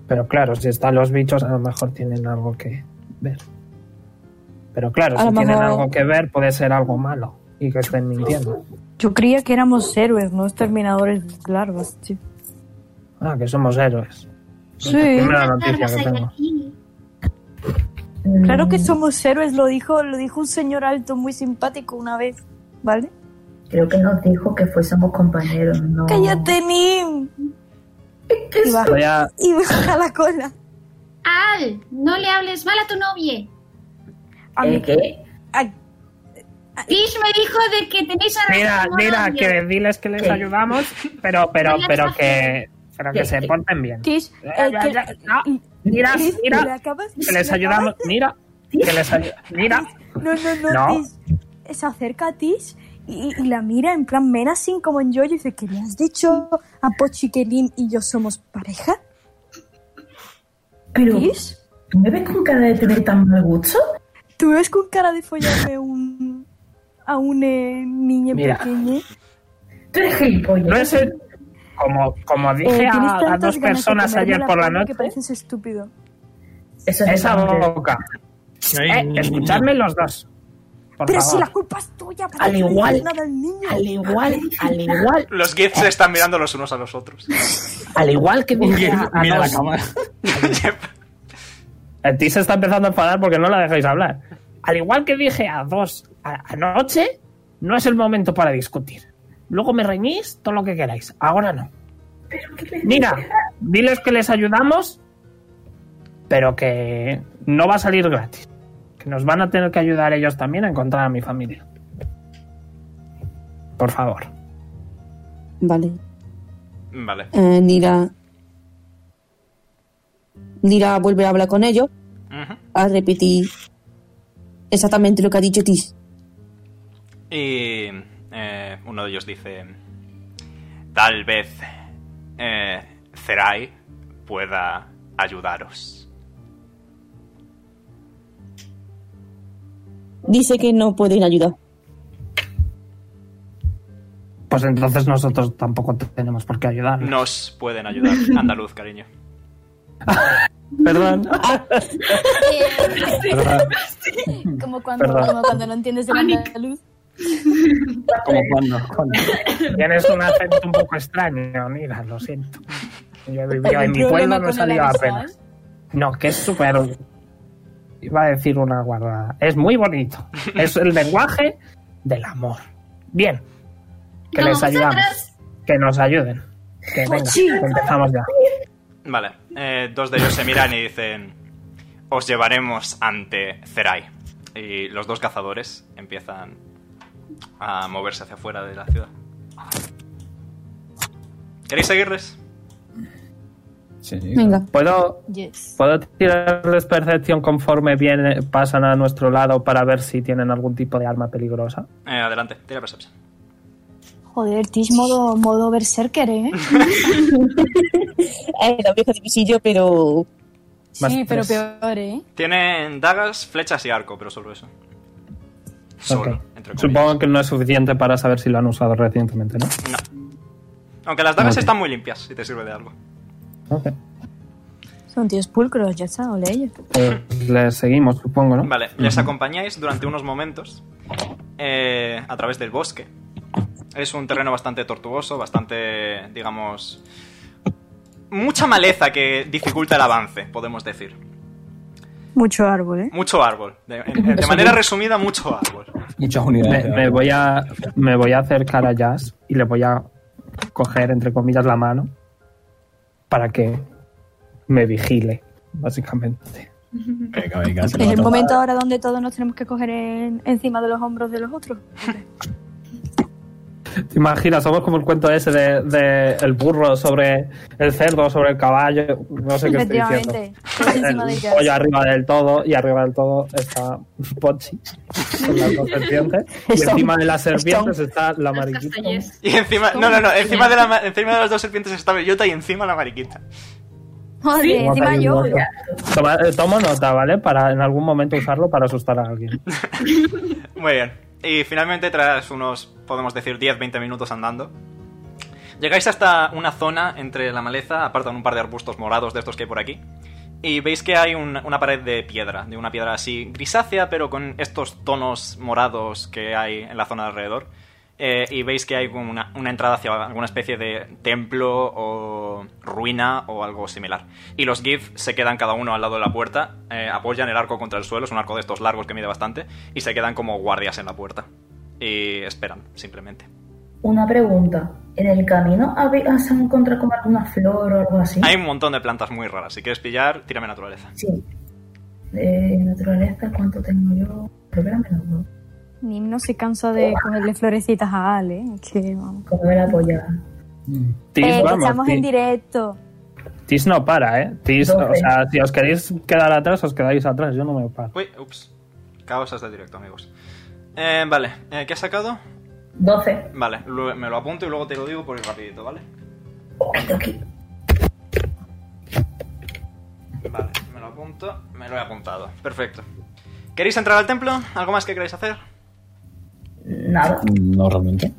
[SPEAKER 4] Pero claro, si están los bichos, a lo mejor tienen algo que ver. Pero claro,
[SPEAKER 12] A
[SPEAKER 4] si
[SPEAKER 12] lo
[SPEAKER 4] tienen
[SPEAKER 12] mejor-
[SPEAKER 4] algo que ver, puede ser algo malo y que estén mintiendo.
[SPEAKER 12] Yo creía que éramos héroes, no exterminadores de larvas, tío.
[SPEAKER 4] Ah, que somos héroes.
[SPEAKER 12] Sí.
[SPEAKER 4] Primera noticia que tengo.
[SPEAKER 12] Claro que somos héroes, lo dijo, lo dijo un señor alto muy simpático una vez, ¿vale?
[SPEAKER 7] Creo que nos dijo que fuésemos compañeros, no.
[SPEAKER 12] ¡Cállate, Nim!
[SPEAKER 7] Y
[SPEAKER 12] baja,
[SPEAKER 4] Voy a-
[SPEAKER 12] y baja la cola.
[SPEAKER 8] Al, no le hables mal a tu novia.
[SPEAKER 12] ¿A
[SPEAKER 7] Eh,
[SPEAKER 12] mí qué?
[SPEAKER 8] Tish me dijo de que tenéis a
[SPEAKER 4] Mira, mira, que diles que les
[SPEAKER 12] Sí.
[SPEAKER 4] ayudamos, pero, pero,
[SPEAKER 12] Vaya
[SPEAKER 4] pero
[SPEAKER 12] traje.
[SPEAKER 4] que, pero que
[SPEAKER 12] Sí,
[SPEAKER 4] se
[SPEAKER 12] sí.
[SPEAKER 4] porten bien.
[SPEAKER 12] Tish,
[SPEAKER 4] Eh,
[SPEAKER 12] eh, que-
[SPEAKER 4] ya- no, mira,
[SPEAKER 12] Tish, ¿le
[SPEAKER 4] mira,
[SPEAKER 12] acabas-
[SPEAKER 4] que
[SPEAKER 12] le acabas-
[SPEAKER 4] les ayudamos, mira, que les ayudamos, mira.
[SPEAKER 12] No, no, no,
[SPEAKER 4] No.
[SPEAKER 12] Tish. Se acerca a Tish y, y la mira en plan menacing como en yo y dice que le has dicho a Pochi que Nim y yo somos pareja.
[SPEAKER 7] Pero,
[SPEAKER 12] ¿Tish?
[SPEAKER 7] ¿Tú me ves con cara de tener tan mal gusto?
[SPEAKER 12] ¿Tú ves con cara de follarme un, a un eh, niño
[SPEAKER 4] Mira.
[SPEAKER 12] pequeño?
[SPEAKER 7] Tú eres gilipollas.
[SPEAKER 4] No es el- Como, como
[SPEAKER 12] Eh,
[SPEAKER 4] dije
[SPEAKER 12] tienes
[SPEAKER 4] a- a,
[SPEAKER 12] tantas
[SPEAKER 4] dos
[SPEAKER 12] ganas de
[SPEAKER 4] personas
[SPEAKER 12] comerme
[SPEAKER 4] ayer por la
[SPEAKER 12] palma
[SPEAKER 4] noche,
[SPEAKER 12] Que pareces estúpido.
[SPEAKER 4] esa boca. Eh, escuchadme los dos. Por
[SPEAKER 12] Pero
[SPEAKER 4] favor.
[SPEAKER 12] si la culpa es tuya, porque
[SPEAKER 4] Al
[SPEAKER 12] tú no le
[SPEAKER 4] igual,
[SPEAKER 12] dices nada al niño.
[SPEAKER 13] al igual, al igual.
[SPEAKER 1] Los gifs se están mirando los unos a los otros.
[SPEAKER 13] Al igual que dije a, a
[SPEAKER 4] Mira la
[SPEAKER 13] dos-
[SPEAKER 4] cámara. El ti se está empezando a enfadar porque no la dejáis hablar. Al igual que dije a dos a- anoche, no es el momento para discutir. Luego me reñís todo lo que queráis. Ahora no. Mira, diles que les ayudamos, pero que no va a salir gratis. Que nos van a tener que ayudar ellos también a encontrar a mi familia. Por favor.
[SPEAKER 10] Vale.
[SPEAKER 1] Vale.
[SPEAKER 10] Eh, Nira. Nira vuelve a hablar con ellos. A repetir exactamente lo que ha dicho Tis.
[SPEAKER 1] Y eh, uno de ellos dice, tal vez eh, Zerai pueda ayudaros.
[SPEAKER 10] Dice que no pueden ayudar.
[SPEAKER 4] Pues entonces nosotros tampoco tenemos por qué ayudar.
[SPEAKER 1] Nos pueden ayudar, andaluz, cariño.
[SPEAKER 4] Perdón. Perdón.
[SPEAKER 11] como, cuando,
[SPEAKER 4] Perdón.
[SPEAKER 11] como cuando no entiendes el andaluz.
[SPEAKER 4] Como cuando, cuando. Tienes un acento un poco extraño, mira, lo siento. Yo he vivido en mi pueblo, no he salido apenas.
[SPEAKER 12] ¿eh?
[SPEAKER 4] No, que es súper. Iba a decir una guardada. Es muy bonito. Es el lenguaje del amor. Bien. Que
[SPEAKER 1] Como
[SPEAKER 4] les ayudamos.
[SPEAKER 1] vosotros.
[SPEAKER 4] Que nos ayuden. Que venga,
[SPEAKER 1] Pochi.
[SPEAKER 4] que empezamos ya.
[SPEAKER 1] Vale, eh, dos de ellos se miran y dicen, os llevaremos ante Zerai. Y los dos cazadores empiezan a moverse hacia afuera de la ciudad. ¿Queréis seguirles?
[SPEAKER 10] Venga.
[SPEAKER 4] ¿Puedo, ¿Puedo tirarles percepción conforme viene, pasan a nuestro lado para ver si tienen algún tipo de arma peligrosa?
[SPEAKER 1] Eh, adelante, tira percepción.
[SPEAKER 11] Joder, Tish, modo, modo berserker, ¿eh?
[SPEAKER 10] Eh, la vieja de pisillo, pero.
[SPEAKER 11] sí, pero peor, ¿eh?
[SPEAKER 1] Tienen dagas, flechas y arco, pero solo eso.
[SPEAKER 4] Ok. Supongo que no es suficiente para saber si lo han usado recientemente, ¿no?
[SPEAKER 1] Aunque las dagas
[SPEAKER 4] Ok.
[SPEAKER 1] están muy limpias, si te sirve de algo.
[SPEAKER 11] Son tíos pulcros, ya está, ole ellos.
[SPEAKER 4] Pues les seguimos, supongo, ¿no?
[SPEAKER 1] Vale, les acompañáis durante unos momentos eh, a través del bosque. Es un terreno bastante tortuoso, bastante, digamos... Mucha maleza que dificulta el avance, podemos decir.
[SPEAKER 12] Mucho árbol, ¿eh?
[SPEAKER 1] Mucho árbol. De, en- de manera resumida, mucho árbol.
[SPEAKER 4] Muchas unidades. Me, me voy a, me voy a acercar a Jazz y le voy a coger, entre comillas, la mano para que me vigile, básicamente. Venga, venga,
[SPEAKER 11] Es el momento ahora donde todos nos tenemos que coger en- encima de los hombros de los otros.
[SPEAKER 4] ¿Te imaginas? Somos como el cuento ese de, de el burro sobre el cerdo, sobre el caballo, no sé qué estoy diciendo.
[SPEAKER 11] Efectivamente. todos encima de
[SPEAKER 4] El
[SPEAKER 11] ellas.
[SPEAKER 4] pollo arriba del todo y arriba del todo está Pochi con las dos serpientes y
[SPEAKER 1] Son-
[SPEAKER 4] encima de las serpientes está la mariquita.
[SPEAKER 1] Y encima, no, no, no, encima de, la, ma- encima de las dos serpientes está Bellota y encima la mariquita.
[SPEAKER 11] Joder, encima yo. pues
[SPEAKER 4] Toma, eh, tomo nota, ¿vale? Para en algún momento usarlo para asustar a alguien.
[SPEAKER 1] Muy bien. Y finalmente, tras unos, podemos decir, 10-20 minutos andando, llegáis hasta una zona entre la maleza, apartan un par de arbustos morados de estos que hay por aquí, y veis que hay un- una pared de piedra, de una piedra así grisácea, pero con estos tonos morados que hay en la zona de alrededor. Eh, y veis que hay como una, una entrada hacia alguna especie de templo o ruina o algo similar. Y los GIF se quedan cada uno al lado de la puerta, eh, apoyan el arco contra el suelo, es un arco de estos largos que mide bastante, y se quedan como guardias en la puerta. Y esperan, simplemente.
[SPEAKER 7] Una pregunta. ¿En el camino habe- has encontrado como alguna flor o algo así?
[SPEAKER 1] Hay un montón de plantas muy raras. Si quieres pillar, tírame naturaleza.
[SPEAKER 7] Sí. De naturaleza, ¿cuánto tengo yo? Creo que era menos dos.
[SPEAKER 11] Nim no se cansa de cogerle florecitas a Ale. ¿eh? Que, vamos.
[SPEAKER 7] Comerme la polla.
[SPEAKER 4] Tis,
[SPEAKER 11] Eh, que
[SPEAKER 4] vamos,
[SPEAKER 11] estamos en
[SPEAKER 4] Tis-
[SPEAKER 11] directo.
[SPEAKER 4] Tis no para, ¿eh? Tis, o
[SPEAKER 1] Doce.
[SPEAKER 4] sea, si os queréis quedar atrás, os quedáis atrás, yo no me paro.
[SPEAKER 1] Uy, ups. Caos hasta directo, amigos. Eh, vale, eh, ¿qué has sacado?
[SPEAKER 7] 12.
[SPEAKER 1] Vale, lu- me lo apunto y luego te lo digo por ir rapidito, ¿vale? Vale, me lo lo apunto. Me lo he apuntado. Perfecto. ¿Queréis entrar al templo? ¿Algo más que queráis hacer?
[SPEAKER 7] Nada.
[SPEAKER 9] No, realmente.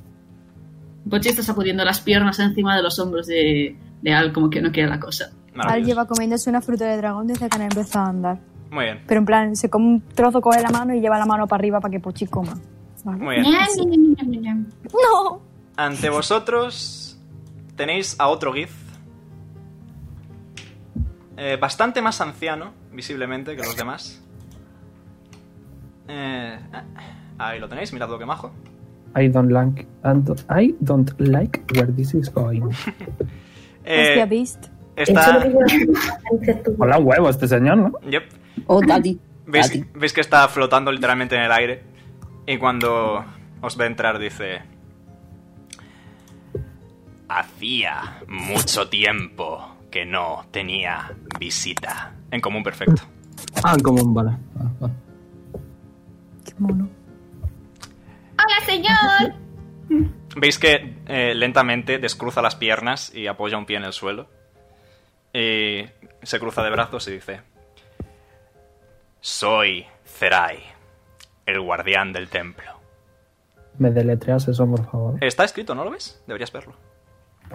[SPEAKER 2] Pochi está sacudiendo las piernas encima de los hombros de, de Al, como que no quiere la cosa.
[SPEAKER 12] Al lleva comiéndose una fruta de dragón desde que han empezado a andar.
[SPEAKER 1] Muy bien.
[SPEAKER 12] Pero en plan, se come un trozo, coge la mano y lleva la mano para arriba para que Pochi coma. ¿vale?
[SPEAKER 1] Muy bien.
[SPEAKER 12] ¡No!
[SPEAKER 1] Ante vosotros tenéis a otro Giz. Eh, bastante más anciano, visiblemente, que los demás. Eh, ah, ahí lo tenéis, mirad lo que majo.
[SPEAKER 4] I don't like, I don't like where this is going.
[SPEAKER 1] Eh,
[SPEAKER 12] Hostia, Beast.
[SPEAKER 1] está...
[SPEAKER 4] Hola, un huevo este señor, ¿no?
[SPEAKER 1] Yep.
[SPEAKER 10] Oh, daddy.
[SPEAKER 1] ¿Veis, veis que está flotando literalmente en el aire. Y cuando os ve entrar dice... Hacía mucho tiempo que no tenía visita. En común perfecto.
[SPEAKER 4] Ah, como un vale.
[SPEAKER 8] ¡Hola, señor!
[SPEAKER 1] Veis que eh, lentamente descruza las piernas y apoya un pie en el suelo. Y se cruza de brazos y dice... Soy Zerai, el guardián del templo.
[SPEAKER 4] Me deletreas eso, por favor.
[SPEAKER 1] Está escrito, ¿no lo ves? Deberías verlo.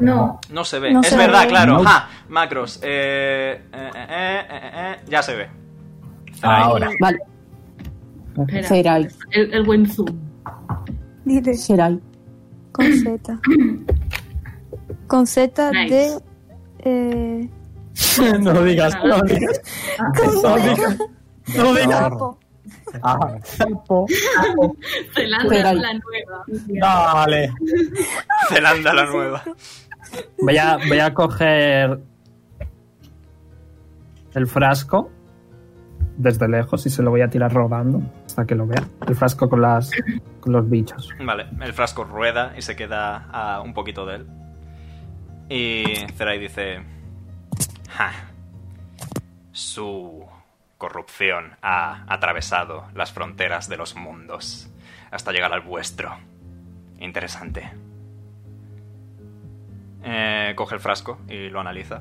[SPEAKER 7] No.
[SPEAKER 1] No se ve.
[SPEAKER 4] No
[SPEAKER 1] es
[SPEAKER 4] se
[SPEAKER 1] verdad,
[SPEAKER 4] ve.
[SPEAKER 1] claro.
[SPEAKER 4] No.
[SPEAKER 1] Ah, macros. Eh, eh, eh, eh, eh, eh, ya se ve.
[SPEAKER 10] Ahora. Vale.
[SPEAKER 2] Espera.
[SPEAKER 10] Feral.
[SPEAKER 2] El, el buen zoom.
[SPEAKER 12] Dile.
[SPEAKER 10] Feral.
[SPEAKER 12] Con Z. Con Z de. Eh,
[SPEAKER 9] no lo digas, no lo digas. No lo digas. No lo digas.
[SPEAKER 12] Sapo.
[SPEAKER 9] Ah, sapo.
[SPEAKER 2] Zelanda
[SPEAKER 4] Feral.
[SPEAKER 2] la nueva.
[SPEAKER 9] Dale.
[SPEAKER 1] Zelanda la nueva.
[SPEAKER 4] Voy a, voy a coger el frasco desde lejos y se lo voy a tirar rodando hasta que lo vea. El frasco con, las, con los bichos.
[SPEAKER 1] Vale, el frasco rueda y se queda a un poquito de él. Y Zerai dice... "Ja, su corrupción ha atravesado las fronteras de los mundos hasta llegar al vuestro. Interesante. Eh, coge el frasco y lo analiza.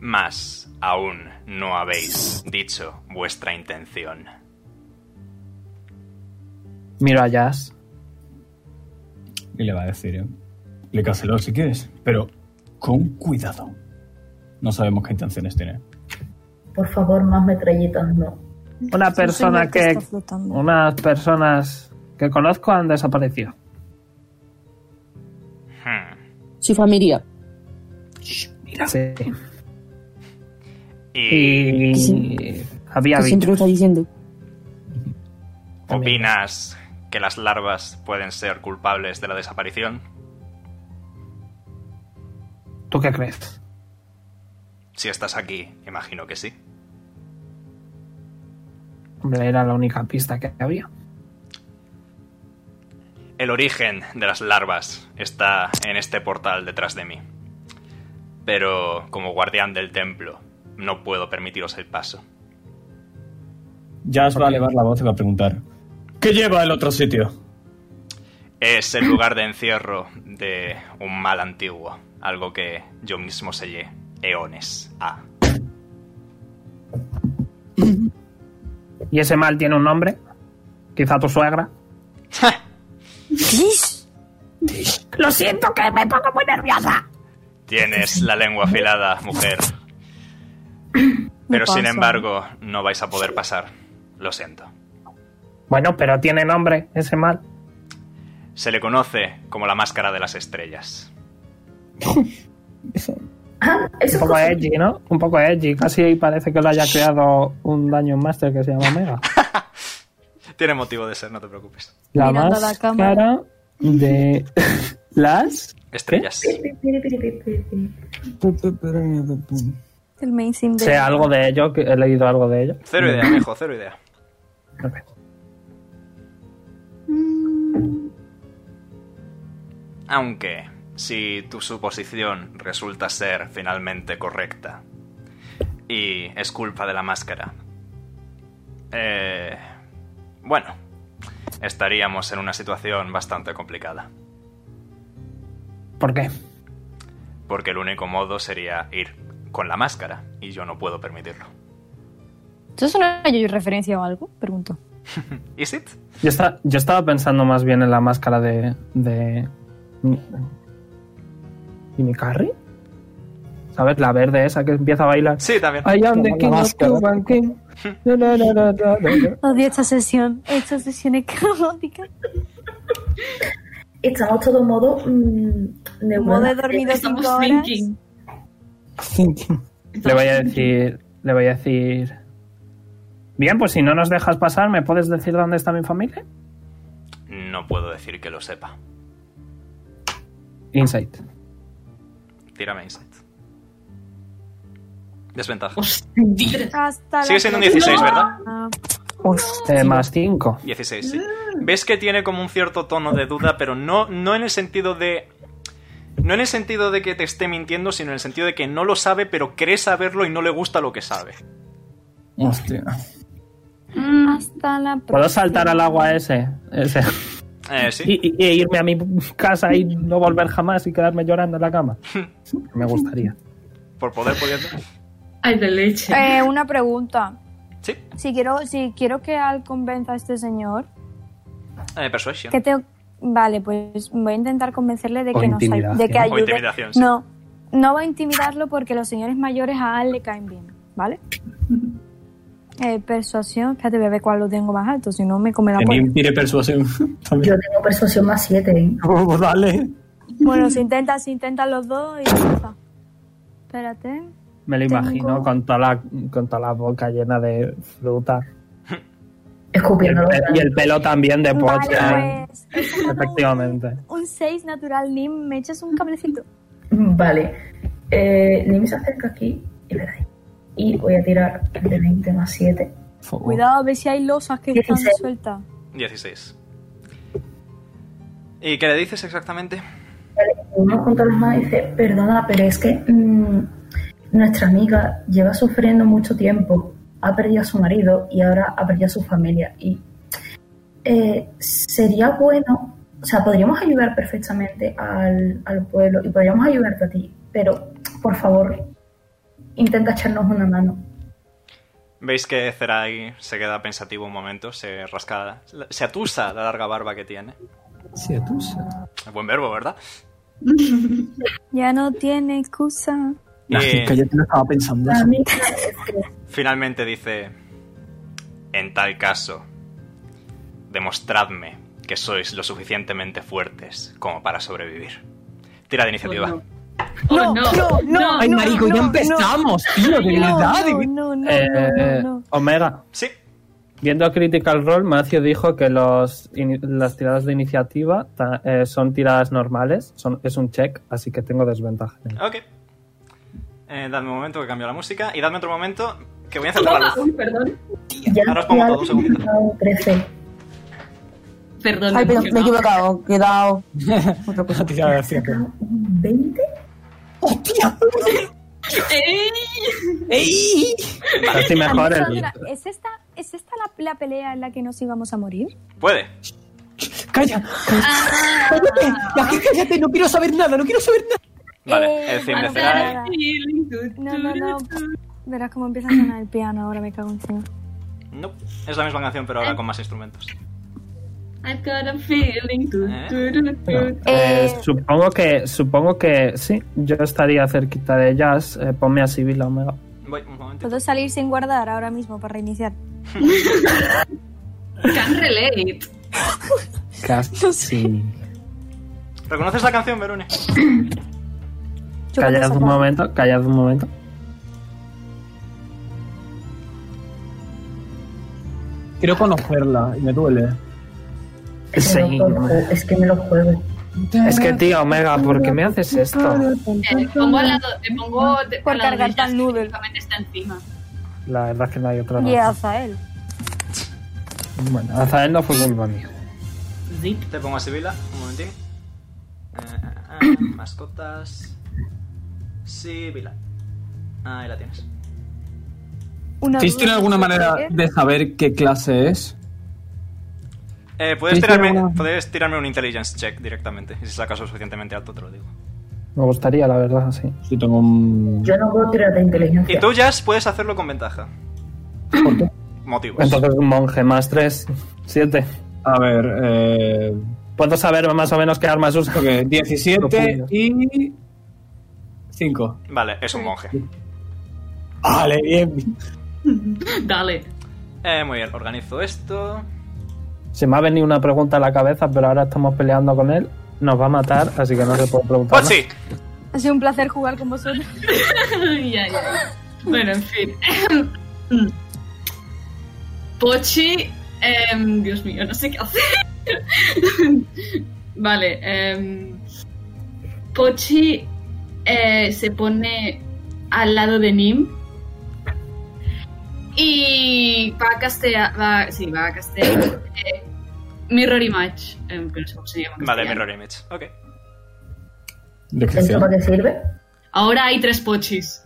[SPEAKER 1] Mas aún no habéis dicho vuestra intención.
[SPEAKER 4] Miro a Jazz.
[SPEAKER 9] Y le va a decir, ¿eh? Explícaselo si quieres, pero con cuidado. No sabemos qué intenciones tiene.
[SPEAKER 7] Por favor, más metralletas no.
[SPEAKER 4] Una persona que... Unas personas que conozco han desaparecido.
[SPEAKER 1] Hmm,
[SPEAKER 10] Su familia.
[SPEAKER 4] Sí.
[SPEAKER 1] Y-
[SPEAKER 4] Y... Había
[SPEAKER 10] que siempre lo
[SPEAKER 4] bichos.
[SPEAKER 10] está diciendo.
[SPEAKER 1] ¿Opinas que las larvas pueden ser culpables de la desaparición?
[SPEAKER 4] ¿Tú qué crees?
[SPEAKER 1] Si estás aquí, imagino que sí.
[SPEAKER 4] Hombre, era la única pista que había.
[SPEAKER 1] El origen de las larvas está en este portal detrás de mí. Pero como guardián del templo, no puedo permitiros el paso.
[SPEAKER 9] Jazz va a elevar la voz y va a preguntar, ¿qué lleva el otro sitio?
[SPEAKER 1] Es el lugar de encierro de un mal antiguo, algo que yo mismo sellé eones a.
[SPEAKER 4] ¿Y ese mal tiene un nombre? Quizá tu suegra.
[SPEAKER 13] Lo siento que me pongo muy nerviosa.
[SPEAKER 1] Tienes la lengua afilada, mujer.
[SPEAKER 4] Me
[SPEAKER 1] Pero sin
[SPEAKER 4] pasa.
[SPEAKER 1] embargo, no vais a poder pasar. Lo siento.
[SPEAKER 4] Bueno, pero tiene nombre ese mal.
[SPEAKER 1] Se le conoce como la máscara de las estrellas.
[SPEAKER 4] un poco edgy, ¿no? Un poco edgy. Casi parece que lo haya creado un Dungeon Master que se llama Omega.
[SPEAKER 1] Tiene motivo de ser, no te preocupes.
[SPEAKER 4] La
[SPEAKER 12] Mirando a la cámara.
[SPEAKER 4] máscara de las...
[SPEAKER 1] Estrellas.
[SPEAKER 12] El main sim de.
[SPEAKER 4] Sé algo de ello, que he leído algo de ello.
[SPEAKER 1] Cero idea, viejo, cero idea. Aunque, si tu suposición resulta ser finalmente correcta y es culpa de la máscara, eh, bueno, estaríamos en una situación bastante complicada.
[SPEAKER 4] ¿Por qué?
[SPEAKER 1] Porque el único modo sería ir con la máscara y yo no puedo permitirlo.
[SPEAKER 11] ¿Eso es una yo referencia o algo? Pregunto.
[SPEAKER 1] ¿Is it?
[SPEAKER 4] Yo, esta- yo estaba pensando más bien en la máscara de. de. ¿Y mi carry? ¿Sabes? La verde esa que empieza a bailar.
[SPEAKER 1] Sí, también.
[SPEAKER 4] I am the king of Cuban king. La, la, la, la, la, la.
[SPEAKER 11] Odio esta sesión. Esta sesión es caótica.
[SPEAKER 7] Estamos todos modo mm, neuronas.
[SPEAKER 11] Modo he dormido Estamos cinco horas. thinking.
[SPEAKER 4] Le voy a decir. Le voy a decir. Bien, pues si no nos dejas pasar, ¿me puedes decir dónde está mi familia?
[SPEAKER 1] No puedo decir que lo sepa.
[SPEAKER 4] Insight.
[SPEAKER 1] Tírame insight. Desventaja.
[SPEAKER 11] Hasta
[SPEAKER 1] Sigue
[SPEAKER 11] la
[SPEAKER 1] siendo
[SPEAKER 11] próxima.
[SPEAKER 1] un 16, ¿verdad?
[SPEAKER 11] Ah,
[SPEAKER 4] Eh, más 5.
[SPEAKER 1] 16, sí. Ves que tiene como un cierto tono de duda, pero no, no en el sentido de. No en el sentido de que te esté mintiendo, sino en el sentido de que no lo sabe, pero cree saberlo y no le gusta lo que sabe.
[SPEAKER 9] Hostia.
[SPEAKER 11] Mm, Hasta la próxima.
[SPEAKER 4] ¿Puedo saltar al agua ese? Ese.
[SPEAKER 1] Eh, sí.
[SPEAKER 4] Y, y- y irme a mi casa y no volver jamás y quedarme llorando en la cama. Me gustaría.
[SPEAKER 1] Por poder pudiendo.
[SPEAKER 2] Ay, de leche.
[SPEAKER 11] Eh, una pregunta.
[SPEAKER 1] Sí.
[SPEAKER 11] Si quiero, si quiero que Al convenza a este señor,
[SPEAKER 1] Eh, persuasion.
[SPEAKER 11] que tengo... Vale, pues voy a intentar convencerle de
[SPEAKER 1] O
[SPEAKER 11] que, nos, ay- de que
[SPEAKER 1] intimidación. O
[SPEAKER 11] ayude.
[SPEAKER 1] intimidación, sí.
[SPEAKER 11] No, no va a intimidarlo porque los señores mayores a Al le caen bien, ¿vale? Eh, persuasión, espérate, voy a ver cuál lo tengo más alto, si no me come la polla.
[SPEAKER 9] Tenim tiene persuasión también.
[SPEAKER 7] Yo tengo persuasión más ¿eh? 7.
[SPEAKER 11] Oh,
[SPEAKER 9] dale.
[SPEAKER 11] Bueno, se intenta, se intentan los dos y ya está. Espérate.
[SPEAKER 4] Me lo
[SPEAKER 11] Tengo-
[SPEAKER 4] imagino con toda, la, con toda la boca llena de fruta.
[SPEAKER 7] Escupiendo.
[SPEAKER 4] Y el pe- Y el pelo también de pocha. ¿eh?
[SPEAKER 11] Vale, pues,
[SPEAKER 4] Efectivamente.
[SPEAKER 11] Un 6 natural, Nim, me echas un cablecito.
[SPEAKER 7] Mm, Vale. Eh, Nim se acerca aquí y le da ahí. Y voy a tirar el de 20 más 7.
[SPEAKER 11] Cuidado, a ver si hay losas que están
[SPEAKER 7] 16.
[SPEAKER 11] sueltas.
[SPEAKER 1] 16. ¿Y qué le dices exactamente?
[SPEAKER 7] Uno junta las manos y dice, perdona, pero es que mm, nuestra amiga lleva sufriendo mucho tiempo. Ha perdido a su marido y ahora ha perdido a su familia. Y eh, sería bueno, o sea, podríamos ayudar perfectamente al, al pueblo y podríamos ayudarte a ti, pero por favor, intenta echarnos una mano.
[SPEAKER 1] Veis que Zerai se queda pensativo un momento, se rasca, se atusa la larga barba que tiene.
[SPEAKER 5] Se atusa.
[SPEAKER 1] Buen verbo, ¿verdad?
[SPEAKER 11] Ya no tiene excusa.
[SPEAKER 9] La
[SPEAKER 1] Eh,
[SPEAKER 9] chica, yo te lo estaba pensando. eso.
[SPEAKER 1] Finalmente dice, en tal caso, demostradme que sois lo suficientemente fuertes como para sobrevivir. Tira de iniciativa.
[SPEAKER 2] Oh, no, no, no.
[SPEAKER 5] Ay, marico, ya empezamos, tío, de verdad.
[SPEAKER 4] Eh, Omega.
[SPEAKER 1] Sí.
[SPEAKER 4] Viendo Critical Role, Macio dijo que los ini- las tiradas de iniciativa ta- eh, son tiradas normales, son, es un check, así que tengo desventaja.
[SPEAKER 1] Ok. Eh, dadme un momento que cambio la música y dadme otro momento que voy a encender la luz.
[SPEAKER 2] Perdón.
[SPEAKER 1] Ahora os pongo todo, un segundito.
[SPEAKER 2] Perdón.
[SPEAKER 10] Ay, perdón,
[SPEAKER 2] emocionado.
[SPEAKER 10] me he equivocado, he dado. Otra cosa.
[SPEAKER 7] ¿20?
[SPEAKER 10] ¡Hostia!
[SPEAKER 2] ¡Ey!
[SPEAKER 10] ¡Ey!
[SPEAKER 4] Casi mejor el-
[SPEAKER 11] Sandra, ¿Es esta, ¿es esta la, la pelea en la que nos íbamos a morir?
[SPEAKER 1] Puede.
[SPEAKER 5] Calla, calla.
[SPEAKER 2] Ah.
[SPEAKER 5] Cállate, Magí, cállate, no quiero saber nada, no quiero saber nada.
[SPEAKER 11] Eh,
[SPEAKER 1] Vale, el fin de Zerai.
[SPEAKER 11] No, no, no. Verás cómo empieza a sonar el piano ahora, me cago encima.
[SPEAKER 1] No, es la misma canción pero ahora con más instrumentos.
[SPEAKER 2] I've got a feeling. tu, tu, tu, tu.
[SPEAKER 4] Eh, supongo que supongo que sí, yo estaría cerquita de ellas. eh, ponme a Sibila Omega.
[SPEAKER 1] Voy, un momento.
[SPEAKER 11] Puedo salir sin guardar ahora mismo para reiniciar.
[SPEAKER 2] Can relate.
[SPEAKER 4] Casi.
[SPEAKER 1] ¿Reconoces la canción, Verone?
[SPEAKER 4] Callad un momento, callad un momento.
[SPEAKER 9] Quiero conocerla y me duele.
[SPEAKER 4] Sí.
[SPEAKER 7] Es que me lo juego.
[SPEAKER 4] Es que tío, Omega, ¿por qué me haces esto?
[SPEAKER 2] Eh, pongo al lado, te pongo de,
[SPEAKER 11] Por
[SPEAKER 2] al lado
[SPEAKER 11] cargar
[SPEAKER 2] de ella,
[SPEAKER 11] tan noodle.
[SPEAKER 2] que está encima.
[SPEAKER 4] La verdad es que no hay otra
[SPEAKER 11] Y
[SPEAKER 4] razón.
[SPEAKER 11] a Azael.
[SPEAKER 4] Bueno, Azael no fue culpa mía.
[SPEAKER 1] Te pongo a Sibila, un momentín. Eh, eh, eh, mascotas. Sibila. Ahí la tienes.
[SPEAKER 9] ¿Tis tiene alguna manera de saber qué clase es?
[SPEAKER 1] Eh, puedes,
[SPEAKER 9] Sí,
[SPEAKER 1] Eh, tirarme,
[SPEAKER 9] pero no.
[SPEAKER 1] puedes tirarme un intelligence check directamente. Y si sacas lo suficientemente alto, te lo digo.
[SPEAKER 4] Me gustaría, la verdad, sí.
[SPEAKER 9] Sí, tengo un...
[SPEAKER 7] Yo no puedo tirar de
[SPEAKER 1] Y
[SPEAKER 7] inteligencia.
[SPEAKER 1] tú, Jazz, puedes hacerlo con ventaja. Motivos.
[SPEAKER 4] Entonces, un monje más 3, 7.
[SPEAKER 9] A ver, eh...
[SPEAKER 4] ¿Puedo saber más o menos qué armas usa?
[SPEAKER 9] 17 y... 5.
[SPEAKER 1] Vale, es un monje.
[SPEAKER 9] Vale, bien.
[SPEAKER 2] Dale.
[SPEAKER 1] Eh, muy bien, organizo esto.
[SPEAKER 4] Se me ha venido una pregunta a la cabeza, pero ahora estamos peleando con él. Nos va a matar, así que no se puede preguntar.
[SPEAKER 1] Pues sí.
[SPEAKER 11] Ha sido un placer jugar con vosotros.
[SPEAKER 2] ya, ya. Bueno, en fin. Pochi. em, Dios mío, no sé qué hacer. vale. em, Pochi eh, se pone al lado de Nim. Y va a castear. Va, sí, va a castear. eh, Mirror Image. em, que no sé cómo se llama. en
[SPEAKER 1] Vale,
[SPEAKER 2] castellano.
[SPEAKER 1] mirror image. Ok.
[SPEAKER 7] ¿Esto para qué sirve?
[SPEAKER 2] Ahora hay tres Pochis.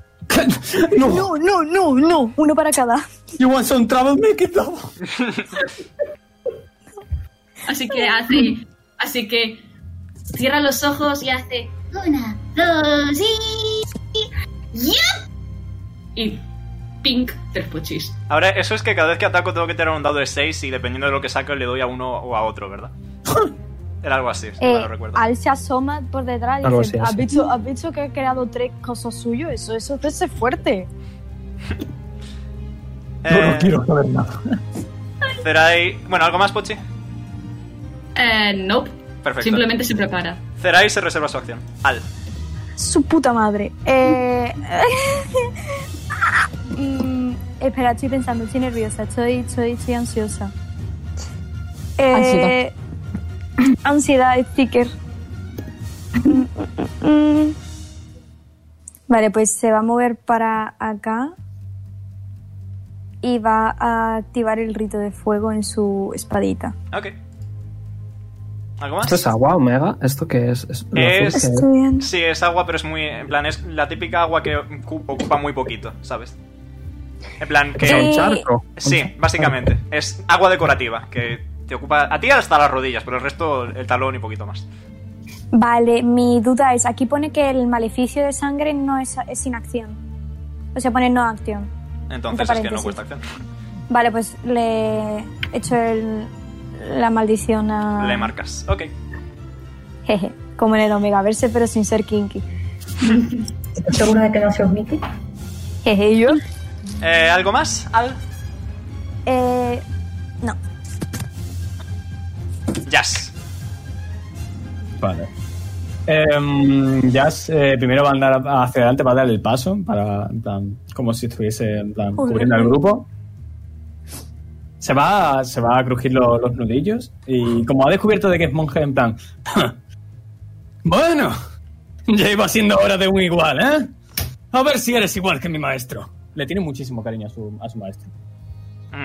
[SPEAKER 12] No. no, no, no, Uno para cada.
[SPEAKER 9] You want some trouble, make it
[SPEAKER 2] Así que hace. Así que cierra los ojos y hace.
[SPEAKER 8] Una, dos y... ¡Yup!
[SPEAKER 2] Y. Pink, tres pochis.
[SPEAKER 1] Ahora, eso es que cada vez que ataco tengo que tener un dado de 6 y dependiendo de lo que saco le doy a uno o a otro, ¿verdad? Era algo así, si no
[SPEAKER 11] Eh,
[SPEAKER 1] lo recuerdo.
[SPEAKER 11] Al se asoma por detrás y
[SPEAKER 1] Algo
[SPEAKER 11] dice,
[SPEAKER 1] así,
[SPEAKER 11] ¿Has,
[SPEAKER 1] así.
[SPEAKER 11] visto, has visto que he creado tres cosas suyas, eso, eso eso es fuerte.
[SPEAKER 1] Eh,
[SPEAKER 9] quiero saber nada.
[SPEAKER 1] Zerai... Bueno, ¿algo más, Pochi?
[SPEAKER 2] Eh, nope.
[SPEAKER 1] Perfecto.
[SPEAKER 2] Simplemente se prepara.
[SPEAKER 1] Zerai se reserva su acción. Al.
[SPEAKER 11] Su puta madre. Eh... mm, espera, estoy pensando, estoy nerviosa, estoy, estoy, estoy ansiosa. Eh, ansiedad, sticker. Mm, mm, mm. Vale, pues se va a mover para acá y va a activar el rito de fuego en su espadita.
[SPEAKER 1] Ok. ¿Algo más?
[SPEAKER 4] ¿Esto es agua, Omega? ¿Esto qué es? ¿Es lo azul
[SPEAKER 1] Es-
[SPEAKER 4] que es?
[SPEAKER 1] Sí, es agua, pero es muy... En plan, es la típica agua que ocu- ocupa muy poquito, ¿sabes? En plan, que...
[SPEAKER 4] Es un charco.
[SPEAKER 1] Sí, básicamente. Es agua decorativa, que te ocupa... A ti hasta las rodillas, pero el resto, el talón y poquito más.
[SPEAKER 11] Vale, mi duda es, aquí pone que el maleficio de sangre no es, es sin acción. O sea, pone no acción.
[SPEAKER 1] Entonces
[SPEAKER 11] Entre
[SPEAKER 1] es que no
[SPEAKER 11] paréntesis.
[SPEAKER 1] cuesta acción.
[SPEAKER 11] Vale, pues le echo el, la maldición a...
[SPEAKER 1] Le marcas. Ok.
[SPEAKER 11] Jeje, como en el Omegaverse, pero sin ser kinky.
[SPEAKER 7] ¿Estás segura de que no seas Mickey?
[SPEAKER 11] Jeje, ¿y yo.
[SPEAKER 1] Eh, ¿Algo más? Al.
[SPEAKER 11] Eh, no.
[SPEAKER 1] Jazz.
[SPEAKER 9] Vale. Em, Jazz eh, primero va a andar hacia adelante para dar el paso, para, en plan, como si estuviese en plan,
[SPEAKER 11] Joder.
[SPEAKER 9] cubriendo al grupo. Se va, a- se va a crujir lo- los nudillos y como ha descubierto de que es monje, en plan... bueno, ya iba siendo hora de un igual, ¿eh? A ver si eres igual que mi maestro. Le tiene muchísimo cariño a su, a su maestro.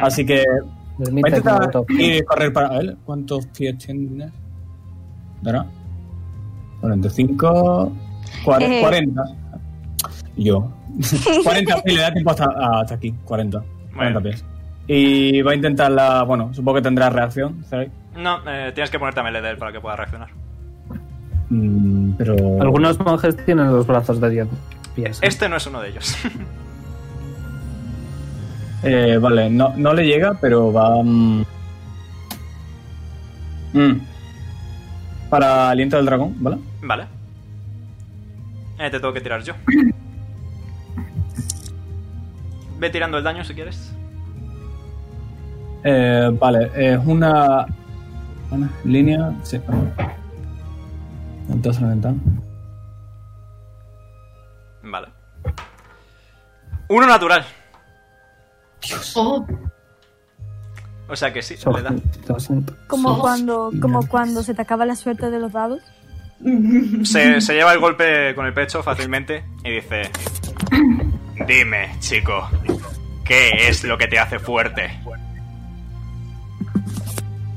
[SPEAKER 9] Así que va a
[SPEAKER 4] Permite que
[SPEAKER 9] intentar
[SPEAKER 4] me toque.
[SPEAKER 9] ir a correr para él. ¿Cuántos pies tiene? ¿Dará? 45... cuar-
[SPEAKER 11] Eh.
[SPEAKER 9] 40. Yo. 40 pies, le da tiempo hasta, hasta aquí. 40. 40 pies. Y va a intentar la... Bueno, supongo que tendrá reacción, ¿sabes?
[SPEAKER 1] No, eh, tienes que ponerte a melee de él para que pueda reaccionar.
[SPEAKER 9] pero...
[SPEAKER 4] Algunos monjes tienen los brazos de 10 pies.
[SPEAKER 1] Este no es uno de ellos.
[SPEAKER 9] Eh, vale, no, no le llega, pero va... mm. Mm. Para aliento del dragón, ¿vale?
[SPEAKER 1] vale. Eh, te tengo que tirar yo. Ve tirando el daño si quieres.
[SPEAKER 9] Eh, vale, es una, una línea. Sí. Entonces la ventana.
[SPEAKER 1] Vale. Uno natural.
[SPEAKER 2] Oh,
[SPEAKER 1] O sea que sí,
[SPEAKER 4] So-
[SPEAKER 1] le da.
[SPEAKER 4] lo siento.
[SPEAKER 11] Como
[SPEAKER 1] Sí.
[SPEAKER 11] cuando, como cuando se te acaba la suerte de los dados.
[SPEAKER 1] Se, se lleva el golpe con el pecho fácilmente y dice: Dime, chico, ¿qué es lo que te hace fuerte?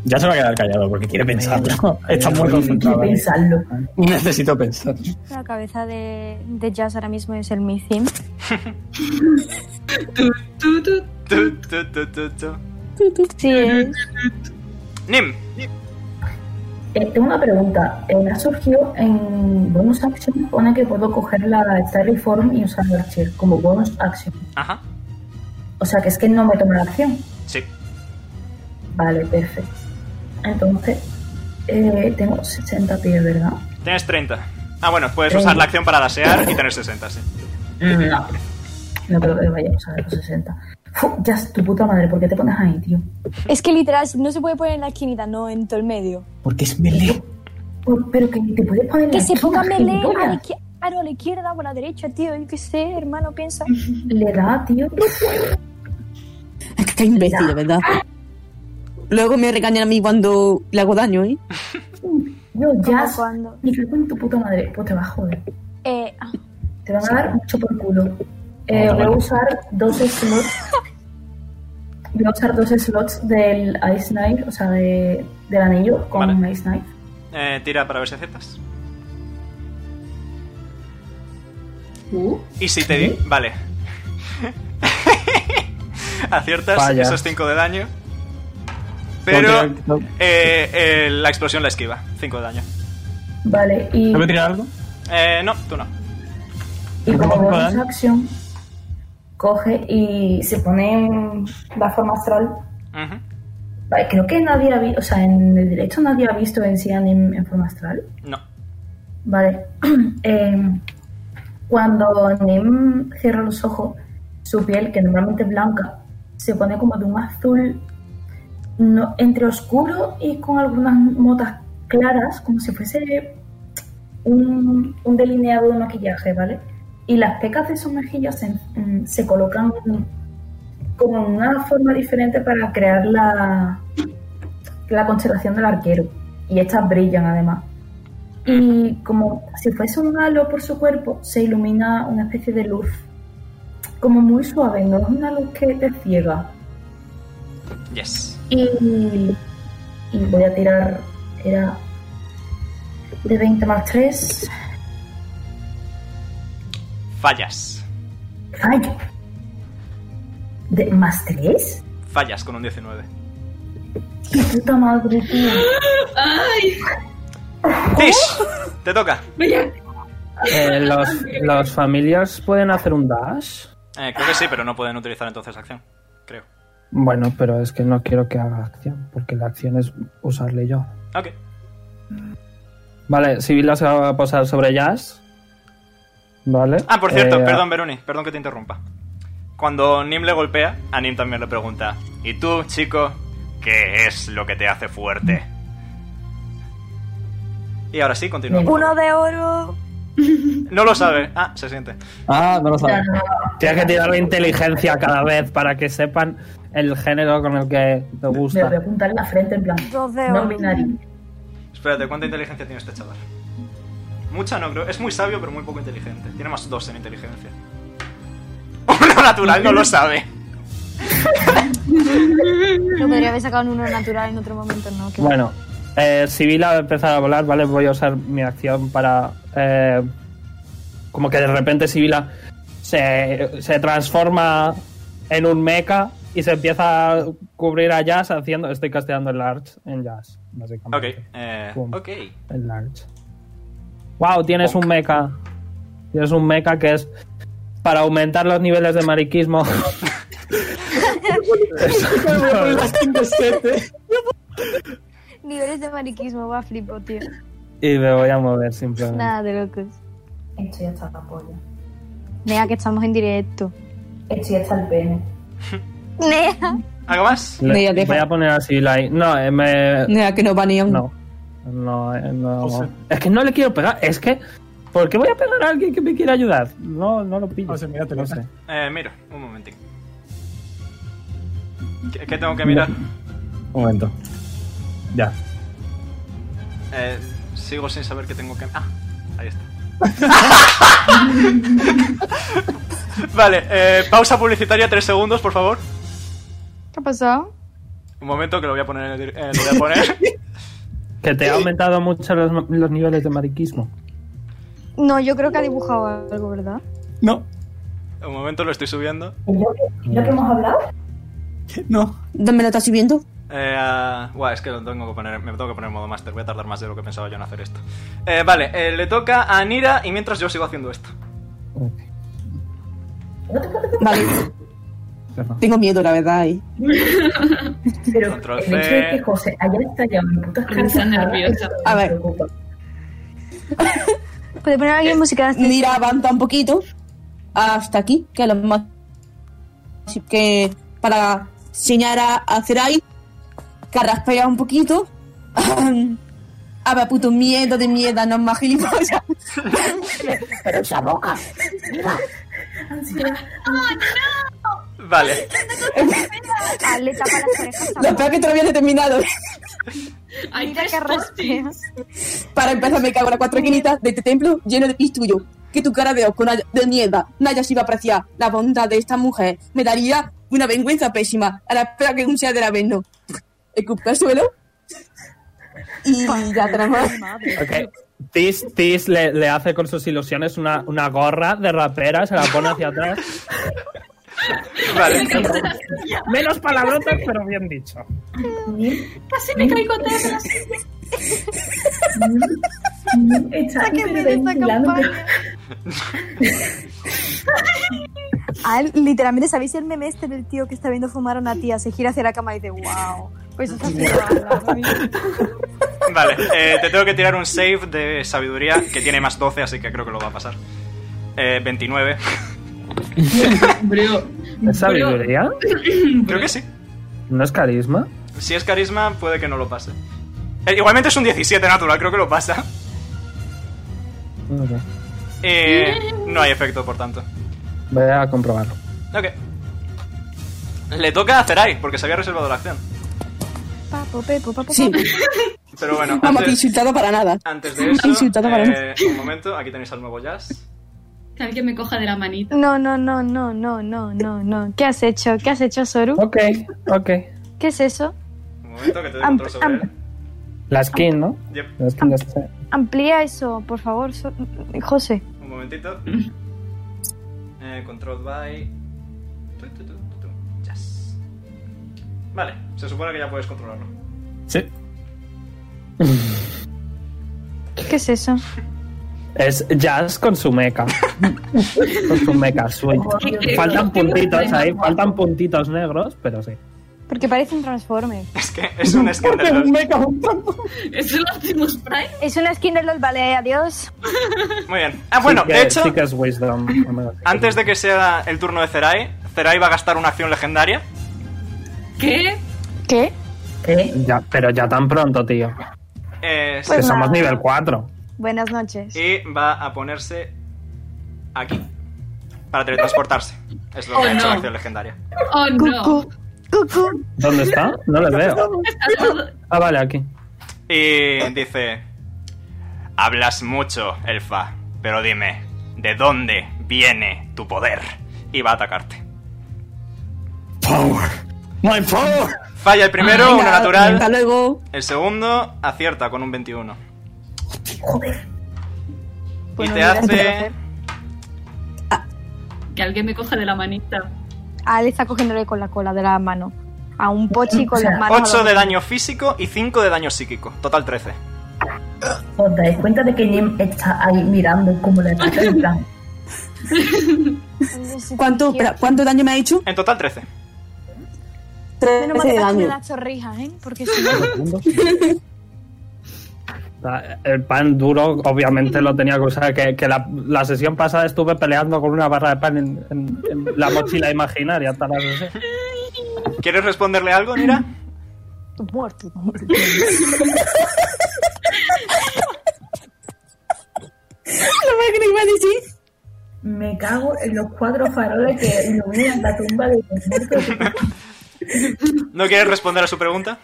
[SPEAKER 9] Ya se va a quedar callado porque quiere pensarlo. Está muy
[SPEAKER 7] Quiero
[SPEAKER 9] concentrado.
[SPEAKER 7] pensarlo.
[SPEAKER 9] Necesito pensar.
[SPEAKER 11] La cabeza de, de Jazz ahora mismo es el Mizim.
[SPEAKER 1] Tu, tu, tu, tu, tu.
[SPEAKER 11] Sí, es.
[SPEAKER 1] Nim,
[SPEAKER 7] Eh, tengo una pregunta. Eh, ha surgido en bonus action, pone que puedo coger la Starry-Form y usar Archer como bonus action.
[SPEAKER 1] Ajá.
[SPEAKER 7] O sea que es que no me toma la acción.
[SPEAKER 1] Sí.
[SPEAKER 7] Vale, perfecto. Entonces, eh, tengo 60 pies, ¿verdad?
[SPEAKER 1] Tienes 30. Ah, bueno, puedes usar la acción para lasear y tener 60, sí.
[SPEAKER 7] No. No creo que vaya a usar los 60. Fu, ya es tu puta madre, ¿por qué te pones ahí, tío?
[SPEAKER 11] Es que literal no se puede poner en la esquinita, no en todo el medio.
[SPEAKER 5] Porque es melee.
[SPEAKER 7] Por- Pero que te puedes poner en
[SPEAKER 11] Que
[SPEAKER 7] la
[SPEAKER 11] se
[SPEAKER 7] esquina,
[SPEAKER 11] ponga melee a
[SPEAKER 7] gilipollas.
[SPEAKER 11] la, izquier- claro, a la izquierda o a la derecha, tío. Yo qué sé, hermano, piensa.
[SPEAKER 7] Le da, Ah, tío.
[SPEAKER 10] Qué imbécil, de verdad. Luego me regañan a mí cuando le hago daño, ¿eh?
[SPEAKER 7] Yo ya.
[SPEAKER 11] ¿Cómo cuándo?
[SPEAKER 7] Ni que con tu puta madre, pues te va a joder.
[SPEAKER 11] Eh, ah,
[SPEAKER 7] Te van a dar mucho por culo. Eh,
[SPEAKER 11] Bueno,
[SPEAKER 7] voy a
[SPEAKER 11] bueno.
[SPEAKER 7] usar dos slots. Voy a usar dos slots del Ice Knife, o sea, de, del anillo con un Ice Knife.
[SPEAKER 1] Eh, tira para ver si aciertas.
[SPEAKER 11] Uh.
[SPEAKER 1] Y si te di. Vale. Aciertas
[SPEAKER 4] Fallas.
[SPEAKER 1] esos 5 de daño. Pero eh, eh, la explosión la esquiva. 5 de daño.
[SPEAKER 7] Vale, y.
[SPEAKER 9] ¿Tengo que tirar algo?
[SPEAKER 1] Eh, no, tú no.
[SPEAKER 7] Y como
[SPEAKER 9] ¿Cómo
[SPEAKER 7] bonus
[SPEAKER 9] juegan?
[SPEAKER 7] acción, coge y se pone en la forma astral. Vale, creo que nadie ha visto, o sea, en el directo nadie ha visto en Cian en, en forma astral.
[SPEAKER 1] No.
[SPEAKER 7] Vale. Em, cuando Nim cierra los ojos, su piel, que normalmente es blanca, se pone como de un azul no, entre oscuro y con algunas motas claras, como si fuese un, un delineado de maquillaje, ¿vale? Y las pecas de sus mejillas se, mm, se colocan como en una forma diferente para crear la, la constelación del arquero. Y estas brillan además. Y como si fuese un halo por su cuerpo, se ilumina una especie de luz. Como muy suave, no es una luz que te ciega.
[SPEAKER 1] Yes.
[SPEAKER 7] Y, y voy a tirar. Era. De 20 más 3.
[SPEAKER 1] Fallas.
[SPEAKER 7] ¡Fallo! ¿De más 3?
[SPEAKER 1] Fallas con un 19.
[SPEAKER 7] ¡Qué puta madre, tío!
[SPEAKER 2] ¡Ay!
[SPEAKER 1] ¡Tish! Te toca.
[SPEAKER 4] Eh, los, ¿Los familiars pueden hacer un dash?
[SPEAKER 1] Eh, creo que sí, pero no pueden utilizar entonces acción. Creo.
[SPEAKER 4] Bueno, pero es que no quiero que haga acción, porque la acción es usarle yo.
[SPEAKER 1] Ok.
[SPEAKER 4] Vale, Sibila se va a posar sobre Jazz. Vale.
[SPEAKER 1] Ah, por cierto,
[SPEAKER 4] Eh,
[SPEAKER 1] perdón, Veruni, perdón que te interrumpa. Cuando Nim le golpea, a Nim también le pregunta: ¿Y tú, chico, qué es lo que te hace fuerte? Y ahora sí, continuamos.
[SPEAKER 12] Uno de oro.
[SPEAKER 1] No lo sabe. Ah, se siente.
[SPEAKER 4] Ah, no lo sabes. Tienes que tirar de inteligencia cada vez para que sepan el género con el que te
[SPEAKER 7] Me lo voy a
[SPEAKER 4] gusta.
[SPEAKER 7] apuntar en la frente, en plan.
[SPEAKER 12] Dos de
[SPEAKER 7] No
[SPEAKER 12] oro.
[SPEAKER 7] binario.
[SPEAKER 1] Espérate, ¿cuánta inteligencia tiene este chaval? Mucha no creo. Es muy sabio, pero muy poco inteligente. Tiene más dos en inteligencia. Uno natural no lo sabe.
[SPEAKER 11] Lo podría haber sacado en uno natural en otro momento, no. que-
[SPEAKER 4] Bueno, eh, Sibila va a empezar a volar, ¿vale? Voy a usar mi acción para... eh, como que de repente Sibila se, se transforma en un mecha y se empieza a cubrir a Jazz haciendo... Estoy casteando el Large en Jazz,
[SPEAKER 1] Ok,
[SPEAKER 4] básicamente.
[SPEAKER 1] eh,
[SPEAKER 4] Pum.
[SPEAKER 1] ok.
[SPEAKER 4] El Large. ¡Wow! Tienes un mecha. Tienes un mecha que es para aumentar los niveles de mariquismo.
[SPEAKER 11] Niveles de mariquismo, va flipo, tío.
[SPEAKER 4] y me voy a mover simplemente.
[SPEAKER 11] Nada de locos.
[SPEAKER 7] Esto ya está la polla.
[SPEAKER 11] Nea, que estamos en directo.
[SPEAKER 7] Esto ya está el pene.
[SPEAKER 11] Nea.
[SPEAKER 1] ¿Algo más?
[SPEAKER 4] Le-
[SPEAKER 10] Nea, deja.
[SPEAKER 4] voy a poner así la ahí. No, eh, me.
[SPEAKER 10] Nea, que no va ni a un.
[SPEAKER 4] No. No, eh, no.
[SPEAKER 10] José.
[SPEAKER 4] Es que no le quiero pegar. Es que. ¿Por qué voy a pegar a alguien que me quiera ayudar? No, no lo pillo. No sé.
[SPEAKER 1] Eh, mira, un momentito. ¿Qué, qué
[SPEAKER 9] Eh,
[SPEAKER 1] tengo que mirar?
[SPEAKER 9] Un momento. Ya.
[SPEAKER 1] Eh, sigo sin saber qué tengo que. Ah, ahí está. vale, eh, pausa publicitaria, tres segundos, por favor.
[SPEAKER 11] ¿Qué ha pasado?
[SPEAKER 1] Un momento que lo voy a poner. en el dir- eh, lo voy a poner.
[SPEAKER 4] Que te ha aumentado mucho los, los niveles de mariquismo.
[SPEAKER 11] No, yo creo que ha dibujado algo, ¿verdad?
[SPEAKER 1] Un momento lo estoy subiendo.
[SPEAKER 7] ¿Es lo que hemos hablado?
[SPEAKER 9] No.
[SPEAKER 10] ¿Dónde lo estás subiendo?
[SPEAKER 1] Eh, guau, es que lo tengo que poner, me tengo que poner en modo master. Voy a tardar más de lo que pensaba yo en hacer esto. Eh, vale, eh, le toca a Nira y mientras yo sigo haciendo esto.
[SPEAKER 10] Vale. Tengo miedo, la verdad. eh.
[SPEAKER 7] Pero
[SPEAKER 1] Control
[SPEAKER 7] el hecho de
[SPEAKER 1] C.
[SPEAKER 7] que José haya estallado en putas
[SPEAKER 2] Está nerviosa.
[SPEAKER 10] A ver.
[SPEAKER 11] ¿Puede poner alguien música?
[SPEAKER 10] Eh, Mira, avanza un poquito. Hasta aquí, que es lo más. Así que para enseñar a hacer ahí, carraspea un poquito. Ah, A ver, puto miedo de mierda, no más gilipollas.
[SPEAKER 13] Pero esa boca.
[SPEAKER 1] Vale.
[SPEAKER 11] Le tapa las orejas.
[SPEAKER 10] Lo peor que todavía no he terminado.
[SPEAKER 2] Hay tres postings.
[SPEAKER 10] Para empezar, me cago en las cuatro esquinitas de este templo lleno de pistullo. Que tu cara de osco Naya- de mierda, Naya se iba a apreciar la bondad de esta mujer. Me daría una vergüenza pésima. A la espera que un sea de la vez no. Escupe al suelo. Y ya tenemos.
[SPEAKER 4] Ok. Tis, Tis le, le hace con sus ilusiones una, una gorra de rapera, se la pone hacia atrás.
[SPEAKER 1] Vale.
[SPEAKER 4] Menos palabrotas, pero bien dicho.
[SPEAKER 2] Casi me caigo atrás de la silla.
[SPEAKER 7] Está
[SPEAKER 12] Sáquenme de esta
[SPEAKER 7] hiperventilando.
[SPEAKER 12] campaña. Ah, literalmente, ¿sabéis el meme este del tío que está viendo fumar a una tía? Se gira hacia la cama y dice, wow. Pues eso hace
[SPEAKER 1] Vale, eh, te tengo que tirar un save de sabiduría que tiene más 12, así que creo que lo va a pasar. Eh, 29.
[SPEAKER 4] ¿Es sabiduría?
[SPEAKER 1] Creo que sí.
[SPEAKER 4] ¿No es carisma?
[SPEAKER 1] Si es carisma, puede que no lo pase. Eh, igualmente es un 17 natural, creo que lo pasa.
[SPEAKER 4] Ok.
[SPEAKER 1] Eh, no hay efecto, por tanto.
[SPEAKER 4] Voy a comprobarlo.
[SPEAKER 1] Ok. Le toca a Zerai, porque se había reservado la acción.
[SPEAKER 12] Papo, pepo, papo,
[SPEAKER 10] Sí.
[SPEAKER 1] Pero bueno,
[SPEAKER 10] Vamos,
[SPEAKER 1] antes,
[SPEAKER 10] insultado para nada.
[SPEAKER 1] antes de eso,
[SPEAKER 10] Insultado para
[SPEAKER 1] eh,
[SPEAKER 10] nada.
[SPEAKER 1] un momento, aquí tenéis al nuevo Jazz.
[SPEAKER 2] Que alguien me coja de la manita.
[SPEAKER 11] No, no, no, no, no, no, no, no. ¿Qué has hecho? ¿Qué has hecho, Soru?
[SPEAKER 4] Ok, ok.
[SPEAKER 11] ¿Qué es eso?
[SPEAKER 1] Un momento que te doy control sobre él.
[SPEAKER 4] La skin, ¿no?
[SPEAKER 1] Yep.
[SPEAKER 4] La skin de este.
[SPEAKER 11] Amplía eso, por favor, So- José.
[SPEAKER 1] Un momentito. Eh, control by. tu, tu, tu, tu, tu, Jazz. Vale, se supone que ya puedes controlarlo.
[SPEAKER 4] Sí.
[SPEAKER 11] ¿Qué es eso?
[SPEAKER 4] Es jazz con su meca. con su meca, suite. Faltan puntitos ahí, faltan puntitos negros, pero sí.
[SPEAKER 11] Porque parece un transforme.
[SPEAKER 1] Es que es un skin de LOL.
[SPEAKER 11] Es el Optimus Prime. Es una skin de LOL, vale, adiós.
[SPEAKER 1] Muy bien. Ah, bueno,
[SPEAKER 4] Sí que-
[SPEAKER 1] de hecho,
[SPEAKER 4] sí que es wisdom. oh amigo.
[SPEAKER 1] antes de que sea el turno de Zerai, Zerai va a gastar una acción legendaria.
[SPEAKER 2] ¿Qué?
[SPEAKER 11] ¿Qué?
[SPEAKER 4] Ya, pero ya tan pronto, tío.
[SPEAKER 1] Eh,
[SPEAKER 4] que
[SPEAKER 11] Pues
[SPEAKER 4] somos
[SPEAKER 11] nada.
[SPEAKER 4] nivel 4.
[SPEAKER 11] Buenas noches.
[SPEAKER 1] Y va a ponerse aquí. Para teletransportarse. Es lo que
[SPEAKER 11] Oh,
[SPEAKER 1] ha hecho
[SPEAKER 11] no.
[SPEAKER 1] la acción legendaria.
[SPEAKER 2] Oh, no.
[SPEAKER 4] ¿Dónde está? No le veo. Ah, vale, aquí.
[SPEAKER 1] Y dice: Hablas mucho, elfa, pero dime, ¿de dónde viene tu poder? Y va a atacarte.
[SPEAKER 9] Power. My power.
[SPEAKER 1] Falla el primero,
[SPEAKER 10] Venga,
[SPEAKER 1] uno
[SPEAKER 10] Hasta
[SPEAKER 1] natural.
[SPEAKER 10] luego.
[SPEAKER 1] El segundo acierta con un 21.
[SPEAKER 11] Pues
[SPEAKER 1] y
[SPEAKER 11] no
[SPEAKER 1] te
[SPEAKER 11] me das
[SPEAKER 1] hace.
[SPEAKER 11] placer.
[SPEAKER 2] Que alguien me coja de la manita.
[SPEAKER 11] Ah, le está cogiéndole con la cola de la mano. A un pochi con las manos.
[SPEAKER 1] 8 de daño físico y 5 de daño psíquico. Total 13.
[SPEAKER 7] ¿Os dais cuenta de que Nim está ahí mirando como la chica en plan?
[SPEAKER 10] ¿Cuánto, espera, ¿Cuánto daño me ha hecho?
[SPEAKER 1] En total 13.
[SPEAKER 10] Trece
[SPEAKER 11] Menos mal que
[SPEAKER 10] de
[SPEAKER 11] estás con
[SPEAKER 10] daño.
[SPEAKER 11] las chorrijas, ¿eh? Porque si no...
[SPEAKER 4] Ah, El pan duro, obviamente, lo tenía que usar. Que, que la, la sesión pasada estuve peleando con una barra de pan en, en- en la mochila imaginaria. hasta la sesión.
[SPEAKER 1] ¿Quieres responderle algo, Nira?
[SPEAKER 11] Muerto.
[SPEAKER 7] que iba a decir. Me cago en los cuatro faroles que iluminan la tumba de los muertos.
[SPEAKER 1] ¿No quieres responder a su pregunta?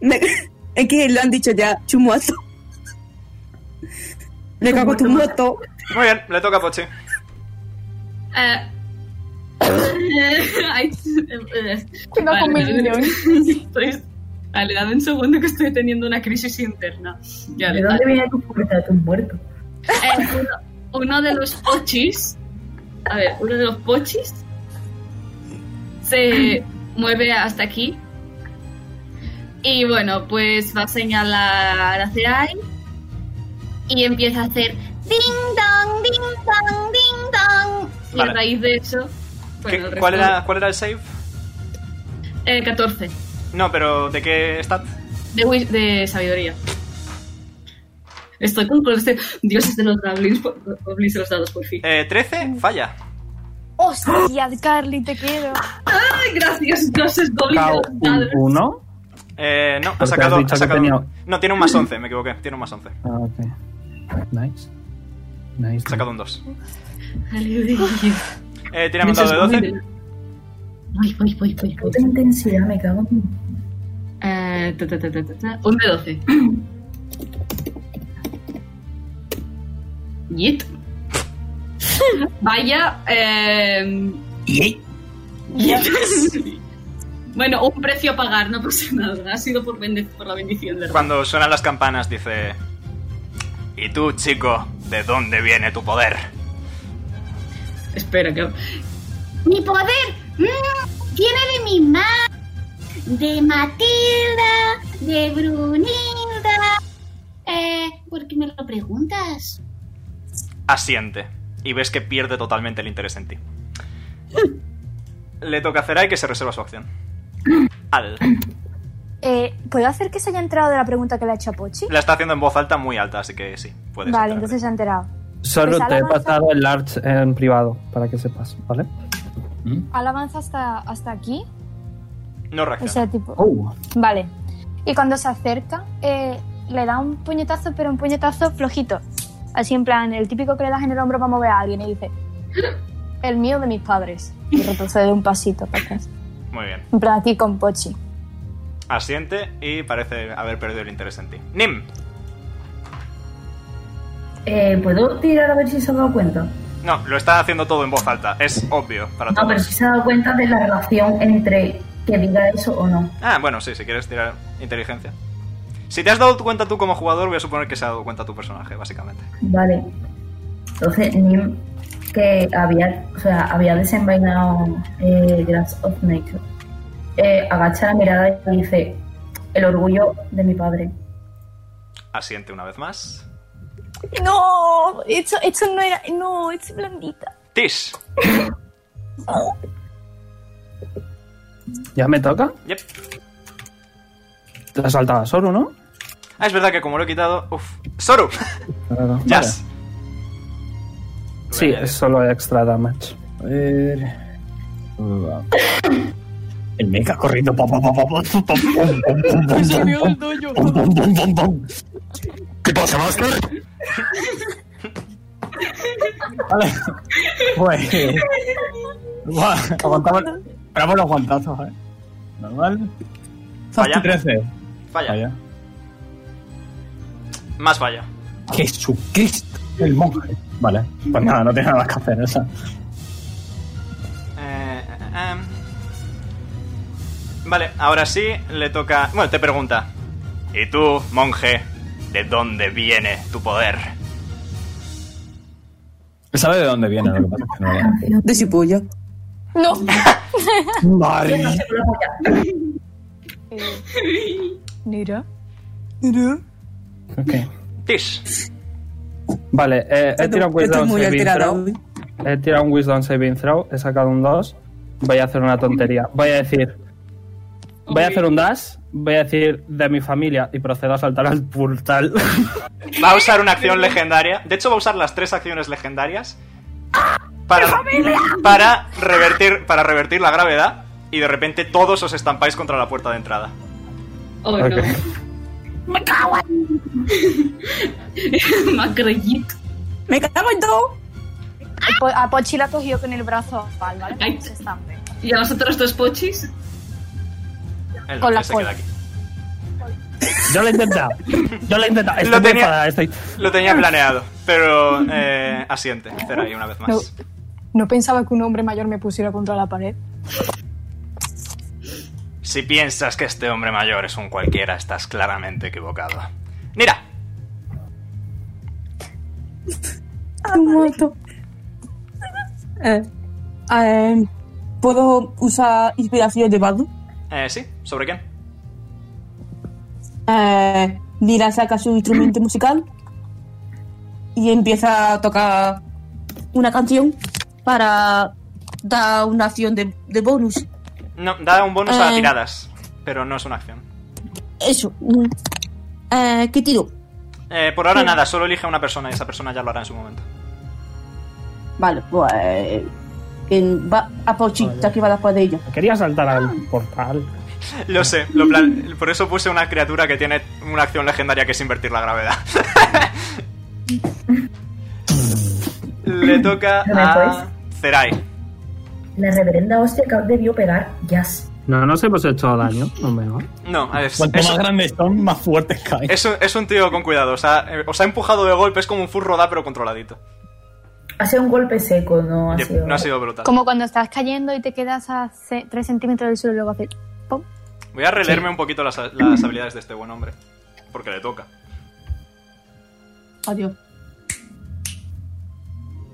[SPEAKER 10] Me- es que lo han dicho ya, chumoso. Le cago tu moto.
[SPEAKER 1] Muy bien, le toca a Pochi.
[SPEAKER 2] Eh, Ay, eh,
[SPEAKER 11] Tengo
[SPEAKER 2] vale,
[SPEAKER 11] convulsión.
[SPEAKER 2] estoy- Vale, dame un segundo que estoy teniendo una crisis interna. Ya,
[SPEAKER 7] ¿De dónde viene tu puerta de tus muertos?
[SPEAKER 2] Eh, uno, uno de los pochis. A ver, uno de los pochis se mueve hasta aquí Y bueno, pues va a señalar hacia ahí y empieza a hacer ding dong, ding dong, ding dong. Y
[SPEAKER 1] Vale.
[SPEAKER 2] a raíz de eso,
[SPEAKER 1] ¿Qué-
[SPEAKER 2] bueno, el
[SPEAKER 1] ¿cuál,
[SPEAKER 2] resto-
[SPEAKER 1] era, ¿Cuál era el save?
[SPEAKER 2] eh, 14
[SPEAKER 1] No, pero ¿de qué stat?
[SPEAKER 2] de, wi- de sabiduría. Estoy con con este dioses de los goblins, goblins de los dados por fin.
[SPEAKER 1] Eh, 13, falla.
[SPEAKER 11] ¡Hostia, Carly, te quiero!
[SPEAKER 2] ¡Ay, gracias, dioses goblins de
[SPEAKER 4] Cao,
[SPEAKER 2] los
[SPEAKER 4] un
[SPEAKER 2] dados!
[SPEAKER 4] 1.
[SPEAKER 1] Eh, no, ha
[SPEAKER 4] Porque
[SPEAKER 1] sacado.
[SPEAKER 4] has dicho
[SPEAKER 1] ha
[SPEAKER 4] que
[SPEAKER 1] sacado-
[SPEAKER 4] tenía-
[SPEAKER 1] No, tiene un más 11, me equivoqué. Tiene un más 11.
[SPEAKER 4] Ah, ok. Nice. Nice.
[SPEAKER 1] Ha sacado un 2.
[SPEAKER 2] Aleluya.
[SPEAKER 1] Eh, tira un dado de 12.
[SPEAKER 2] Voy, voy, voy, voy.
[SPEAKER 7] Puta intensidad, me cago en...
[SPEAKER 2] Eh, ta, ta, ta, ta, ta, ta. Un de 12. Yit. Vaya. Eh... bueno, un precio a pagar, no pasa nada. Ha sido por, bende- por la bendición de
[SPEAKER 1] Cuando suenan las campanas, dice. ¿Y tú, chico? ¿De dónde viene tu poder?
[SPEAKER 2] Espera, que.
[SPEAKER 8] Mi poder mm, viene de mi madre, de Matilda, de Brunilda. Eh, ¿Por qué me lo preguntas?
[SPEAKER 1] Asiente. Y ves que pierde totalmente el interés en ti.
[SPEAKER 7] Hmm.
[SPEAKER 1] Le toca hacer ahí que se reserva su acción.
[SPEAKER 7] Hmm.
[SPEAKER 1] Al.
[SPEAKER 11] Eh, ¿Puedo hacer que se haya enterado de la pregunta que le ha hecho a Pochi?
[SPEAKER 1] La está haciendo en voz alta, muy alta, así que sí, puedes.
[SPEAKER 11] Vale, entonces se ha enterado.
[SPEAKER 4] Solo
[SPEAKER 11] Pues
[SPEAKER 4] te he
[SPEAKER 11] alabanza.
[SPEAKER 4] pasado el large en privado, para que sepas, ¿vale?
[SPEAKER 11] Al avanza hasta, hasta aquí.
[SPEAKER 1] No
[SPEAKER 11] O
[SPEAKER 1] reacciona.
[SPEAKER 11] sea, tipo.
[SPEAKER 4] Oh.
[SPEAKER 11] Vale. Y cuando se acerca, eh, le da un puñetazo, pero un puñetazo flojito. Así en plan, el típico que le das en el hombro para mover a alguien y dice: "¡Ah! El mío de mis padres. Y retrocede un pasito para atrás.
[SPEAKER 1] Muy bien.
[SPEAKER 11] En plan, aquí con Pochi.
[SPEAKER 1] Asiente y parece haber perdido el interés en ti. Nim,
[SPEAKER 7] Eh, ¿Puedo tirar a ver si se ha dado cuenta?
[SPEAKER 1] No, lo está haciendo todo en voz alta. Es obvio para
[SPEAKER 7] No, pero
[SPEAKER 1] todos.
[SPEAKER 7] si se ha dado cuenta de la relación entre que diga eso o no.
[SPEAKER 1] Ah, bueno, sí, si quieres tirar inteligencia. Si te has dado cuenta tú como jugador, voy a suponer que se ha dado cuenta tu personaje, básicamente.
[SPEAKER 7] Vale. Entonces, Nim, que había, o sea, había desenvainado eh, Grass of Nature, eh, agacha la mirada y dice, el orgullo de mi padre.
[SPEAKER 1] Asiente una vez más.
[SPEAKER 11] No, esto, esto no era. No, es blandita.
[SPEAKER 1] Tish.
[SPEAKER 4] ¿Ya me toca?
[SPEAKER 1] Yep.
[SPEAKER 4] Te has saltado a Soru, ¿no?
[SPEAKER 1] Ah, es verdad que como lo he quitado... Uf. Soru.
[SPEAKER 4] Claro.
[SPEAKER 1] Jazz.
[SPEAKER 4] Vale. Sí, es solo extra damage.
[SPEAKER 9] A ver. El mecha corriendo. pom, pom, pom, pom, pom, pom, pom, pom, pom, pom, pom, pom, pom, pom, pom, pom, pom. ¿Qué pasa, Master? Vale. Pues. Guau, Aguantamos. Esperamos los guantazos, ¿eh? Normal. Falla. 13.
[SPEAKER 1] Falla. Más falla.
[SPEAKER 9] Jesucristo, el monje. Vale, pues nada, no tiene nada más que hacer. O sea,
[SPEAKER 1] Eh, em. Vale, ahora sí le toca... Bueno, te pregunta. ¿Y tú, monje, de dónde viene tu poder?
[SPEAKER 9] sabe de dónde viene lo que pasa. es que no lo-
[SPEAKER 10] De su polla.
[SPEAKER 11] No.
[SPEAKER 9] Mari.
[SPEAKER 11] Mira.
[SPEAKER 4] Ok.
[SPEAKER 1] Tish.
[SPEAKER 4] Vale, eh, he
[SPEAKER 10] Estoy-
[SPEAKER 4] tirado un
[SPEAKER 10] estoy
[SPEAKER 4] Wisdom
[SPEAKER 10] muy
[SPEAKER 4] Saving
[SPEAKER 10] alterada
[SPEAKER 4] Throw. He tirado un Wisdom Saving Throw, he sacado un 2. Voy a hacer una tontería. Voy a decir. Voy a hacer un dash, voy a decir de mi familia y procedo a saltar al portal.
[SPEAKER 1] Va a usar una acción legendaria. De hecho, va a usar las tres acciones legendarias para, para, revertir, para revertir la gravedad. Y de repente todos os estampáis contra la puerta de entrada.
[SPEAKER 2] Oh,
[SPEAKER 1] Ok.
[SPEAKER 2] no. ¡Me cago en... Macrollito.
[SPEAKER 11] ¡Me cago en todo! A Pochi la cogió con el brazo. Vale, vale.
[SPEAKER 2] Ay.
[SPEAKER 11] no se estampe.
[SPEAKER 2] ¿Y a vosotros dos pochis?
[SPEAKER 1] El
[SPEAKER 11] Con la
[SPEAKER 1] se queda
[SPEAKER 11] cola.
[SPEAKER 1] aquí.
[SPEAKER 4] Yo lo he intentado. Yo lo he intentado. Estoy
[SPEAKER 1] Lo tenía-
[SPEAKER 4] enfadada, estoy-
[SPEAKER 1] Lo tenía planeado, pero eh, asiente. Cerai una vez
[SPEAKER 11] No,
[SPEAKER 1] más.
[SPEAKER 11] no pensaba que un hombre mayor me pusiera contra la pared.
[SPEAKER 1] Si piensas que este hombre mayor es un cualquiera, estás claramente equivocado. Mira,
[SPEAKER 10] muerto. Eh, eh, ¿Puedo usar inspiración de bardo?
[SPEAKER 1] eh, sí, ¿sobre quién?
[SPEAKER 10] Eh, Mira saca su instrumento musical y empieza a tocar una canción para dar una acción de, de bonus.
[SPEAKER 1] No, da un bonus a
[SPEAKER 10] Eh.
[SPEAKER 1] tiradas, pero no es una acción.
[SPEAKER 10] Eso. mm. Eh, ¿Qué tiro?
[SPEAKER 1] Eh, por ahora
[SPEAKER 10] Sí.
[SPEAKER 1] nada, solo elige a una persona y esa persona ya lo hará en su momento.
[SPEAKER 10] Vale, pues. en- va a Pochi, ya que va después de ella.
[SPEAKER 4] Quería saltar al portal.
[SPEAKER 1] Lo sé, lo plan- por eso puse una criatura que tiene una acción legendaria que es invertir la gravedad. Le toca
[SPEAKER 7] ¿No me
[SPEAKER 1] a
[SPEAKER 7] puedes?
[SPEAKER 1] Ah, Zerai.
[SPEAKER 7] La reverenda hostia que debió pegar. Jazz.
[SPEAKER 4] No nos hemos hecho daño, no me va.
[SPEAKER 1] No, es,
[SPEAKER 9] Cuanto
[SPEAKER 1] es-
[SPEAKER 9] más grandes son, más fuertes caen.
[SPEAKER 1] es un- es un tío con cuidado. O sea, eh, os ha empujado de golpe, es como un furro da pero controladito.
[SPEAKER 7] Ha sido un golpe seco, no ha
[SPEAKER 1] Yep,
[SPEAKER 7] sido.
[SPEAKER 1] No ha sido brutal.
[SPEAKER 11] Como cuando estás cayendo y te quedas a 3 centímetros del suelo y luego haces pop.
[SPEAKER 1] Voy a releerme un poquito las, las habilidades de este buen hombre. Porque le toca.
[SPEAKER 10] Adiós.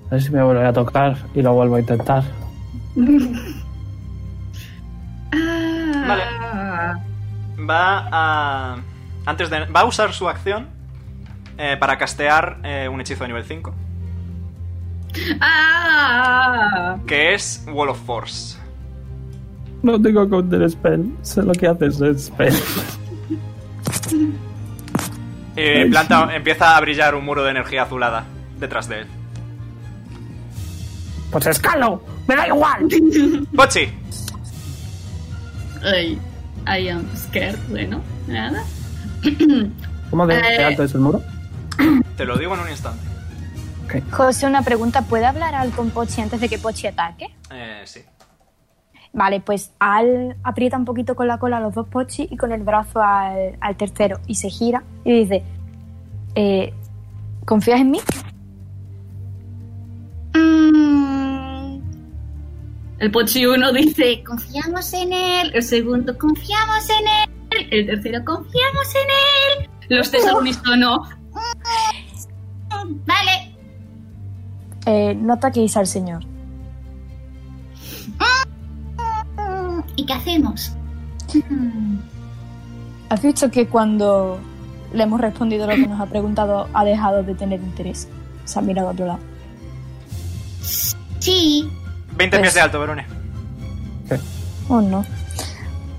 [SPEAKER 4] A ver si me volveré a tocar y lo vuelvo a intentar.
[SPEAKER 1] Vale. Va a. Antes de. Va a usar su acción eh, para castear eh, un hechizo de nivel 5.
[SPEAKER 2] ¡Ah!
[SPEAKER 1] Que es Wall of Force.
[SPEAKER 4] No tengo counter spell, sé lo que haces es spell.
[SPEAKER 1] Eh, planta, empieza a brillar un muro de energía azulada detrás de él.
[SPEAKER 4] Pues escalo, me da igual.
[SPEAKER 1] ¡Pochi!
[SPEAKER 2] Ay, I am scared. Bueno, nada.
[SPEAKER 4] ¿Cómo de, de
[SPEAKER 11] Eh.
[SPEAKER 4] alto es el muro?
[SPEAKER 1] Te lo digo en un instante.
[SPEAKER 11] José, una pregunta. ¿Puede hablar Al con Pochi antes de que Pochi ataque?
[SPEAKER 1] Eh, sí.
[SPEAKER 11] Vale, pues Al aprieta un poquito con la cola a los dos Pochi y con el brazo al, al tercero y se gira y dice, eh, ¿confías en mí?
[SPEAKER 8] Mm.
[SPEAKER 2] El Pochi 1 dice:
[SPEAKER 8] Confiamos en él. El segundo, confiamos en él. El tercero, confiamos en él.
[SPEAKER 2] Los tres "Oh, al unísono.
[SPEAKER 8] Vale.
[SPEAKER 11] Eh, no ataquéis al señor.
[SPEAKER 8] ¿Y qué hacemos?
[SPEAKER 11] ¿Has visto que cuando le hemos respondido lo que nos ha preguntado ha dejado de tener interés? Se ha mirado a otro lado.
[SPEAKER 8] Sí.
[SPEAKER 1] 20
[SPEAKER 2] Pues-
[SPEAKER 1] pies de alto, Verone.
[SPEAKER 11] Oh, no.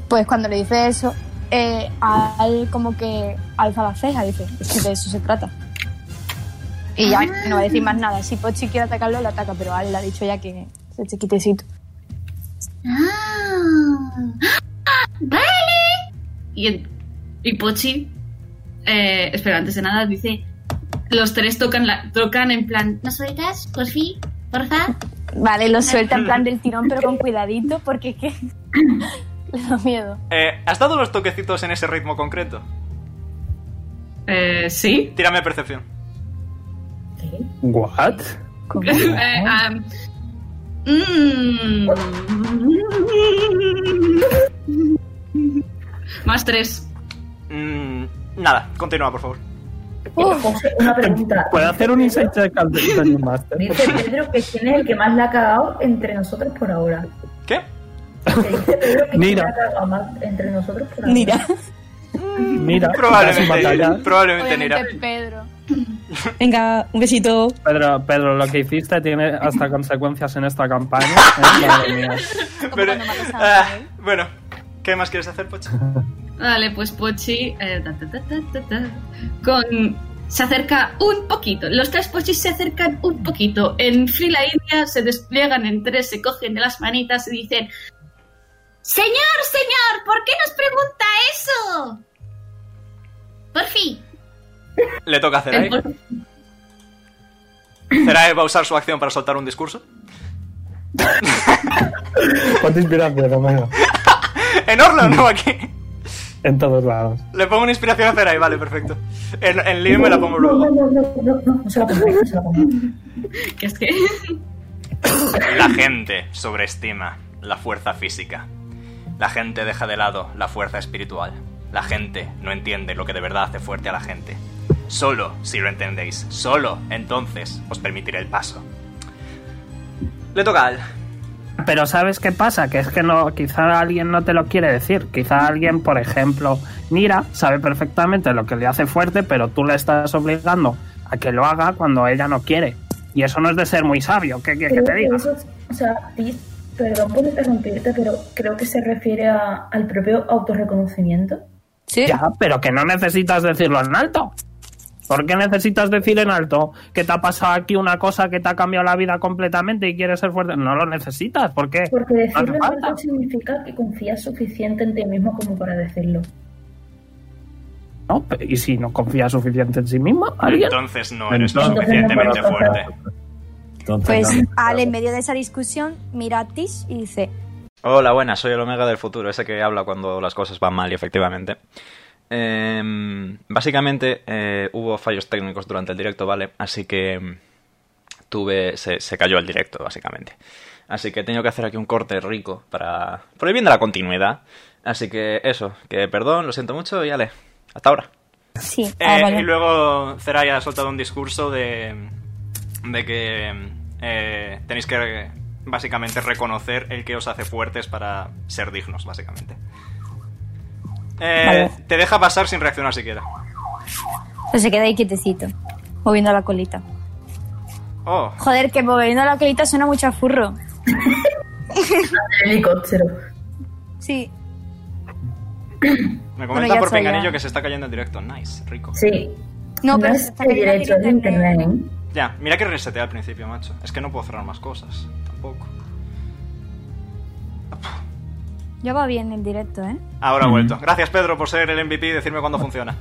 [SPEAKER 11] Pues cuando le dice eso, eh, Al como que alza la ceja, dice, es que de eso se trata. Y ya no va a decir más nada. Si Pochi quiere atacarlo, lo ataca, pero Al le ha dicho ya que se chiquitecito.
[SPEAKER 12] Ah.
[SPEAKER 8] Vale.
[SPEAKER 2] ah, Y, el- y Pochi, eh, espera, antes de nada, dice: Los tres tocan, la, tocan en plan.
[SPEAKER 8] ¿Nos sueltas, por fin? Porfa.
[SPEAKER 11] Vale, lo suelta en plan del tirón, pero con cuidadito, porque es que le da miedo.
[SPEAKER 1] Eh, ¿Has dado los toquecitos en ese ritmo concreto?
[SPEAKER 2] Eh, sí.
[SPEAKER 1] Tírame percepción.
[SPEAKER 4] ¿What?
[SPEAKER 2] Eh, um, mm. Más tres.
[SPEAKER 1] Mm, nada, continúa, por favor.
[SPEAKER 7] José, una pregunta.
[SPEAKER 4] ¿Puedo hacer un insight check al Dungeon Master?
[SPEAKER 7] Dice Pedro que quién es el que más la ha cagado entre nosotros por ahora.
[SPEAKER 1] ¿Qué?
[SPEAKER 7] Dice Pedro que quién
[SPEAKER 4] Mira.
[SPEAKER 7] la ha cagado más entre nosotros por ahora.
[SPEAKER 10] Mira.
[SPEAKER 4] Mira,
[SPEAKER 1] Probablemente,
[SPEAKER 4] batallar.
[SPEAKER 1] probablemente Nira.
[SPEAKER 11] Pedro.
[SPEAKER 10] Venga, un besito.
[SPEAKER 4] Pedro, Pedro, lo que hiciste tiene hasta consecuencias en esta campaña. ¿eh? Madre mía.
[SPEAKER 1] Pero- ah, bueno, ¿qué más quieres hacer, Pochi?
[SPEAKER 2] Vale, pues Pochi. eh, ta, ta, ta, ta, ta, ta, con. Se acerca un poquito. Los tres Pochis se acercan un poquito. En fila india se despliegan en tres, se cogen de las manitas y dicen:
[SPEAKER 8] Señor, señor, ¿por qué nos pregunta eso? Por fin.
[SPEAKER 1] Le toca a Zerai. Zerai va a usar su acción para soltar un discurso.
[SPEAKER 4] ¿Cuánta inspiración, Romeo?
[SPEAKER 1] En Orlando, no aquí.
[SPEAKER 4] En todos lados.
[SPEAKER 1] Le pongo una inspiración a Zerai, vale, perfecto. En, en Lee me la pongo luego.
[SPEAKER 7] No, no, no, no, no, no se la pongáis, no se la pongáis.
[SPEAKER 2] ¿Qué es que.?
[SPEAKER 1] La gente sobreestima la fuerza física. La gente deja de lado la fuerza espiritual. La gente no entiende lo que de verdad hace fuerte a la gente. Solo si lo entendéis, solo entonces os permitiré el paso. Le toca a Al.
[SPEAKER 4] Pero ¿sabes qué pasa? Que es que no, quizá alguien no te lo quiere decir. Quizá alguien, por ejemplo, Mira, sabe perfectamente lo que le hace fuerte, pero tú le estás obligando a que lo haga cuando ella no quiere. Y eso no es de ser muy sabio, ¿qué quieres que
[SPEAKER 7] Creo
[SPEAKER 4] te
[SPEAKER 7] que
[SPEAKER 4] diga?
[SPEAKER 7] eso es- o sea, Tis, perdón por interrumpirte, pero creo que se refiere a- al propio autorreconocimiento.
[SPEAKER 4] Ya, pero que no necesitas decirlo en alto. ¿Por qué necesitas decir en alto que te ha pasado aquí una cosa que te ha cambiado la vida completamente y quieres ser fuerte? No lo necesitas, ¿por qué?
[SPEAKER 7] Porque
[SPEAKER 4] Ah, No hace
[SPEAKER 7] decirlo en
[SPEAKER 4] falta.
[SPEAKER 7] alto significa que confías suficiente en ti mismo como para decirlo.
[SPEAKER 4] No, pe- y si no confía suficiente en sí misma, alguien.
[SPEAKER 1] Entonces no
[SPEAKER 4] eres
[SPEAKER 1] lo suficientemente fuerte.
[SPEAKER 12] Pues Ale, en medio de esa discusión, mira a Tish y dice,
[SPEAKER 1] Hola, buenas, soy el Omega del futuro, ese que habla cuando las cosas van mal, y efectivamente. Em, básicamente eh, hubo fallos técnicos durante el directo, ¿vale? Así que em, tuve. Se, se cayó el directo, básicamente. Así que he tenido que hacer aquí un corte rico para. Por el bien de la continuidad. Así que eso, que perdón, lo siento mucho y ale. Hasta ahora.
[SPEAKER 12] sí,
[SPEAKER 1] Eh, Y luego Zerai ha soltado un discurso de, de que eh, tenéis que básicamente reconocer el que os hace fuertes para ser dignos, básicamente. Eh, Te deja pasar sin reaccionar siquiera.
[SPEAKER 12] pues se queda ahí quietecito, moviendo la colita.
[SPEAKER 1] Oh,
[SPEAKER 12] Joder, que moviendo la colita suena mucho a furro.
[SPEAKER 7] El helicóptero.
[SPEAKER 12] Sí,
[SPEAKER 1] me
[SPEAKER 12] Bueno,
[SPEAKER 1] comenta
[SPEAKER 12] ya
[SPEAKER 1] por
[SPEAKER 12] está, ya.
[SPEAKER 1] pinganillo que se está cayendo en directo. Nice, rico.
[SPEAKER 7] Sí.
[SPEAKER 12] No, pero
[SPEAKER 7] es
[SPEAKER 12] está
[SPEAKER 7] el
[SPEAKER 12] bien, no
[SPEAKER 7] derecho de
[SPEAKER 12] tiene
[SPEAKER 7] internet. ¿eh?
[SPEAKER 1] Ya, mira que resetea al principio, macho. Es que no puedo cerrar más cosas. Tampoco.
[SPEAKER 12] ya va bien el directo, ¿eh?
[SPEAKER 1] Ahora ha vuelto. Gracias, Pedro, por ser el MVP y decirme cuándo funciona.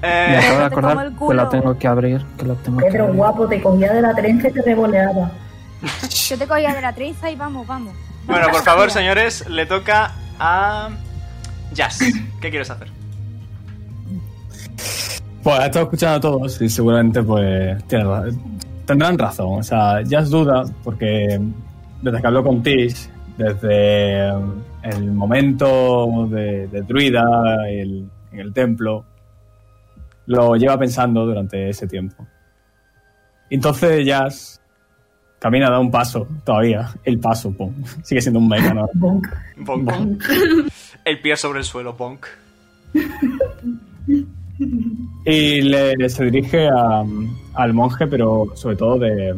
[SPEAKER 1] Eh,
[SPEAKER 4] Me acabo de
[SPEAKER 12] como el
[SPEAKER 4] acordar
[SPEAKER 12] culo.
[SPEAKER 4] que lo tengo que abrir, que lo tengo que
[SPEAKER 7] Pedro,
[SPEAKER 4] abrir.
[SPEAKER 7] guapo, te cogía de la trenza y te revoleaba.
[SPEAKER 12] Yo te cogía de la trenza y vamos, vamos.
[SPEAKER 1] Bueno, por favor, señores, le toca a Jazz. ¿Qué quieres hacer?
[SPEAKER 9] Pues ha estado escuchando a todos y seguramente pues tiene ra- tendrán razón. O sea, Jazz duda porque desde que habló con Tish, desde el momento de, de Druida el- en el templo, lo lleva pensando durante ese tiempo. Entonces Jazz camina, da un paso todavía. El paso, pum. Sigue siendo un mecano.
[SPEAKER 1] Bonk. El pie sobre el suelo, bonk.
[SPEAKER 9] Y le, se dirige a- al monje, pero sobre todo de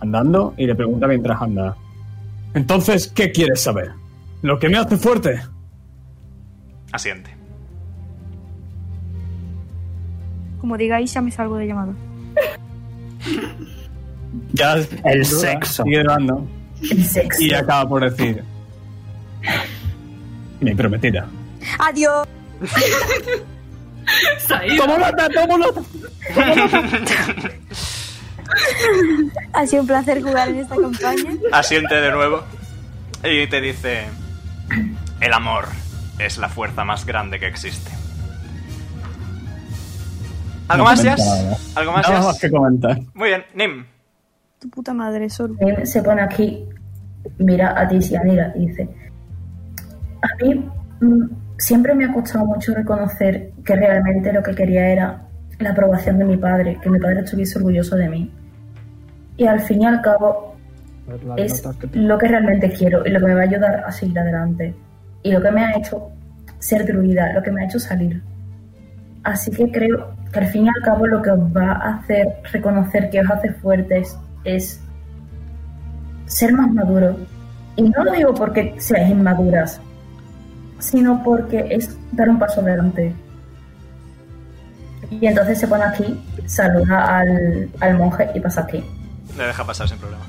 [SPEAKER 9] andando, y le pregunta mientras anda. Entonces, ¿qué quieres saber? ¿Lo que me hace fuerte?
[SPEAKER 1] Asiente.
[SPEAKER 12] Como digáis, ya me salgo de llamada.
[SPEAKER 9] Ya
[SPEAKER 4] El
[SPEAKER 9] duda,
[SPEAKER 4] sexo.
[SPEAKER 9] Sigue dudando. Y acaba por decir. Mi prometida.
[SPEAKER 12] Adiós.
[SPEAKER 4] ¡Toma nota, toma nota!
[SPEAKER 12] Ha sido un placer jugar en esta campaña.
[SPEAKER 7] Ah.
[SPEAKER 1] Asiente de nuevo. Y te dice: El amor es la fuerza más grande que existe. ¿Algo
[SPEAKER 9] No
[SPEAKER 1] más,
[SPEAKER 9] comenta
[SPEAKER 1] Jazz?
[SPEAKER 9] nada.
[SPEAKER 1] ¿Algo más,
[SPEAKER 9] Nada
[SPEAKER 1] Jazz?
[SPEAKER 9] más que comentar.
[SPEAKER 1] Muy bien, Nim.
[SPEAKER 12] Tu puta madre, Soru.
[SPEAKER 7] Él se pone aquí, mira a Tis y a Nira y dice: A mí mm, siempre me ha costado mucho reconocer que realmente lo que quería era la aprobación de mi padre, que mi padre estuviese orgulloso de mí. Y al fin y al cabo, es lo que realmente quiero y lo que me va a ayudar a seguir adelante. Y lo que me ha hecho ser druida, lo que me ha hecho salir. Así que creo que al fin y al cabo lo que os va a hacer reconocer que os hace fuertes es ser más maduros. Y no lo digo porque seáis inmaduras, sino porque es dar un paso adelante. Y entonces se pone aquí, saluda al, al monje y pasa aquí.
[SPEAKER 1] Le deja pasar sin problema.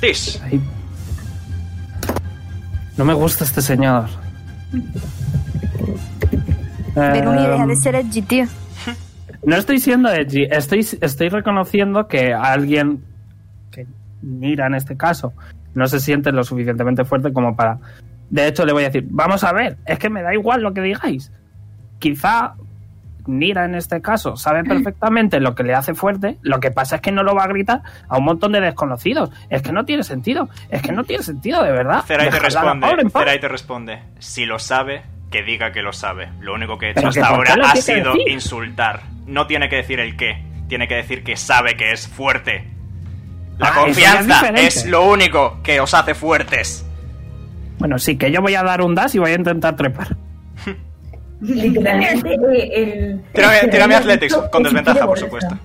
[SPEAKER 1] Tish.
[SPEAKER 4] No me gusta este señor.
[SPEAKER 12] Veruni, deja
[SPEAKER 4] Em,
[SPEAKER 12] de ser edgy, tío.
[SPEAKER 4] No estoy siendo edgy, estoy, estoy reconociendo que alguien que mira en este caso no se siente lo suficientemente fuerte como para... De hecho, le voy a decir, vamos a ver, es que me da igual lo que digáis. Quizá Nira en este caso
[SPEAKER 11] Mm.
[SPEAKER 4] sabe perfectamente lo que le hace fuerte, lo que pasa es que no lo va a gritar a un montón de desconocidos. Es que no tiene sentido, es que no tiene sentido, de verdad.
[SPEAKER 1] Zerai te
[SPEAKER 4] Dejadla a la
[SPEAKER 1] responde.
[SPEAKER 4] pobre en paz.
[SPEAKER 1] Zerai te responde. Si lo sabe, que diga que lo sabe. Lo único que he hecho
[SPEAKER 4] Pero
[SPEAKER 1] hasta
[SPEAKER 4] que ¿por qué
[SPEAKER 1] ahora
[SPEAKER 4] lo
[SPEAKER 1] ha
[SPEAKER 4] tiene que
[SPEAKER 1] sido
[SPEAKER 4] decir?
[SPEAKER 1] insultar. No tiene que decir el qué. Tiene que decir que sabe que es fuerte. La
[SPEAKER 4] Ah, eso ya es
[SPEAKER 1] confianza
[SPEAKER 4] diferente.
[SPEAKER 1] es lo único que os hace fuertes.
[SPEAKER 4] Bueno, sí, que yo voy a dar un dash y voy a intentar trepar.
[SPEAKER 7] Literalmente, eh, el.
[SPEAKER 1] Tírame,
[SPEAKER 7] el-
[SPEAKER 1] tírame
[SPEAKER 7] el-
[SPEAKER 1] Athletics, con desventaja, por supuesto.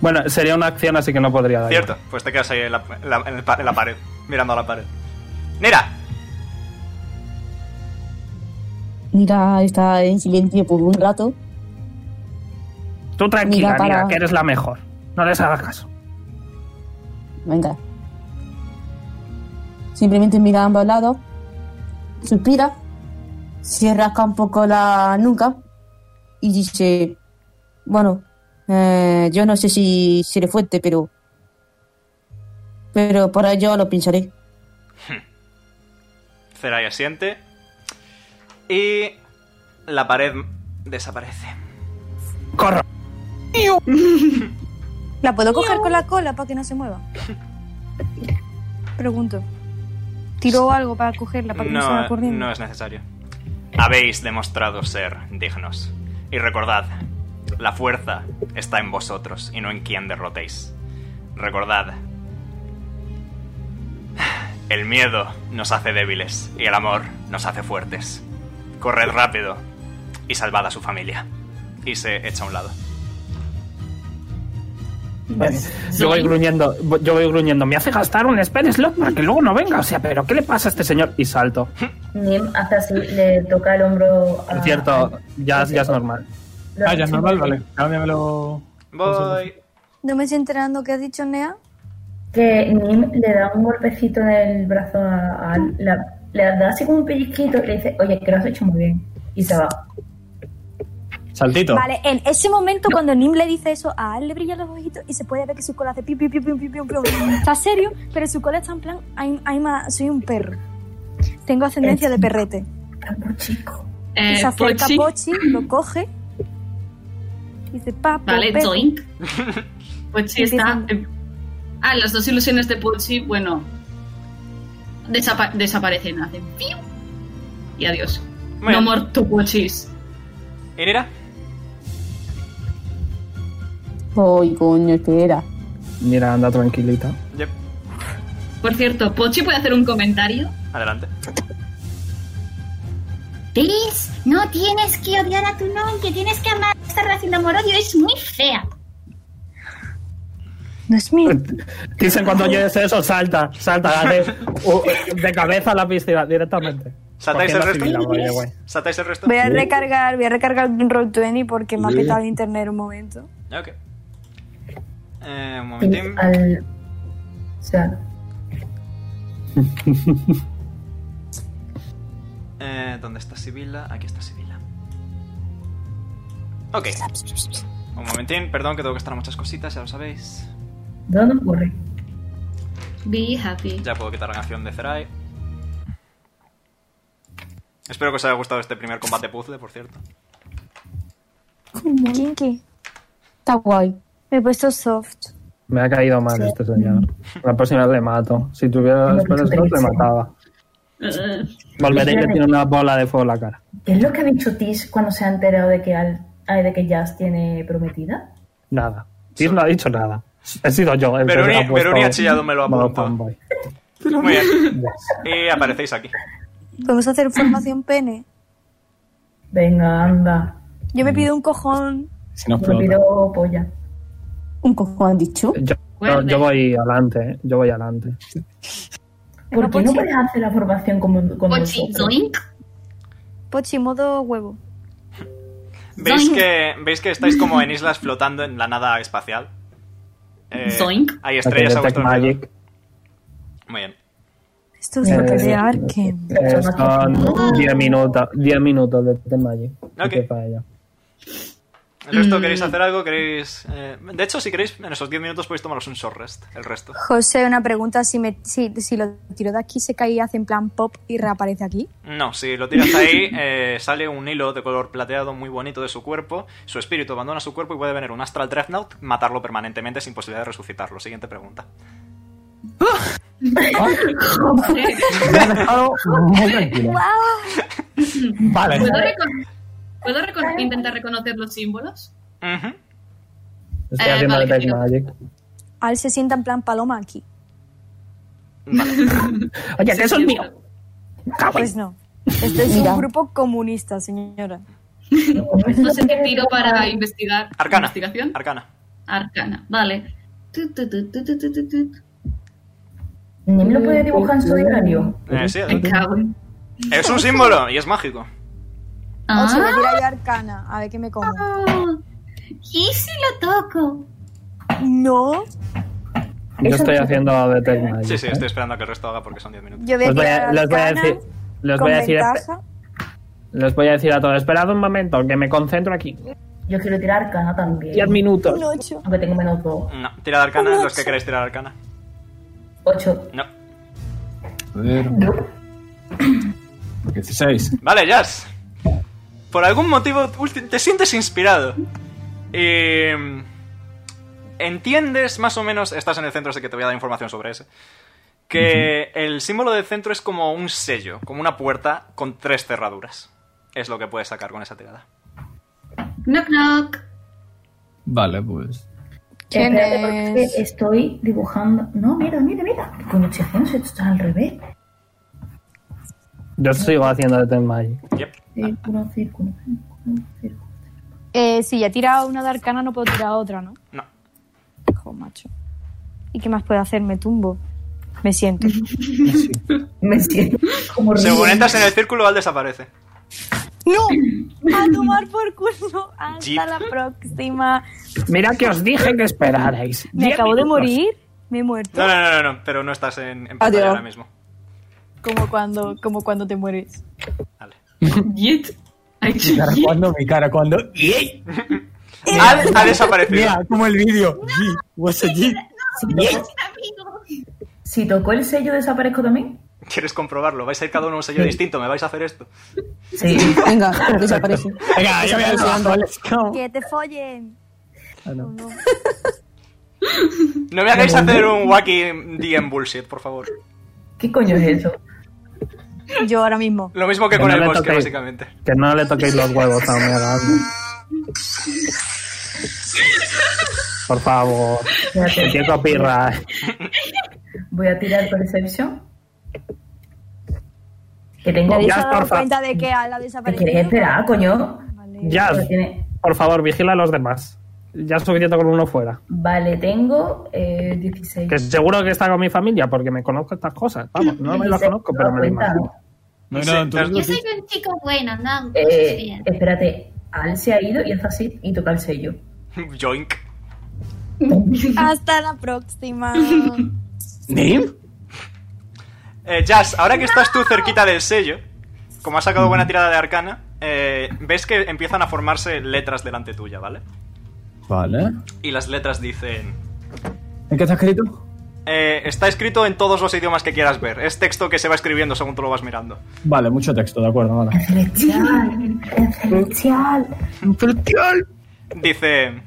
[SPEAKER 4] Bueno, sería una acción, así que no podría dar.
[SPEAKER 1] Cierto, pues te quedas ahí en la, en la- en el pa- en la pared, mirando a la pared. Mira,
[SPEAKER 10] Mira, está en silencio por un rato.
[SPEAKER 4] Tú tranquila,
[SPEAKER 10] Mira, para-
[SPEAKER 4] Nira, que eres la mejor. No les hagas caso.
[SPEAKER 10] Venga. Simplemente mira a ambos lados. Suspira. Se rasca un poco la nuca. Y dice... Bueno, eh, yo no sé si seré fuerte, pero... Pero por ello lo pensaré.
[SPEAKER 1] Hmm. Zerai asiente. Y la pared desaparece.
[SPEAKER 4] ¡Corro!
[SPEAKER 11] ¿La puedo coger con la cola para que no se mueva? Pregunto. ¿Tiró algo para cogerla para que no, se
[SPEAKER 1] No,
[SPEAKER 11] vaya corriendo?
[SPEAKER 1] no es necesario. Habéis demostrado ser dignos. Y recordad, la fuerza está en vosotros y no en quien derrotéis. Recordad, el miedo nos hace débiles y el amor nos hace fuertes. Corred rápido y salvad a su familia. Y se echa a un lado.
[SPEAKER 4] Yo voy gruñendo, yo voy gruñendo. Me hace gastar un spell slot para que luego no venga. O sea, ¿pero qué le pasa a este señor? Y salto.
[SPEAKER 7] Nim hace así, le toca el hombro a.
[SPEAKER 4] Por cierto, ya, ya es normal.
[SPEAKER 7] Ah, ya es normal, vale.
[SPEAKER 9] Cámbiamelo.
[SPEAKER 1] Voy.
[SPEAKER 11] ¿No me estoy enterando qué has dicho, Nea?
[SPEAKER 7] Que Nim le da un golpecito en el brazo a. a la- le da así como un pellizquito y le dice, oye, que lo has hecho muy bien. Y se va.
[SPEAKER 9] Saltito.
[SPEAKER 11] Vale, en ese momento cuando Nim le dice eso, a Al le brillan los ojitos y se puede ver que su cola hace pi, pi, pi, pi, pi, pi, pi. Está serio, pero su cola está en plan, I'm- I'm a- soy un perro. Tengo ascendencia de perrete.
[SPEAKER 7] chico.
[SPEAKER 11] Y se
[SPEAKER 2] Eh,
[SPEAKER 11] acerca
[SPEAKER 2] Pochi.
[SPEAKER 11] a Pochi, lo coge. y Dice, papá.
[SPEAKER 2] Vale, zoink. Pochi Pues está. Ah, las dos ilusiones de Pochi, bueno. desapa- desaparecen, hacen piu. Y adiós.
[SPEAKER 1] Muy
[SPEAKER 2] no
[SPEAKER 1] bien.
[SPEAKER 2] more to Pochis.
[SPEAKER 1] ¿Y Nira?
[SPEAKER 10] Ay, coño, espera.
[SPEAKER 4] Mira, anda tranquilita.
[SPEAKER 2] Por cierto, Pochi puede hacer un comentario.
[SPEAKER 1] Adelante.
[SPEAKER 14] Bills, no tienes que odiar a tu novio, tienes que amar esta relación de amor-odio, es muy fea.
[SPEAKER 11] No es mío.
[SPEAKER 4] Dicen cuando oyes eso, salta, salta, dale. Uh, de cabeza a la piscina, directamente.
[SPEAKER 1] ¿Saltáis el
[SPEAKER 4] Cogiendo
[SPEAKER 1] resto?
[SPEAKER 4] así la boya, güey.
[SPEAKER 1] ¿Saltáis el resto?
[SPEAKER 11] Voy a recargar, voy a recargar Roll20 porque me ha
[SPEAKER 1] Sí.
[SPEAKER 11] petado el internet un momento.
[SPEAKER 1] Ok. Eh, un
[SPEAKER 7] Y
[SPEAKER 1] momentín.
[SPEAKER 7] al. O sea,
[SPEAKER 1] Eh, ¿Dónde está Sibila? Aquí está Sibila. Ok. Un momentín, perdón que tengo que estar a muchas cositas, ya lo sabéis.
[SPEAKER 7] ¿dónde ocurre?
[SPEAKER 2] Be happy.
[SPEAKER 1] Ya puedo quitar la canción de Zerai. Espero que os haya gustado este primer combate puzzle, por cierto.
[SPEAKER 11] Kinky.
[SPEAKER 10] Está guay.
[SPEAKER 11] Me he puesto soft.
[SPEAKER 4] Me ha caído mal este señor. La próxima le mato. Si tuviera
[SPEAKER 7] Lo
[SPEAKER 4] spell slot, le
[SPEAKER 7] desprecio.
[SPEAKER 4] mataba. Volveré y le tiene una bola de fuego en la cara.
[SPEAKER 7] ¿Qué es lo que ha dicho Tis cuando se ha enterado de que, Al, ay, de que Jazz tiene prometida?
[SPEAKER 4] Nada. Tis no ha dicho nada. He sido yo. el que
[SPEAKER 1] Veroni-
[SPEAKER 4] ha puesto-
[SPEAKER 1] Veroni ha chillado, me lo apunto.
[SPEAKER 4] fanboy.
[SPEAKER 1] Muy bien. Y aparecéis aquí.
[SPEAKER 11] Podemos hacer formación pene.
[SPEAKER 7] Venga, anda.
[SPEAKER 11] Yo me pido un cojón.
[SPEAKER 9] Si no,
[SPEAKER 7] Me pido polla.
[SPEAKER 10] Un cojón han dicho.
[SPEAKER 4] Yo, yo, yo voy adelante, eh. Yo voy adelante.
[SPEAKER 7] ¿Por qué no puedes hacer la formación como con nosotros?
[SPEAKER 11] Pochi, modo huevo.
[SPEAKER 1] ¿Veis
[SPEAKER 11] Zoink.
[SPEAKER 1] que, ¿Veis que estáis como en islas flotando en la nada espacial? Eh,
[SPEAKER 11] Zoink.
[SPEAKER 1] Hay estrellas a
[SPEAKER 4] Detect
[SPEAKER 1] vuestro alrededor.
[SPEAKER 4] Magic.
[SPEAKER 1] Muy bien.
[SPEAKER 11] Esto es lo que
[SPEAKER 4] Eh,
[SPEAKER 11] de Arkham.
[SPEAKER 4] Eh, son 10 minutos, 10 minutos de, de Magic.
[SPEAKER 1] Ok.
[SPEAKER 4] Que para ella.
[SPEAKER 1] ¿El resto queréis
[SPEAKER 11] Mm.
[SPEAKER 1] hacer algo? ¿Queréis...? eh, de hecho, si queréis, en esos 10 minutos podéis tomaros un short rest. El resto.
[SPEAKER 11] José, una pregunta. Si, me, si, si lo tiro de aquí, se cae y hace en plan pop y reaparece aquí.
[SPEAKER 1] No, si lo tiras ahí, eh, sale un hilo de color plateado muy bonito de su cuerpo. Su espíritu abandona su cuerpo y puede venir un Astral Dreadnought, matarlo permanentemente sin posibilidad de resucitarlo. Siguiente pregunta.
[SPEAKER 7] Ah,
[SPEAKER 4] Me ha dejado muy tranquilo.
[SPEAKER 2] ¿Puedo,
[SPEAKER 4] Vale.
[SPEAKER 2] recon- puedo recon- intentar reconocer los símbolos?
[SPEAKER 4] Estoy
[SPEAKER 11] Eh,
[SPEAKER 4] haciendo
[SPEAKER 11] vale,
[SPEAKER 4] Detect
[SPEAKER 11] creo.
[SPEAKER 4] Magic.
[SPEAKER 12] Al se sienta en plan paloma aquí.
[SPEAKER 4] Oye, que eso es mío.
[SPEAKER 12] Pues no. Esto es
[SPEAKER 2] Mira.
[SPEAKER 12] un grupo comunista, señora.
[SPEAKER 2] No sé qué tiro para investigar.
[SPEAKER 1] Arcana.
[SPEAKER 2] ¿Investigación?
[SPEAKER 1] Arcana.
[SPEAKER 2] Arcana, vale. Tu, tu, tu, tu, tu, tu, tu, tu.
[SPEAKER 7] Ni me lo podía dibujar en su diario.
[SPEAKER 1] Eh, sí,
[SPEAKER 7] Me cago
[SPEAKER 1] es un símbolo y es mágico.
[SPEAKER 8] Ah.
[SPEAKER 12] Ocho, voy a tirar yo arcana. A ver qué me como.
[SPEAKER 8] ¿Y si lo toco?
[SPEAKER 12] No.
[SPEAKER 4] Yo estoy haciendo Detect Magic.
[SPEAKER 1] Sí, sí,
[SPEAKER 4] ¿eh?
[SPEAKER 1] estoy esperando a que el resto haga porque son 10 minutos.
[SPEAKER 12] Yo voy a
[SPEAKER 4] Os voy a,
[SPEAKER 12] tirar
[SPEAKER 4] les voy a
[SPEAKER 12] arcana
[SPEAKER 4] decir. Les
[SPEAKER 12] con
[SPEAKER 4] voy a decir,
[SPEAKER 12] ventaja.
[SPEAKER 4] les voy a decir a todos, esperad un momento, que me concentro aquí.
[SPEAKER 7] Yo quiero tirar arcana también.
[SPEAKER 4] 10 minutos.
[SPEAKER 12] Un ocho.
[SPEAKER 7] Aunque tengo menos dos.
[SPEAKER 1] No, tirad arcana los que queráis tirar arcana.
[SPEAKER 7] Ocho.
[SPEAKER 1] No.
[SPEAKER 9] Joder. 16.
[SPEAKER 1] Vale, Jazz. Por algún motivo ulti- te sientes inspirado. Y. Entiendes más o menos. Estás en el centro, así que te voy a dar información sobre ese. Que el símbolo del centro es como un sello, como una puerta con tres cerraduras. Es lo que puedes sacar con esa tirada.
[SPEAKER 2] Knock, knock.
[SPEAKER 9] Vale, pues.
[SPEAKER 11] ¿Quién
[SPEAKER 7] Espérate, porque
[SPEAKER 11] es?
[SPEAKER 7] Estoy dibujando. No, mira, mira, mira. ¿Qué coño estoy haciendo? Si Esto está al revés.
[SPEAKER 4] Yo sigo haciendo Detect Magic.
[SPEAKER 7] Círculo, círculo.
[SPEAKER 11] Eh, si ya he tirado una de arcana, no puedo tirar otra, ¿no?
[SPEAKER 1] No.
[SPEAKER 11] Hijo, macho. ¿Y qué más puedo hacer? Me tumbo. Me siento.
[SPEAKER 7] Me siento como
[SPEAKER 1] Según entras en el círculo, Al desaparece.
[SPEAKER 11] ¡No! A tomar por culo. Hasta
[SPEAKER 1] Jeep.
[SPEAKER 11] la próxima.
[SPEAKER 4] Mira que os dije que esperarais.
[SPEAKER 11] Me
[SPEAKER 4] Diez
[SPEAKER 11] acabo de
[SPEAKER 4] minutos.
[SPEAKER 11] morir. Me he muerto.
[SPEAKER 1] No, no, no, no, no, pero no estás en, en pantalla
[SPEAKER 11] Adiós.
[SPEAKER 1] ahora mismo.
[SPEAKER 11] Como cuando, como cuando te mueres.
[SPEAKER 9] Mi cara cuando, mi cara cuando.
[SPEAKER 1] Al ha desaparecido.
[SPEAKER 9] Eh, Mira, como el vídeo. Yeet, What's a yeet?
[SPEAKER 7] Si tocó el sello, desaparezco también.
[SPEAKER 1] ¿Quieres comprobarlo? ¿Vais a ir cada uno a un sello distinto? ¿Me vais a hacer esto?
[SPEAKER 7] Sí.
[SPEAKER 6] Venga, desaparece.
[SPEAKER 9] Venga, yo voy al trabajo, let's go.
[SPEAKER 12] Que te follen.
[SPEAKER 1] No me hagáis hacer un wacky DM bullshit, por favor.
[SPEAKER 7] ¿Qué coño es eso?
[SPEAKER 12] Yo ahora mismo.
[SPEAKER 1] Lo mismo que
[SPEAKER 4] Que
[SPEAKER 1] con
[SPEAKER 4] no
[SPEAKER 1] el
[SPEAKER 4] le
[SPEAKER 1] bosque,
[SPEAKER 4] toquéis.
[SPEAKER 1] básicamente.
[SPEAKER 4] Que no le toquéis los huevos a mierda. Por favor. Que quiero pirra.
[SPEAKER 7] Voy a tirar percepción. Que tengo.
[SPEAKER 12] ¿Nadie se ha dado cuenta de que Al ha
[SPEAKER 7] ¿Te
[SPEAKER 12] desaparecido?
[SPEAKER 7] quieres esperar, coño?
[SPEAKER 4] Ya,
[SPEAKER 7] Pero tiene-
[SPEAKER 4] por favor, vigila a los demás. Ya es suficiente con uno fuera.
[SPEAKER 7] Vale, tengo eh, 16.
[SPEAKER 4] Que seguro que está con mi familia porque me conozco estas cosas. Vamos, no me las conozco, pero me las imagino.
[SPEAKER 9] No, no, tú-
[SPEAKER 8] Yo soy un chico bueno, no.
[SPEAKER 7] Eh, espérate, Al se ha ido y está así y toca el sello.
[SPEAKER 1] Joink.
[SPEAKER 12] Hasta la próxima.
[SPEAKER 9] ¿Nim?
[SPEAKER 1] Eh, Jazz, ahora que estás tú cerquita del sello, como has sacado buena tirada de arcana, eh, ves que empiezan a formarse letras delante tuya, ¿vale?
[SPEAKER 9] Vale.
[SPEAKER 1] Y las letras dicen...
[SPEAKER 9] ¿En qué está escrito?
[SPEAKER 1] eh, está escrito en todos los idiomas que quieras ver. Es texto que se va escribiendo según tú lo vas mirando.
[SPEAKER 9] Vale, mucho texto, de acuerdo, vale.
[SPEAKER 7] Celestial, es celestial.
[SPEAKER 1] Dice,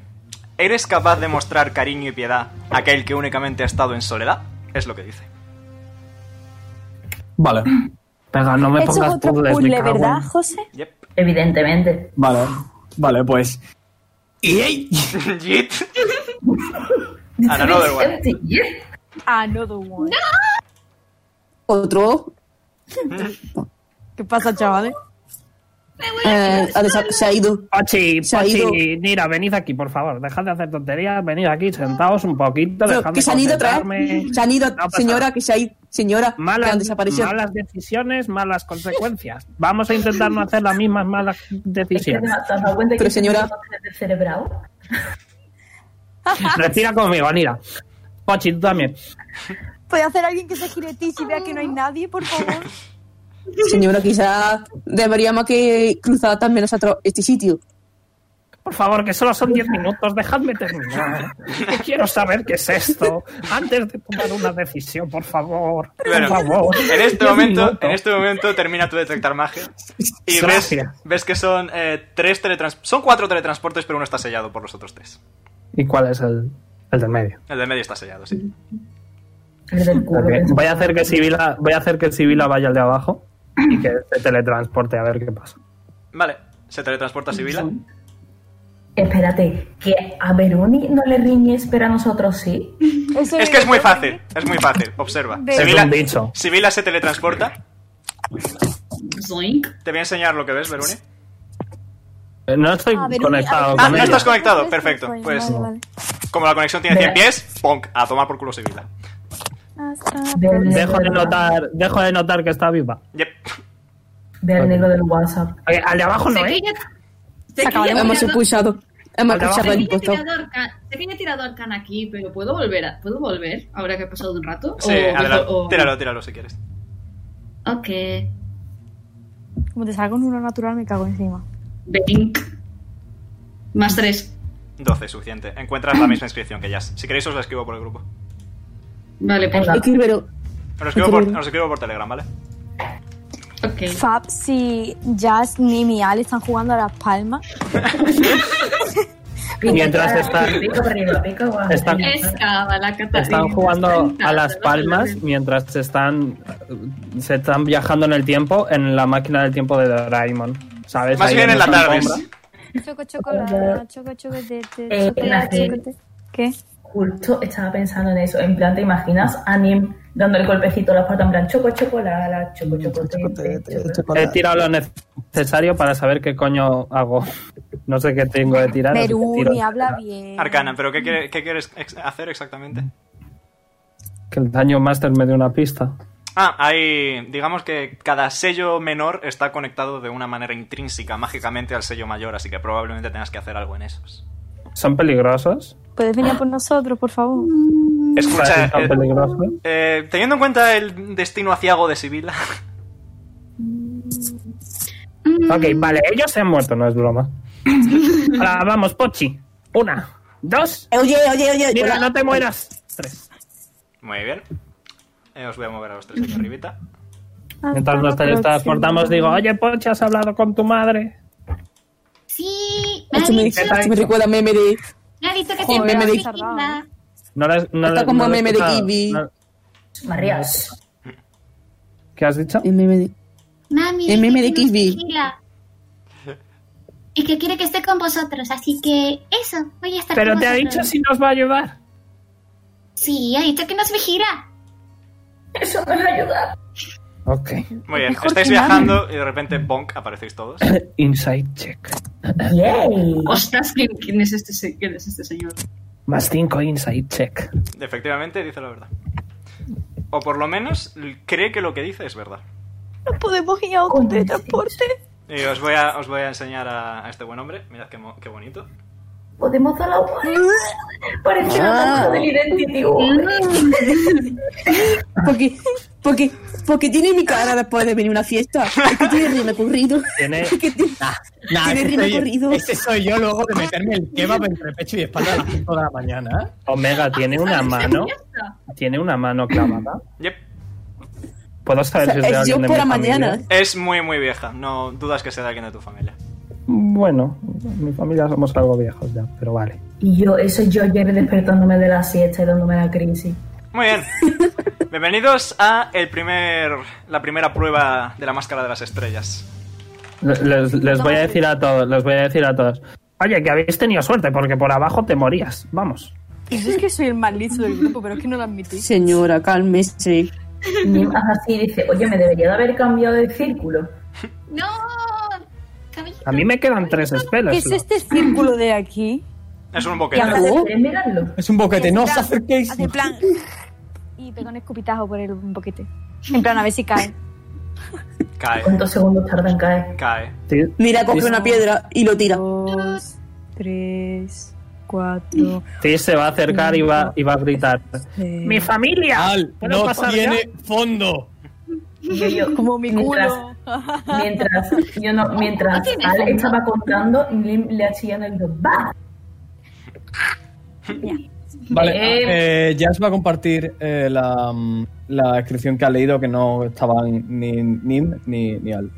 [SPEAKER 1] ¿eres capaz de mostrar cariño y piedad a aquel que únicamente ha estado en soledad? Es lo que dice.
[SPEAKER 9] Vale.
[SPEAKER 4] Venga, no me
[SPEAKER 12] Eso es
[SPEAKER 4] pongas
[SPEAKER 12] otro
[SPEAKER 4] puzzles, me
[SPEAKER 12] puzzle,
[SPEAKER 4] cago en-
[SPEAKER 12] ¿verdad, José?
[SPEAKER 7] Evidentemente.
[SPEAKER 9] Vale, vale, pues. ¡Yey!
[SPEAKER 1] Yeet. And another one.
[SPEAKER 10] Ah,
[SPEAKER 11] Another one.
[SPEAKER 10] Otro.
[SPEAKER 12] ¿Qué pasa, chavales?
[SPEAKER 10] Eh, ha desa- se ha ido.
[SPEAKER 4] Pochi,
[SPEAKER 10] Se ha ido.
[SPEAKER 4] Pochi, mira, venid aquí, por favor. Dejad de hacer tonterías, venid aquí, sentaos un poquito,
[SPEAKER 10] Pero
[SPEAKER 4] dejad
[SPEAKER 10] que
[SPEAKER 4] de
[SPEAKER 10] se han ido otra
[SPEAKER 4] concentrarme.
[SPEAKER 10] vez. Se han ido,
[SPEAKER 4] No pasa
[SPEAKER 10] señora, que se ha ido. Señora, que han
[SPEAKER 4] Malas,
[SPEAKER 10] desaparecido.
[SPEAKER 4] malas decisiones, malas consecuencias. Vamos a intentar no hacer las mismas malas
[SPEAKER 7] Es que te
[SPEAKER 4] decisiones.
[SPEAKER 7] has dado cuenta que
[SPEAKER 10] Pero, señora-
[SPEAKER 7] estoy cerebrado.
[SPEAKER 4] Respira conmigo, Nira. Pochi, tú también.
[SPEAKER 12] ¿Puede hacer alguien que se gire a ti y vea que no hay nadie, por favor?
[SPEAKER 10] Señora, quizá deberíamos que cruzar también nosotros este sitio.
[SPEAKER 4] Por favor, que solo son 10 minutos, dejadme terminar. Que Quiero saber qué es esto antes de tomar una decisión, por favor. Por
[SPEAKER 1] Bueno,
[SPEAKER 4] favor.
[SPEAKER 1] en este
[SPEAKER 4] 10
[SPEAKER 1] momento,
[SPEAKER 4] minutos.
[SPEAKER 1] en este momento termina tu detectar magia y ves,
[SPEAKER 4] Gracias.
[SPEAKER 1] ves que son eh, tres teletrans- son cuatro teletransportes, pero uno está sellado por los otros tres.
[SPEAKER 4] ¿Y cuál es el, el del medio?
[SPEAKER 1] El de medio está sellado, sí.
[SPEAKER 7] El del culo.
[SPEAKER 4] Ok,
[SPEAKER 7] que-
[SPEAKER 4] Voy a hacer que Sibila, voy a hacer que Sibila vaya al de abajo y que se teletransporte a ver qué pasa.
[SPEAKER 1] Vale, se teletransporta Sibila.
[SPEAKER 7] Espérate, que a Veroni no le riñes, pero a nosotros sí.
[SPEAKER 1] Es que es muy fácil, es muy fácil. Observa.
[SPEAKER 7] Es
[SPEAKER 1] Sibila,
[SPEAKER 7] un bicho.
[SPEAKER 1] Sibila se teletransporta. Te voy a enseñar lo que ves, Veroni.
[SPEAKER 4] Eh, No estoy
[SPEAKER 1] Ah, Veruni,
[SPEAKER 4] conectado con
[SPEAKER 1] Ah, no
[SPEAKER 4] ella.
[SPEAKER 1] estás conectado. Perfecto. Pues como la conexión tiene 100
[SPEAKER 4] Verá.
[SPEAKER 1] pies, ¡pong! A tomar por culo Sibila.
[SPEAKER 10] Ah,
[SPEAKER 4] Dejo de notar, dejo de notar que está viva.
[SPEAKER 7] Ve al negro del WhatsApp.
[SPEAKER 4] Al de abajo no, ¿eh?
[SPEAKER 8] Pequeño- pequeño
[SPEAKER 10] Hemos
[SPEAKER 8] tirador-
[SPEAKER 10] expulsado. Hemos
[SPEAKER 4] Acabamos.
[SPEAKER 10] expulsado el
[SPEAKER 4] Pequeño
[SPEAKER 10] impostor.
[SPEAKER 2] Tirador Khan- Pequeño tirador can aquí, pero ¿puedo volver? a- ¿Puedo volver ahora que ha pasado un rato?
[SPEAKER 1] Sí,
[SPEAKER 2] O-
[SPEAKER 1] adelante.
[SPEAKER 2] o-
[SPEAKER 1] Tíralo, tíralo si quieres.
[SPEAKER 2] Ok.
[SPEAKER 12] Como te salga un uno natural, me cago encima.
[SPEAKER 2] Blink. Más tres.
[SPEAKER 1] 12 es suficiente. Encuentras la misma inscripción que Jazz. Si queréis os la escribo por el grupo.
[SPEAKER 2] Vale, pues
[SPEAKER 1] Venga.
[SPEAKER 10] Escríbelo.
[SPEAKER 1] Os lo escribo por, os lo escribo por Telegram, ¿vale?
[SPEAKER 12] Fab, si Jazz, Nim y Al están jugando a las palmas.
[SPEAKER 4] Mientras están- están-
[SPEAKER 2] Escaba la Catalina.
[SPEAKER 4] Están jugando a las palmas mientras se están, se están viajando en el tiempo en la máquina del tiempo de Doraemon. ¿Sabes?
[SPEAKER 1] Más
[SPEAKER 4] Ahí
[SPEAKER 1] bien en la
[SPEAKER 4] esa
[SPEAKER 1] tarde.
[SPEAKER 4] alfombra.
[SPEAKER 12] Choco, chocolate, choco, chocolate,
[SPEAKER 7] Eh,
[SPEAKER 12] chocolate,
[SPEAKER 7] eh,
[SPEAKER 12] chocolate. ¿Qué?
[SPEAKER 7] Justo estaba pensando en eso. En plan, ¿te imaginas a Nim dando el golpecito a la puerta? En plan, choco, chocolate, choco, chocolate.
[SPEAKER 4] He tirado lo necesario para saber qué coño hago. No sé qué tengo de tirar. así que tiro.
[SPEAKER 12] Veruni, habla bien.
[SPEAKER 1] Arcana, pero ¿qué, quiere- qué quieres ex- hacer exactamente?
[SPEAKER 4] Que el daño master me dé una pista.
[SPEAKER 1] Ah, hay. Digamos que cada sello menor está conectado de una manera intrínseca, mágicamente, al sello mayor, así que probablemente tengas que hacer algo en esos.
[SPEAKER 4] ¿Son peligrosos?
[SPEAKER 12] ¿Puedes venir a por nosotros, por favor?
[SPEAKER 1] Escucha,
[SPEAKER 4] ¿Son
[SPEAKER 1] eh,
[SPEAKER 4] peligrosos?
[SPEAKER 1] eh, teniendo en cuenta el destino aciago de Sibila.
[SPEAKER 8] Mm.
[SPEAKER 4] Ok, vale, ellos se han muerto, no es broma. Ahora vamos, Pochi. Una, dos.
[SPEAKER 10] Oye, oye, oye.
[SPEAKER 4] Mira,
[SPEAKER 10] hola.
[SPEAKER 4] no te mueras. Tres.
[SPEAKER 1] Muy bien. Eh, os voy a mover a los tres aquí arribita.
[SPEAKER 4] Mientras nos teletransportamos, digo, oye, Pochi, has hablado con tu madre.
[SPEAKER 8] Sí, me ha
[SPEAKER 10] Esto me,
[SPEAKER 8] dicho,
[SPEAKER 10] esto me recuerda a meme de.
[SPEAKER 8] me ha dicho que
[SPEAKER 10] Joder,
[SPEAKER 8] siempre
[SPEAKER 10] me
[SPEAKER 8] me
[SPEAKER 10] dice-
[SPEAKER 8] vigila.
[SPEAKER 4] No la- no
[SPEAKER 10] Está
[SPEAKER 4] la-
[SPEAKER 10] como
[SPEAKER 4] no la he
[SPEAKER 10] meme de
[SPEAKER 4] escuchado.
[SPEAKER 10] Kiwi.
[SPEAKER 4] No-
[SPEAKER 7] Marías.
[SPEAKER 4] ¿Qué has dicho?
[SPEAKER 10] El meme de,
[SPEAKER 8] Mami,
[SPEAKER 10] el meme de
[SPEAKER 8] dice que nos
[SPEAKER 10] Kiwi.
[SPEAKER 8] vigila. Y que quiere que esté con vosotros, así que eso, voy a estar
[SPEAKER 4] Pero
[SPEAKER 8] con
[SPEAKER 4] te ha
[SPEAKER 8] vosotros.
[SPEAKER 4] dicho si nos va a ayudar.
[SPEAKER 8] Sí, ha dicho que nos vigila.
[SPEAKER 7] Eso nos ayuda.
[SPEAKER 4] Ok.
[SPEAKER 1] Muy bien,
[SPEAKER 4] Mejor
[SPEAKER 1] estáis
[SPEAKER 4] que nada.
[SPEAKER 1] viajando y de repente, bonk, aparecéis todos.
[SPEAKER 4] Inside check.
[SPEAKER 2] Ostras, ¿quién, quién es este, se- quién es este señor?
[SPEAKER 4] Más cinco inside check.
[SPEAKER 1] Efectivamente, dice la verdad. O por lo menos l- cree que lo que dice es verdad.
[SPEAKER 12] No podemos ir a un teletransporte.
[SPEAKER 1] Y os voy a, os voy a enseñar a, a este buen hombre. Mirad qué, mo- qué bonito.
[SPEAKER 7] Podemos dar la Parece la foto del Identity.
[SPEAKER 4] Mm.
[SPEAKER 10] Porque, porque, porque tiene mi
[SPEAKER 11] Ah.
[SPEAKER 10] cara después de venir a una fiesta. Es que tiene rima corrido.
[SPEAKER 4] Tiene-
[SPEAKER 10] Es que tiene,
[SPEAKER 1] Ah.
[SPEAKER 10] tiene
[SPEAKER 9] este
[SPEAKER 10] rima
[SPEAKER 9] soy yo.
[SPEAKER 10] corrido.
[SPEAKER 9] Este soy yo luego de meterme el kebab entre pecho y espalda a las 5 de la mañana. ¿eh?
[SPEAKER 4] Omega
[SPEAKER 8] Ah,
[SPEAKER 4] tiene una mano. Tiene una mano clavada.
[SPEAKER 1] Yep.
[SPEAKER 4] Puedo saber si es de alguien de mi familia?
[SPEAKER 1] Es muy, muy vieja. No dudas que sea de alguien de tu familia.
[SPEAKER 4] Bueno, en mi familia somos algo viejos ya, pero vale.
[SPEAKER 7] Y yo, eso yo ayer despertándome de la siesta y dándome la crisis.
[SPEAKER 1] Muy bien. Bienvenidos a el primer, la primera prueba de la máscara de las estrellas.
[SPEAKER 4] Le- Les, les voy a decir a todos, les voy a decir a todos. Oye, que habéis tenido suerte porque por abajo te morías. Vamos.
[SPEAKER 10] Es que soy el más listo del grupo, pero es que no lo admití. Señora, cálmese.
[SPEAKER 7] Nim hace así y dice, oye, me debería de haber cambiado de círculo.
[SPEAKER 8] No,
[SPEAKER 4] A mí me quedan tres espelas.
[SPEAKER 12] ¿Qué es este círculo de aquí?
[SPEAKER 1] Es un
[SPEAKER 12] Y habla de-
[SPEAKER 9] Es un boquete, no os
[SPEAKER 12] Plan,
[SPEAKER 9] acerquéis.
[SPEAKER 12] hace plan. Y pega un escupitajo por el boquete. En plan, a ver si cae.
[SPEAKER 1] Cae.
[SPEAKER 7] ¿Cuántos segundos tardan en caer?
[SPEAKER 1] Cae.
[SPEAKER 10] Mira, coge una piedra y lo tira.
[SPEAKER 12] Dos, tres, cuatro.
[SPEAKER 4] Sí, se va a acercar y va, y va a gritar. ¡Mi familia! ¿Puedo
[SPEAKER 9] no
[SPEAKER 4] pasar
[SPEAKER 9] tiene
[SPEAKER 4] ya?
[SPEAKER 9] fondo.
[SPEAKER 7] Yo- yo-
[SPEAKER 12] Como mi
[SPEAKER 7] mientras,
[SPEAKER 12] culo.
[SPEAKER 7] Mientras, yo no, mientras
[SPEAKER 12] tiene
[SPEAKER 7] Al
[SPEAKER 12] fondo.
[SPEAKER 7] estaba contando, Nim le ha chillado y dicho, ¡va!
[SPEAKER 9] Vale,
[SPEAKER 7] Eh.
[SPEAKER 9] eh, Jazz va a compartir eh, la, mm, la descripción que ha leído que no estaban ni Nim ni, ni Al.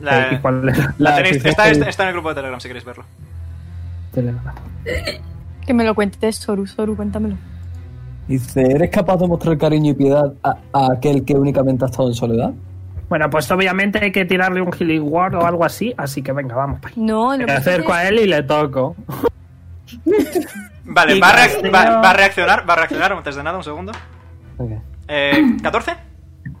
[SPEAKER 1] La-
[SPEAKER 4] Eh, ¿Y cuál era?
[SPEAKER 1] La tenéis- está, está en el grupo de Telegram si queréis verlo.
[SPEAKER 12] Que me lo cuentes, Soru, Soru, cuéntamelo.
[SPEAKER 9] Dice, ¿eres capaz de mostrar cariño y piedad a, a aquel que únicamente ha estado en soledad?
[SPEAKER 4] Bueno, pues obviamente hay que tirarle un healing ward o algo así, así que venga, vamos.
[SPEAKER 11] No, lo
[SPEAKER 4] Me
[SPEAKER 11] que
[SPEAKER 4] acerco a él y le toco.
[SPEAKER 1] Vale,
[SPEAKER 4] Y
[SPEAKER 1] va a, reac-
[SPEAKER 4] casteo.
[SPEAKER 1] va- va a reaccionar, va a reaccionar antes de nada, un segundo. Eh, ¿14?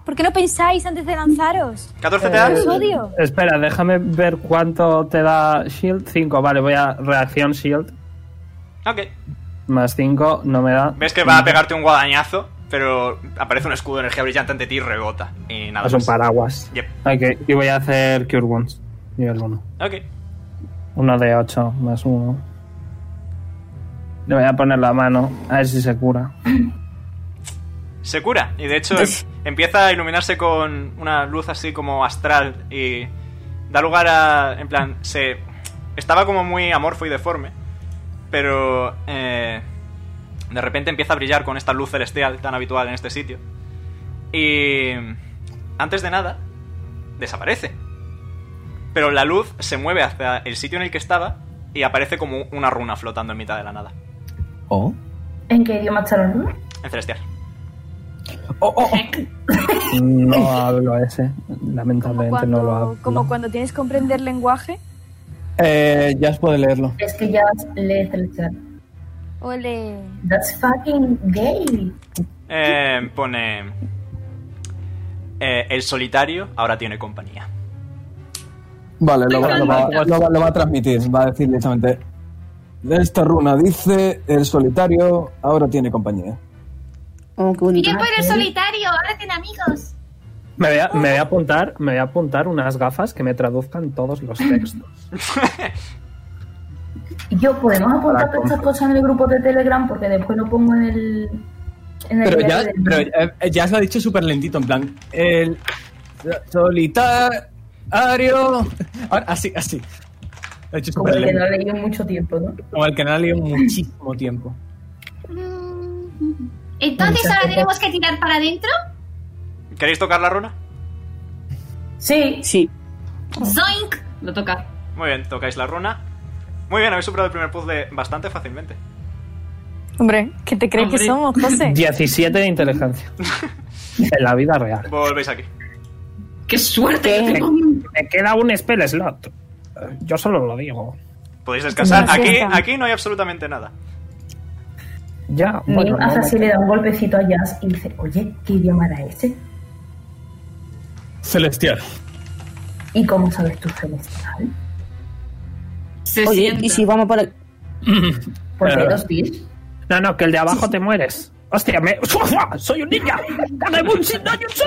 [SPEAKER 12] ¿Por qué no pensáis antes de lanzaros?
[SPEAKER 1] 14 te
[SPEAKER 4] Eh,
[SPEAKER 1] da.
[SPEAKER 12] Os odio.
[SPEAKER 4] Espera, déjame ver cuánto te da Shield. 5, vale, voy a reacción Shield.
[SPEAKER 1] Ok.
[SPEAKER 4] Más 5, no me da.
[SPEAKER 1] Ves que va a pegarte un guadañazo, pero aparece un escudo de energía brillante ante ti y rebota. Y nada
[SPEAKER 4] Es un
[SPEAKER 1] más.
[SPEAKER 4] paraguas.
[SPEAKER 1] Yep.
[SPEAKER 4] Ok, y voy a hacer Cure Wounds. Nivel 1.
[SPEAKER 1] Ok.
[SPEAKER 4] 1 de 8, más 1. Le voy a poner la mano, a ver si se cura.
[SPEAKER 1] Se cura. Y de hecho em- empieza a iluminarse con una luz así como astral y da lugar a... En plan, se... Estaba como muy amorfo y deforme, pero eh, de repente empieza a brillar con esta luz celestial tan habitual en este sitio. Y antes de nada, desaparece. Pero la luz se mueve hacia el sitio en el que estaba y aparece como una runa flotando en mitad de la nada.
[SPEAKER 9] Oh.
[SPEAKER 7] ¿En qué idioma está la luna?
[SPEAKER 1] En celestial.
[SPEAKER 4] No hablo ese, lamentablemente no lo hablo.
[SPEAKER 11] Como cuando tienes que comprender lenguaje.
[SPEAKER 9] Eh, ya puede leerlo.
[SPEAKER 7] Es que ya lees celestial.
[SPEAKER 11] Ole.
[SPEAKER 7] That's fucking gay.
[SPEAKER 1] Eh, pone... eh, el solitario ahora tiene compañía.
[SPEAKER 9] Vale, lo va,
[SPEAKER 1] Ay,
[SPEAKER 9] lo va-
[SPEAKER 1] calma.
[SPEAKER 9] lo va- lo va a transmitir. Va a decir directamente. Esta runa dice: el solitario ahora tiene compañía.
[SPEAKER 10] Oh, qué bonito.
[SPEAKER 8] Bien por pues, el solitario, ahora tiene amigos.
[SPEAKER 4] Me voy, a, me voy a apuntar, me voy a apuntar unas gafas que me traduzcan todos los textos.
[SPEAKER 7] Y Yo, podemos apuntar
[SPEAKER 9] Ah,
[SPEAKER 4] Para
[SPEAKER 7] todas estas
[SPEAKER 9] pues,
[SPEAKER 7] cosas en el grupo de Telegram porque después lo pongo en el. En el
[SPEAKER 9] Pero
[SPEAKER 7] diario
[SPEAKER 9] ya,
[SPEAKER 7] de-
[SPEAKER 9] pero eh, ya se lo ha dicho súper lentito, en plan. El solitario. Ahora, Ah, así, así. Lo ha hecho
[SPEAKER 7] Como
[SPEAKER 9] súper
[SPEAKER 7] el que no
[SPEAKER 9] lento.
[SPEAKER 7] ha leído mucho tiempo, ¿no?
[SPEAKER 9] Como el que no ha leído muchísimo tiempo.
[SPEAKER 8] Entonces
[SPEAKER 9] Muchas
[SPEAKER 8] ahora
[SPEAKER 9] gracias.
[SPEAKER 8] tenemos que tirar para adentro.
[SPEAKER 1] ¿Queréis tocar la runa?
[SPEAKER 7] Sí.
[SPEAKER 10] Sí.
[SPEAKER 8] Zoink.
[SPEAKER 2] Lo toca.
[SPEAKER 1] Muy bien, tocáis la runa. Muy bien, habéis superado el primer puzzle bastante fácilmente.
[SPEAKER 11] Hombre, ¿qué te crees que somos, José?
[SPEAKER 4] 17 de inteligencia. en la vida real.
[SPEAKER 1] Volvéis aquí.
[SPEAKER 2] ¡Qué suerte!
[SPEAKER 4] Me, me queda un spell slot. Eh, Yo solo lo digo.
[SPEAKER 1] Podéis descansar.
[SPEAKER 4] Una
[SPEAKER 1] Aquí,
[SPEAKER 4] fiesta.
[SPEAKER 1] aquí no hay absolutamente nada.
[SPEAKER 4] Ya,
[SPEAKER 7] Nim
[SPEAKER 4] bueno.
[SPEAKER 7] hace
[SPEAKER 4] no-
[SPEAKER 7] así, le da un golpecito a Jazz y dice: Oye, ¿qué idioma era ese?
[SPEAKER 9] Celestial.
[SPEAKER 7] ¿Y cómo sabes tú celestial?
[SPEAKER 10] Oye, y si vamos por el...
[SPEAKER 7] Porque
[SPEAKER 4] Eh,
[SPEAKER 7] los bits
[SPEAKER 4] No, no, que el de abajo te mueres. Hostia, me... ¡Soy un ninja! ¡Dame un sin daño, so!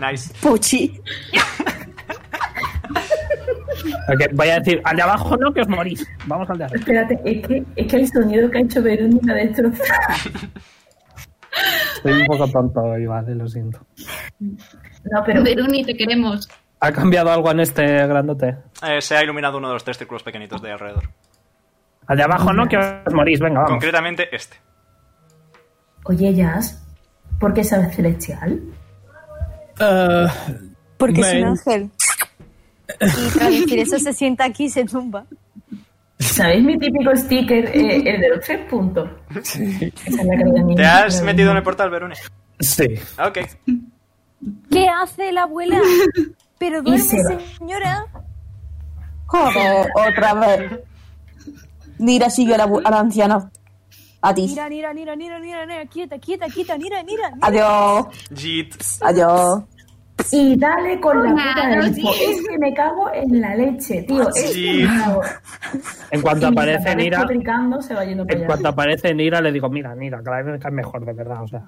[SPEAKER 1] Nice.
[SPEAKER 10] Puchi.
[SPEAKER 4] Ok, voy a decir, al de
[SPEAKER 13] Oh,
[SPEAKER 4] abajo no, que os morís. Vamos al de arriba.
[SPEAKER 7] Espérate, es que, es que el sonido que ha hecho Verónica destrozada.
[SPEAKER 4] Estoy un poco tonto hoy, vale, lo siento.
[SPEAKER 7] No, pero.
[SPEAKER 2] Veruni, te queremos.
[SPEAKER 4] ¿Ha cambiado algo en este grandote?
[SPEAKER 1] Eh, se ha iluminado uno de los tres círculos pequeñitos de alrededor.
[SPEAKER 4] Al de abajo no, que os morís. Venga, vamos.
[SPEAKER 1] Concretamente este.
[SPEAKER 7] Oye, Jazz, ¿por qué sabes celestial?
[SPEAKER 11] Porque es un
[SPEAKER 7] Bueno.
[SPEAKER 11] ángel. Y tras decir eso se sienta aquí y se tumba.
[SPEAKER 7] ¿Sabéis mi típico sticker, eh, el de los tres puntos? Esa es la que le dan
[SPEAKER 1] ¿Te
[SPEAKER 7] niños,
[SPEAKER 1] has
[SPEAKER 7] la
[SPEAKER 1] metido en
[SPEAKER 7] niña.
[SPEAKER 1] el portal, Verune?
[SPEAKER 4] Sí.
[SPEAKER 1] Ok.
[SPEAKER 11] ¿Qué hace la abuela? Pero duerme,
[SPEAKER 10] se va.
[SPEAKER 11] señora.
[SPEAKER 6] Joder, otra vez. Mira, sigue a la, bu- a la anciana. A ti.
[SPEAKER 11] Mira, mira, mira, mira, mira, mira, quieta, quieta, quieta, mira, mira. mira.
[SPEAKER 6] Adiós.
[SPEAKER 1] Jit.
[SPEAKER 6] Adiós.
[SPEAKER 7] Y dale con la
[SPEAKER 11] Nada,
[SPEAKER 7] puta del
[SPEAKER 11] sí.
[SPEAKER 7] po- Es que me cago en la leche,
[SPEAKER 8] Ah,
[SPEAKER 7] tío. Es
[SPEAKER 4] Sí.
[SPEAKER 7] que me cago.
[SPEAKER 4] En cuanto
[SPEAKER 7] Y mientras
[SPEAKER 4] aparece
[SPEAKER 7] va
[SPEAKER 4] Nira,
[SPEAKER 7] despotricando, se va yendo para
[SPEAKER 4] en
[SPEAKER 7] allá.
[SPEAKER 4] cuanto aparece Nira le digo, mira, Nira, que la dinámica es mejor, de verdad, o sea.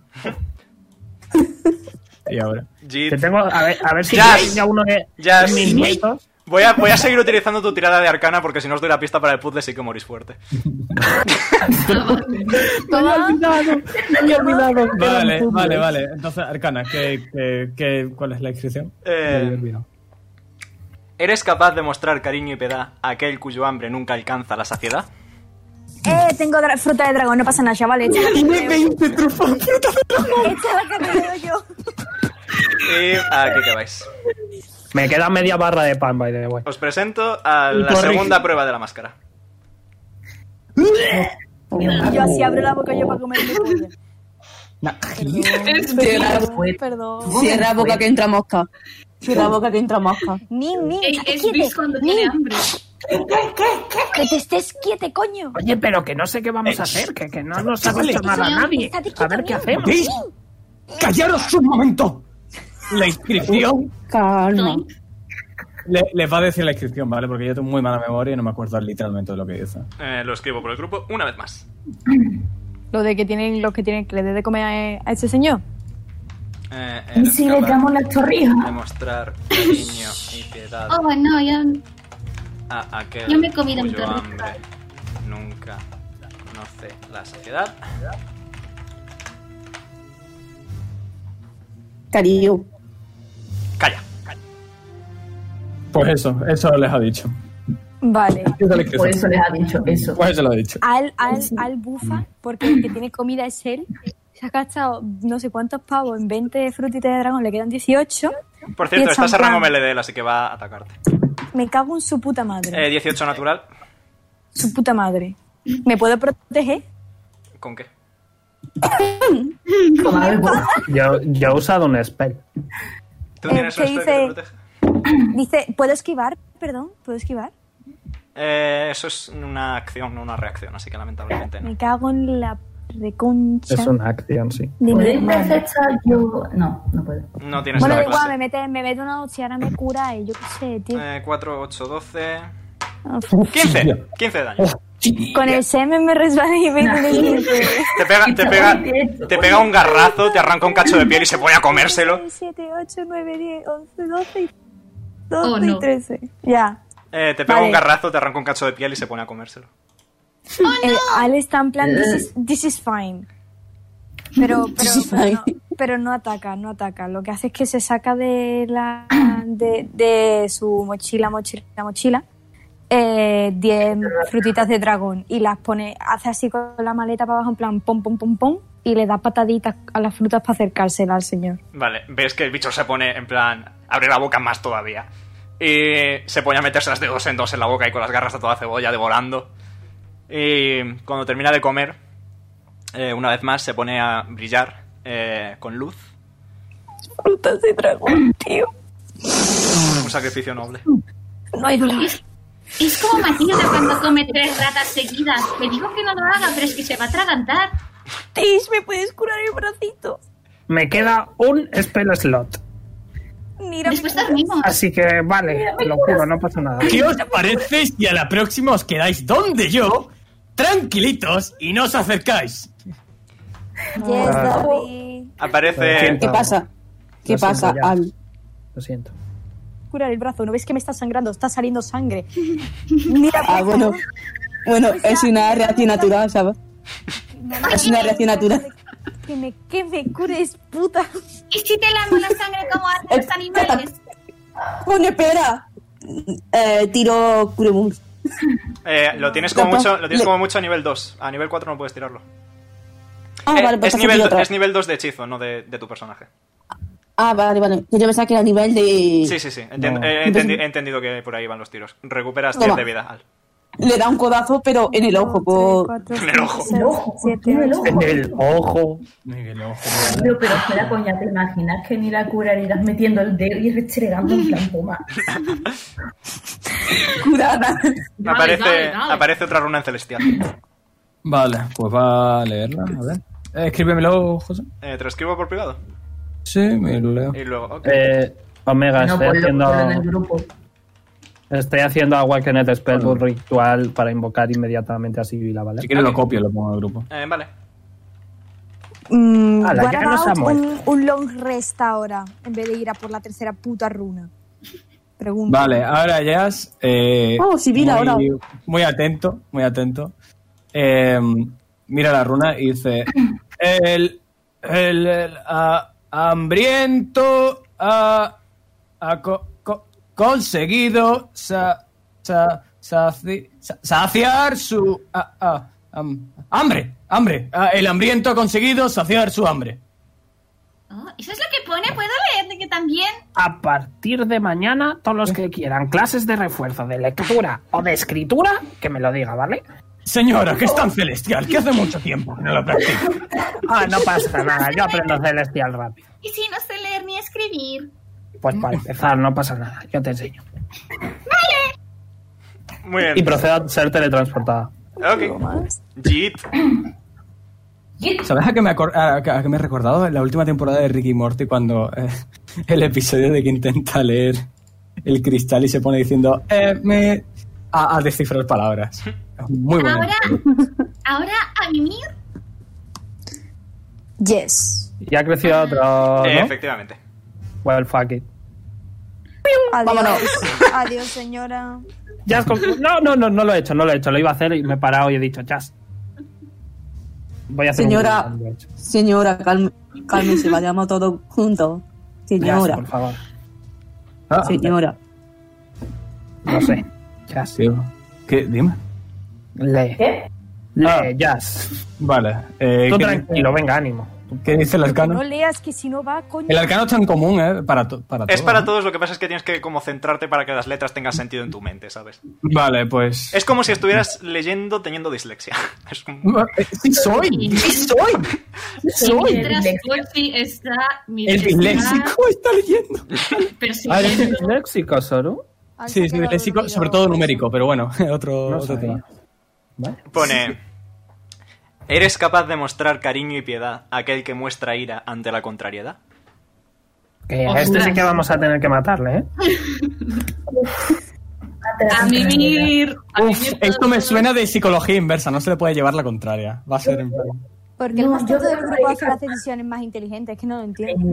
[SPEAKER 9] Y ahora.
[SPEAKER 4] Te tengo, a ver, a ver si
[SPEAKER 1] Jazz.
[SPEAKER 4] hay uno de
[SPEAKER 1] Ya
[SPEAKER 4] de mis nietos.
[SPEAKER 1] Voy a, voy a seguir utilizando tu tirada de arcana porque si no os doy la pista para el puzzle sí que morís fuerte.
[SPEAKER 5] Me había olvidado, me había olvidado.
[SPEAKER 9] Vale,
[SPEAKER 5] Eran
[SPEAKER 9] vale,
[SPEAKER 5] puzzles.
[SPEAKER 9] vale. Entonces, Arcana, ¿qué, qué, qué, cuál es la inscripción?
[SPEAKER 1] Eh,
[SPEAKER 9] Me había olvidado.
[SPEAKER 1] ¿Eres capaz de mostrar cariño y piedad a aquel cuyo hambre nunca alcanza la saciedad?
[SPEAKER 12] Eh, tengo dra- fruta de dragón, no pasa nada, chavales.
[SPEAKER 5] Tiene 20 trufas, fruta de dragón.
[SPEAKER 12] Esta es la que veo yo.
[SPEAKER 1] Y aquí que vais.
[SPEAKER 4] Me queda media barra de pan, by the way.
[SPEAKER 1] Os presento a
[SPEAKER 4] Y
[SPEAKER 1] la
[SPEAKER 4] corrige.
[SPEAKER 1] segunda prueba de la máscara.
[SPEAKER 11] Yo así abro la boca yo para comerme.
[SPEAKER 10] Cierra,
[SPEAKER 11] Perdón.
[SPEAKER 10] boca que entra mosca.
[SPEAKER 6] Cierra la boca que entra mosca.
[SPEAKER 12] Nim, Nim,
[SPEAKER 2] Es-
[SPEAKER 12] estate
[SPEAKER 2] es
[SPEAKER 12] quiete.
[SPEAKER 2] Bis cuando tiene
[SPEAKER 12] Nim.
[SPEAKER 2] hambre.
[SPEAKER 12] Que te estés quiete, coño.
[SPEAKER 13] Oye, pero que no sé qué vamos a hacer, que, que no nos ha dicho nada a nadie. A ver qué hacemos.
[SPEAKER 12] Sí.
[SPEAKER 9] ¡Callaros un momento! La inscripción.
[SPEAKER 6] Calma.
[SPEAKER 9] Le- les va a decir la inscripción, ¿vale? Porque yo tengo muy mala memoria y no me acuerdo literalmente de lo que dice.
[SPEAKER 1] Eh, lo escribo por el grupo una vez más.
[SPEAKER 11] Lo de que tienen los que tienen que le dé de comer a, a ese señor.
[SPEAKER 1] Eh,
[SPEAKER 11] ¿Y
[SPEAKER 1] eres
[SPEAKER 11] si le
[SPEAKER 1] capaz
[SPEAKER 11] damos la torrija?
[SPEAKER 1] de mostrar cariño y piedad
[SPEAKER 8] Oh, no, ya.
[SPEAKER 1] a aquel
[SPEAKER 8] yo me he comido mi
[SPEAKER 1] cuyo
[SPEAKER 8] torrija.
[SPEAKER 1] hambre nunca conoce la saciedad.
[SPEAKER 6] Cariño.
[SPEAKER 1] Calla.
[SPEAKER 9] Pues eso, eso les ha dicho.
[SPEAKER 11] Vale.
[SPEAKER 9] Esa es la inscripción.
[SPEAKER 7] Por eso les ha dicho eso.
[SPEAKER 9] Pues eso lo ha dicho.
[SPEAKER 11] Al, al, al bufa, porque el que tiene comida es él. Se ha gastado no sé cuántos pavos en 20 frutitas de dragón, le quedan 18.
[SPEAKER 1] Por
[SPEAKER 11] Y
[SPEAKER 1] cierto,
[SPEAKER 11] el
[SPEAKER 1] estás a
[SPEAKER 11] champán.
[SPEAKER 1] rango melee, así que va a atacarte.
[SPEAKER 11] Me cago en su puta madre.
[SPEAKER 1] Eh, 18 natural.
[SPEAKER 11] Su puta madre. ¿Me puedo proteger?
[SPEAKER 1] ¿Con qué?
[SPEAKER 11] Con
[SPEAKER 4] Yo, yo he usado un spell.
[SPEAKER 1] ¿Tú
[SPEAKER 11] Eh,
[SPEAKER 1] tienes
[SPEAKER 11] ¿qué
[SPEAKER 1] un spell que te
[SPEAKER 11] dice?
[SPEAKER 1] protege?
[SPEAKER 11] Dice, ¿puedo esquivar? Perdón, ¿puedo esquivar?
[SPEAKER 1] Eh, eso es una acción, no una reacción, así que lamentablemente no.
[SPEAKER 11] Me cago en la reconcha.
[SPEAKER 4] Es una acción, sí.
[SPEAKER 11] de mi
[SPEAKER 7] ¿Podéis
[SPEAKER 11] madre.
[SPEAKER 7] perfectar Ah, yo? No, no puedo.
[SPEAKER 1] No tienes
[SPEAKER 11] Bueno, da
[SPEAKER 1] esa
[SPEAKER 11] igual, me
[SPEAKER 1] clase.
[SPEAKER 11] mete, me mete una hostia, ahora me cura y yo qué sé, tío.
[SPEAKER 1] Eh, 4, 8, 12.
[SPEAKER 11] Ah,
[SPEAKER 1] 15. 15 de daño.
[SPEAKER 11] Con el semen me resbalé y me
[SPEAKER 1] Te pega, te pega, te pega un garrazo, te arranca un cacho de piel y se pone a comérselo.
[SPEAKER 11] 7, 8, 9, 10, 11, 12 y 12
[SPEAKER 2] Oh, no.
[SPEAKER 11] y 13. Ya.
[SPEAKER 1] Eh, te pega
[SPEAKER 11] Vale.
[SPEAKER 1] un garrazo, te arranca un cacho de piel y se pone a comérselo.
[SPEAKER 6] Oh,
[SPEAKER 11] Eh, Al está en plan, this is, this is fine. Pero, pero,
[SPEAKER 6] This is
[SPEAKER 11] pero
[SPEAKER 6] fine.
[SPEAKER 11] no, pero no ataca, no ataca. Lo que hace es que se saca de la de, de su mochila, mochila, mochila, eh, 10 frutitas de dragón y las pone, hace así con la maleta para abajo en plan pom, pom, pom, pom y le da pataditas a las frutas para acercársela al señor.
[SPEAKER 1] Vale, ves que el bicho se pone en plan. abre la boca más todavía. Y se pone a metérselas de dos en dos en la boca y con las garras a toda cebolla devorando. Y cuando termina de comer, eh, una vez más se pone a brillar eh, con luz.
[SPEAKER 11] Frutas de dragón, tío.
[SPEAKER 1] Un sacrificio noble.
[SPEAKER 11] No hay dolor.
[SPEAKER 8] Es como Matilda cuando come tres ratas seguidas. Me dijo que no lo haga, pero es que se va a atragantar.
[SPEAKER 11] Tish, ¿me puedes curar el bracito?
[SPEAKER 4] Me queda un spell slot.
[SPEAKER 11] Mira,
[SPEAKER 8] Después dormimos.
[SPEAKER 4] Así que vale, lo juro, no pasa nada.
[SPEAKER 15] ¿Qué os parece si a la próxima os quedáis donde yo, tranquilitos, y no os acercáis?
[SPEAKER 11] Yes,
[SPEAKER 6] Oh.
[SPEAKER 11] David.
[SPEAKER 1] Aparece.
[SPEAKER 6] ¿Qué pasa? ¿Qué
[SPEAKER 4] Lo siento,
[SPEAKER 6] pasa,
[SPEAKER 4] ya.
[SPEAKER 6] Al?
[SPEAKER 4] Lo siento.
[SPEAKER 11] curar el brazo. ¿No ves que me está sangrando? Está saliendo sangre. Mira, pues,
[SPEAKER 6] Ah, bueno. Bueno, es una reacción natural, ¿sabes? Es una reacción natural.
[SPEAKER 11] que, me, que me cures, puta.
[SPEAKER 8] ¿Y si te lamo la sangre como hacen los animales?
[SPEAKER 6] Bueno, espera. Eh, tiro Curemur.
[SPEAKER 1] Eh, lo tienes como
[SPEAKER 6] Capaz-
[SPEAKER 1] mucho, lo tienes
[SPEAKER 6] le-
[SPEAKER 1] como mucho a nivel 2. A nivel 4 no puedes tirarlo.
[SPEAKER 6] Ah,
[SPEAKER 1] Eh,
[SPEAKER 6] vale, pues
[SPEAKER 1] es,
[SPEAKER 6] entonces
[SPEAKER 1] nivel,
[SPEAKER 6] tiro otra.
[SPEAKER 1] es nivel 2 de hechizo, no de, de tu personaje.
[SPEAKER 6] Ah, vale, vale. Que yo pensaba que era a nivel de.
[SPEAKER 1] Sí, sí, sí. Entiendo-
[SPEAKER 6] No.
[SPEAKER 1] eh, he, entendi- he entendido que por ahí van los tiros. Recuperas
[SPEAKER 6] Toma.
[SPEAKER 1] 10 de vida. Al.
[SPEAKER 6] Le da un codazo, pero en el ojo. Por...
[SPEAKER 1] En el ojo.
[SPEAKER 7] El ojo, en el ojo.
[SPEAKER 4] El ojo.
[SPEAKER 7] Tío, pero espera, coña, ¿te imaginas que ni la curarías metiendo el dedo y restregando en plan toma?
[SPEAKER 6] Curada.
[SPEAKER 1] aparece,
[SPEAKER 7] dale, dale.
[SPEAKER 1] aparece otra runa en celestial.
[SPEAKER 9] Vale, pues va a leerla. A ver. Eh, escríbemelo, José.
[SPEAKER 1] Eh, ¿Te lo escribo por privado?
[SPEAKER 9] Sí, me lo leo.
[SPEAKER 1] Y luego, ok.
[SPEAKER 4] Eh, Omega, estoy
[SPEAKER 13] pues,
[SPEAKER 4] haciendo.
[SPEAKER 7] grupo.
[SPEAKER 4] Estoy haciendo agua que net spell un ritual para invocar inmediatamente a Sibila, ¿vale?
[SPEAKER 9] Si quieres lo copio y lo pongo en el grupo.
[SPEAKER 1] Eh, vale.
[SPEAKER 11] Mm,
[SPEAKER 4] Ala,
[SPEAKER 11] what
[SPEAKER 4] ya nos ha
[SPEAKER 11] about
[SPEAKER 4] muerto.
[SPEAKER 11] un, un long rest ahora, en vez de ir a por la tercera puta runa. Pregunta.
[SPEAKER 9] Vale, ahora ya es. Eh,
[SPEAKER 11] Oh, Sibila,
[SPEAKER 9] muy,
[SPEAKER 11] ahora.
[SPEAKER 9] Muy atento, muy atento. Eh, mira la runa y dice: El. El. el, ah, hambriento ha. ha co- co- conseguido sa- sa- saci- sa- saciar su. ah, ah, ham- hambre, hambre. Ah, el hambriento ha conseguido saciar su hambre.
[SPEAKER 8] Oh, ¿Eso es lo que pone? ¿Puedo leer de que también?
[SPEAKER 13] A partir de mañana, todos los que quieran clases de refuerzo de lectura o de escritura, que me lo diga, ¿vale?
[SPEAKER 15] Señora, que es tan celestial, que hace mucho tiempo que no la practico.
[SPEAKER 13] Ah, no pasa
[SPEAKER 4] nada, yo aprendo celestial rápido.
[SPEAKER 8] ¿Y si no sé leer ni escribir?
[SPEAKER 4] Pues para empezar, no pasa nada. Yo te enseño.
[SPEAKER 1] Muy bien.
[SPEAKER 4] Y procede a ser teletransportada.
[SPEAKER 1] Ok. Jeet.
[SPEAKER 9] ¿Sabes a qué, me acor- a, a qué me he recordado? En la última temporada de Ricky Morty, cuando eh, el episodio de que intenta leer el cristal y se pone diciendo eh, me... a, a descifrar palabras. Es Muy bueno.
[SPEAKER 16] Ahora, ahora a mimir.
[SPEAKER 4] Yes. Y ha crecido otro.
[SPEAKER 1] Eh,
[SPEAKER 4] ¿no?
[SPEAKER 1] Efectivamente.
[SPEAKER 4] Well, fuck it.
[SPEAKER 11] Adiós.
[SPEAKER 4] Vámonos.
[SPEAKER 11] Adiós, señora.
[SPEAKER 4] Ya has conclu- No, no, no, no lo he hecho, no lo he hecho. Lo iba a hacer y me he parado y he dicho, chas. Voy a hacer un-
[SPEAKER 10] Señora, señora, calme, cálmese, vayamos todos juntos.
[SPEAKER 4] Chas,
[SPEAKER 10] Señora,
[SPEAKER 4] por favor.
[SPEAKER 10] señora.
[SPEAKER 4] No sé. Chas.
[SPEAKER 9] ¿Qué? Dime. Ah.
[SPEAKER 4] Le.
[SPEAKER 7] ¿Qué?
[SPEAKER 4] Le, Jazz.
[SPEAKER 9] Vale. eh,
[SPEAKER 4] Tú
[SPEAKER 9] ¿qué
[SPEAKER 4] tranquilo, venga, ánimo.
[SPEAKER 9] dice- ¿Qué dice el
[SPEAKER 11] No
[SPEAKER 9] arcano?
[SPEAKER 11] leas que si no va, coño.
[SPEAKER 9] El arcano es tan común, ¿eh? Para, to- para
[SPEAKER 1] Es
[SPEAKER 9] todo,
[SPEAKER 1] para
[SPEAKER 9] ¿no?
[SPEAKER 1] todos, lo que pasa es que tienes que como centrarte para que las letras tengan sentido en tu mente, ¿sabes?
[SPEAKER 9] Vale, pues.
[SPEAKER 1] Es como si estuvieras leyendo teniendo dislexia. Es un-
[SPEAKER 9] Sí, soy. Sí, soy. Sí, soy.
[SPEAKER 2] Mientras Pochi está...
[SPEAKER 9] El disléxico está leyendo.
[SPEAKER 4] Ah, ¿Eres disléxico, Soru?
[SPEAKER 9] Sí, sí, disléxico, sobre todo numérico, pero bueno, otro,
[SPEAKER 4] No
[SPEAKER 9] otro
[SPEAKER 4] sabía.
[SPEAKER 9] tema.
[SPEAKER 1] Pone... ¿Eres capaz de mostrar cariño y piedad a aquel que muestra ira ante la contrariedad?
[SPEAKER 4] Que a este sí que vamos a tener que matarle, ¿eh?
[SPEAKER 2] A mimir. A
[SPEAKER 9] Uf,
[SPEAKER 2] mimir
[SPEAKER 9] esto me suena de psicología inversa, no se le puede llevar la contraria. Va a ser en plan-
[SPEAKER 11] Porque el
[SPEAKER 7] No,
[SPEAKER 11] resto
[SPEAKER 7] yo
[SPEAKER 11] del
[SPEAKER 7] creo
[SPEAKER 11] grupo
[SPEAKER 7] que-
[SPEAKER 11] hace las decisiones más inteligentes, es que no lo entiendo.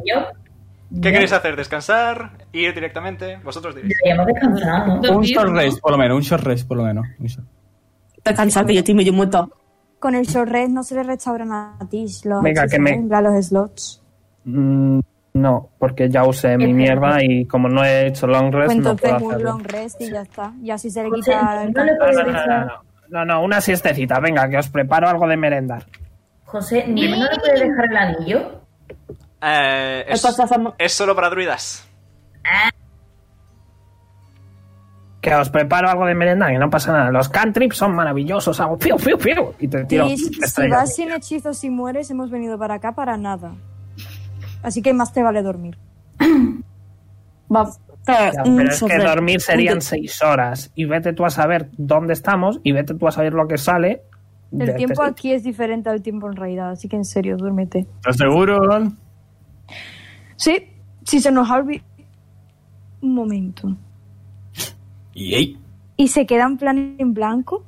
[SPEAKER 1] ¿Qué queréis hacer? ¿Descansar? ¿Ir directamente? Vosotros diréis.
[SPEAKER 7] Deberíamos descansar, ¿no?
[SPEAKER 9] Un short race, por lo menos, un short race, por lo menos. un short-
[SPEAKER 10] Está cansado que yo estoy medio muerto.
[SPEAKER 11] Con el short rest no se le restauran a Tish los,
[SPEAKER 4] Venga, que me-
[SPEAKER 11] en plan los slots.
[SPEAKER 4] Mm, no, porque ya usé mi mierda y como no he hecho long
[SPEAKER 11] Pues
[SPEAKER 4] rest, no
[SPEAKER 11] entonces
[SPEAKER 4] puedo
[SPEAKER 11] un
[SPEAKER 4] hacerlo.
[SPEAKER 11] long rest y ya está. Y así se le quita el
[SPEAKER 7] no le
[SPEAKER 4] No,
[SPEAKER 9] Ah,
[SPEAKER 11] cansancio.
[SPEAKER 4] no, no, no, no. No, no, una siestecita. Venga, que os preparo algo de merendar.
[SPEAKER 7] José, ¿no le puedes dejar el anillo?
[SPEAKER 1] Eh, es, es solo para druidas.
[SPEAKER 4] Que os preparo algo de merendar, que no pasa nada. Los cantrips son maravillosos. Hago fiu, fiu, fiu. Y te tiro.
[SPEAKER 11] Tish, si
[SPEAKER 4] estrellas.
[SPEAKER 11] vas sin hechizos y mueres, hemos venido para acá para nada. Así que más te vale dormir.
[SPEAKER 10] Va,
[SPEAKER 4] Ya, pero es que dormir serían seis horas. Y vete tú a saber dónde estamos y vete tú a saber lo que sale.
[SPEAKER 11] El
[SPEAKER 4] de- este
[SPEAKER 11] tiempo
[SPEAKER 4] de-
[SPEAKER 11] aquí es diferente al tiempo en realidad, así que en serio, duérmete.
[SPEAKER 9] ¿Estás seguro?
[SPEAKER 11] Sí, si se nos ha olvidado. Un momento.
[SPEAKER 9] Y ey,
[SPEAKER 11] Y se queda en plan en blanco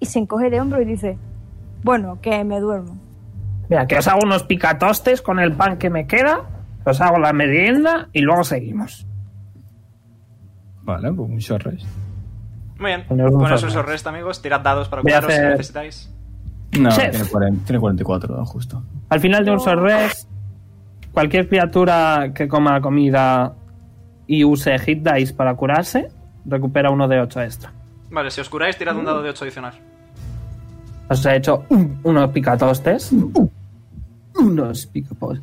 [SPEAKER 11] y se encoge de hombro y dice: Bueno, que me duermo.
[SPEAKER 4] Mira, que os hago unos picatostes con el pan que me queda. Os hago la merienda y luego seguimos.
[SPEAKER 9] Vale, pues un short race.
[SPEAKER 1] Muy bien.
[SPEAKER 9] Poneos
[SPEAKER 1] Con
[SPEAKER 9] vosotros.
[SPEAKER 1] eso os rest, amigos. Tirad dados para
[SPEAKER 9] Voy a
[SPEAKER 1] curaros si
[SPEAKER 9] hacer-
[SPEAKER 1] necesitáis.
[SPEAKER 9] No,
[SPEAKER 4] Chef.
[SPEAKER 9] tiene, 40 tiene 44, justo.
[SPEAKER 4] Al final de un sorres, cualquier criatura que coma comida y use hit dice para curarse, recupera uno de 8 extra.
[SPEAKER 1] Vale, si os curáis, tirad un dado de 8 adicional.
[SPEAKER 4] Os he hecho un- unos picatostes. Unos picapo-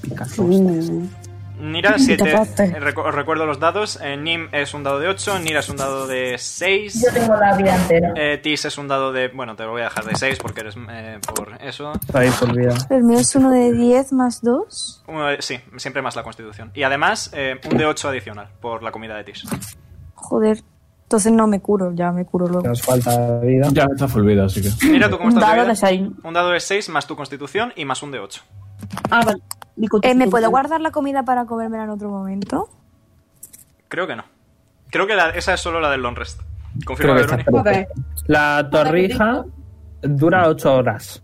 [SPEAKER 4] picatostes.
[SPEAKER 1] Nira,
[SPEAKER 4] Ni
[SPEAKER 1] 7.
[SPEAKER 4] tapaste.
[SPEAKER 1] Os recuerdo los dados. Eh, Nim es un dado de 8, Nira es un dado de 6.
[SPEAKER 7] Yo tengo la vida entera.
[SPEAKER 1] Eh, Tis es un dado de... Bueno, te lo voy a dejar de 6 porque eres eh, por eso.
[SPEAKER 4] Habéis olvidado.
[SPEAKER 11] El mío es uno de 10 más 2.
[SPEAKER 1] Uno de- sí, siempre más la constitución. Y además, eh, un de 8 adicional por la comida de Tis.
[SPEAKER 11] Joder, entonces no me curo, ya me curo luego.
[SPEAKER 4] Nos falta vida.
[SPEAKER 9] Ya está full vida, así que.
[SPEAKER 1] Mira tú cómo estás.
[SPEAKER 11] Un dado
[SPEAKER 1] vida.
[SPEAKER 11] de seis.
[SPEAKER 1] Un dado de 6 más tu constitución y más un de 8.
[SPEAKER 10] Ah, vale.
[SPEAKER 11] Eh, ¿Me puedo guardar la comida para comérmela en otro momento?
[SPEAKER 1] Creo que no. Creo que la- esa es solo la del long rest.
[SPEAKER 4] Creo
[SPEAKER 1] Confirma,
[SPEAKER 4] que está
[SPEAKER 1] Veroni.
[SPEAKER 4] perfecto. La torrija dura 8 horas.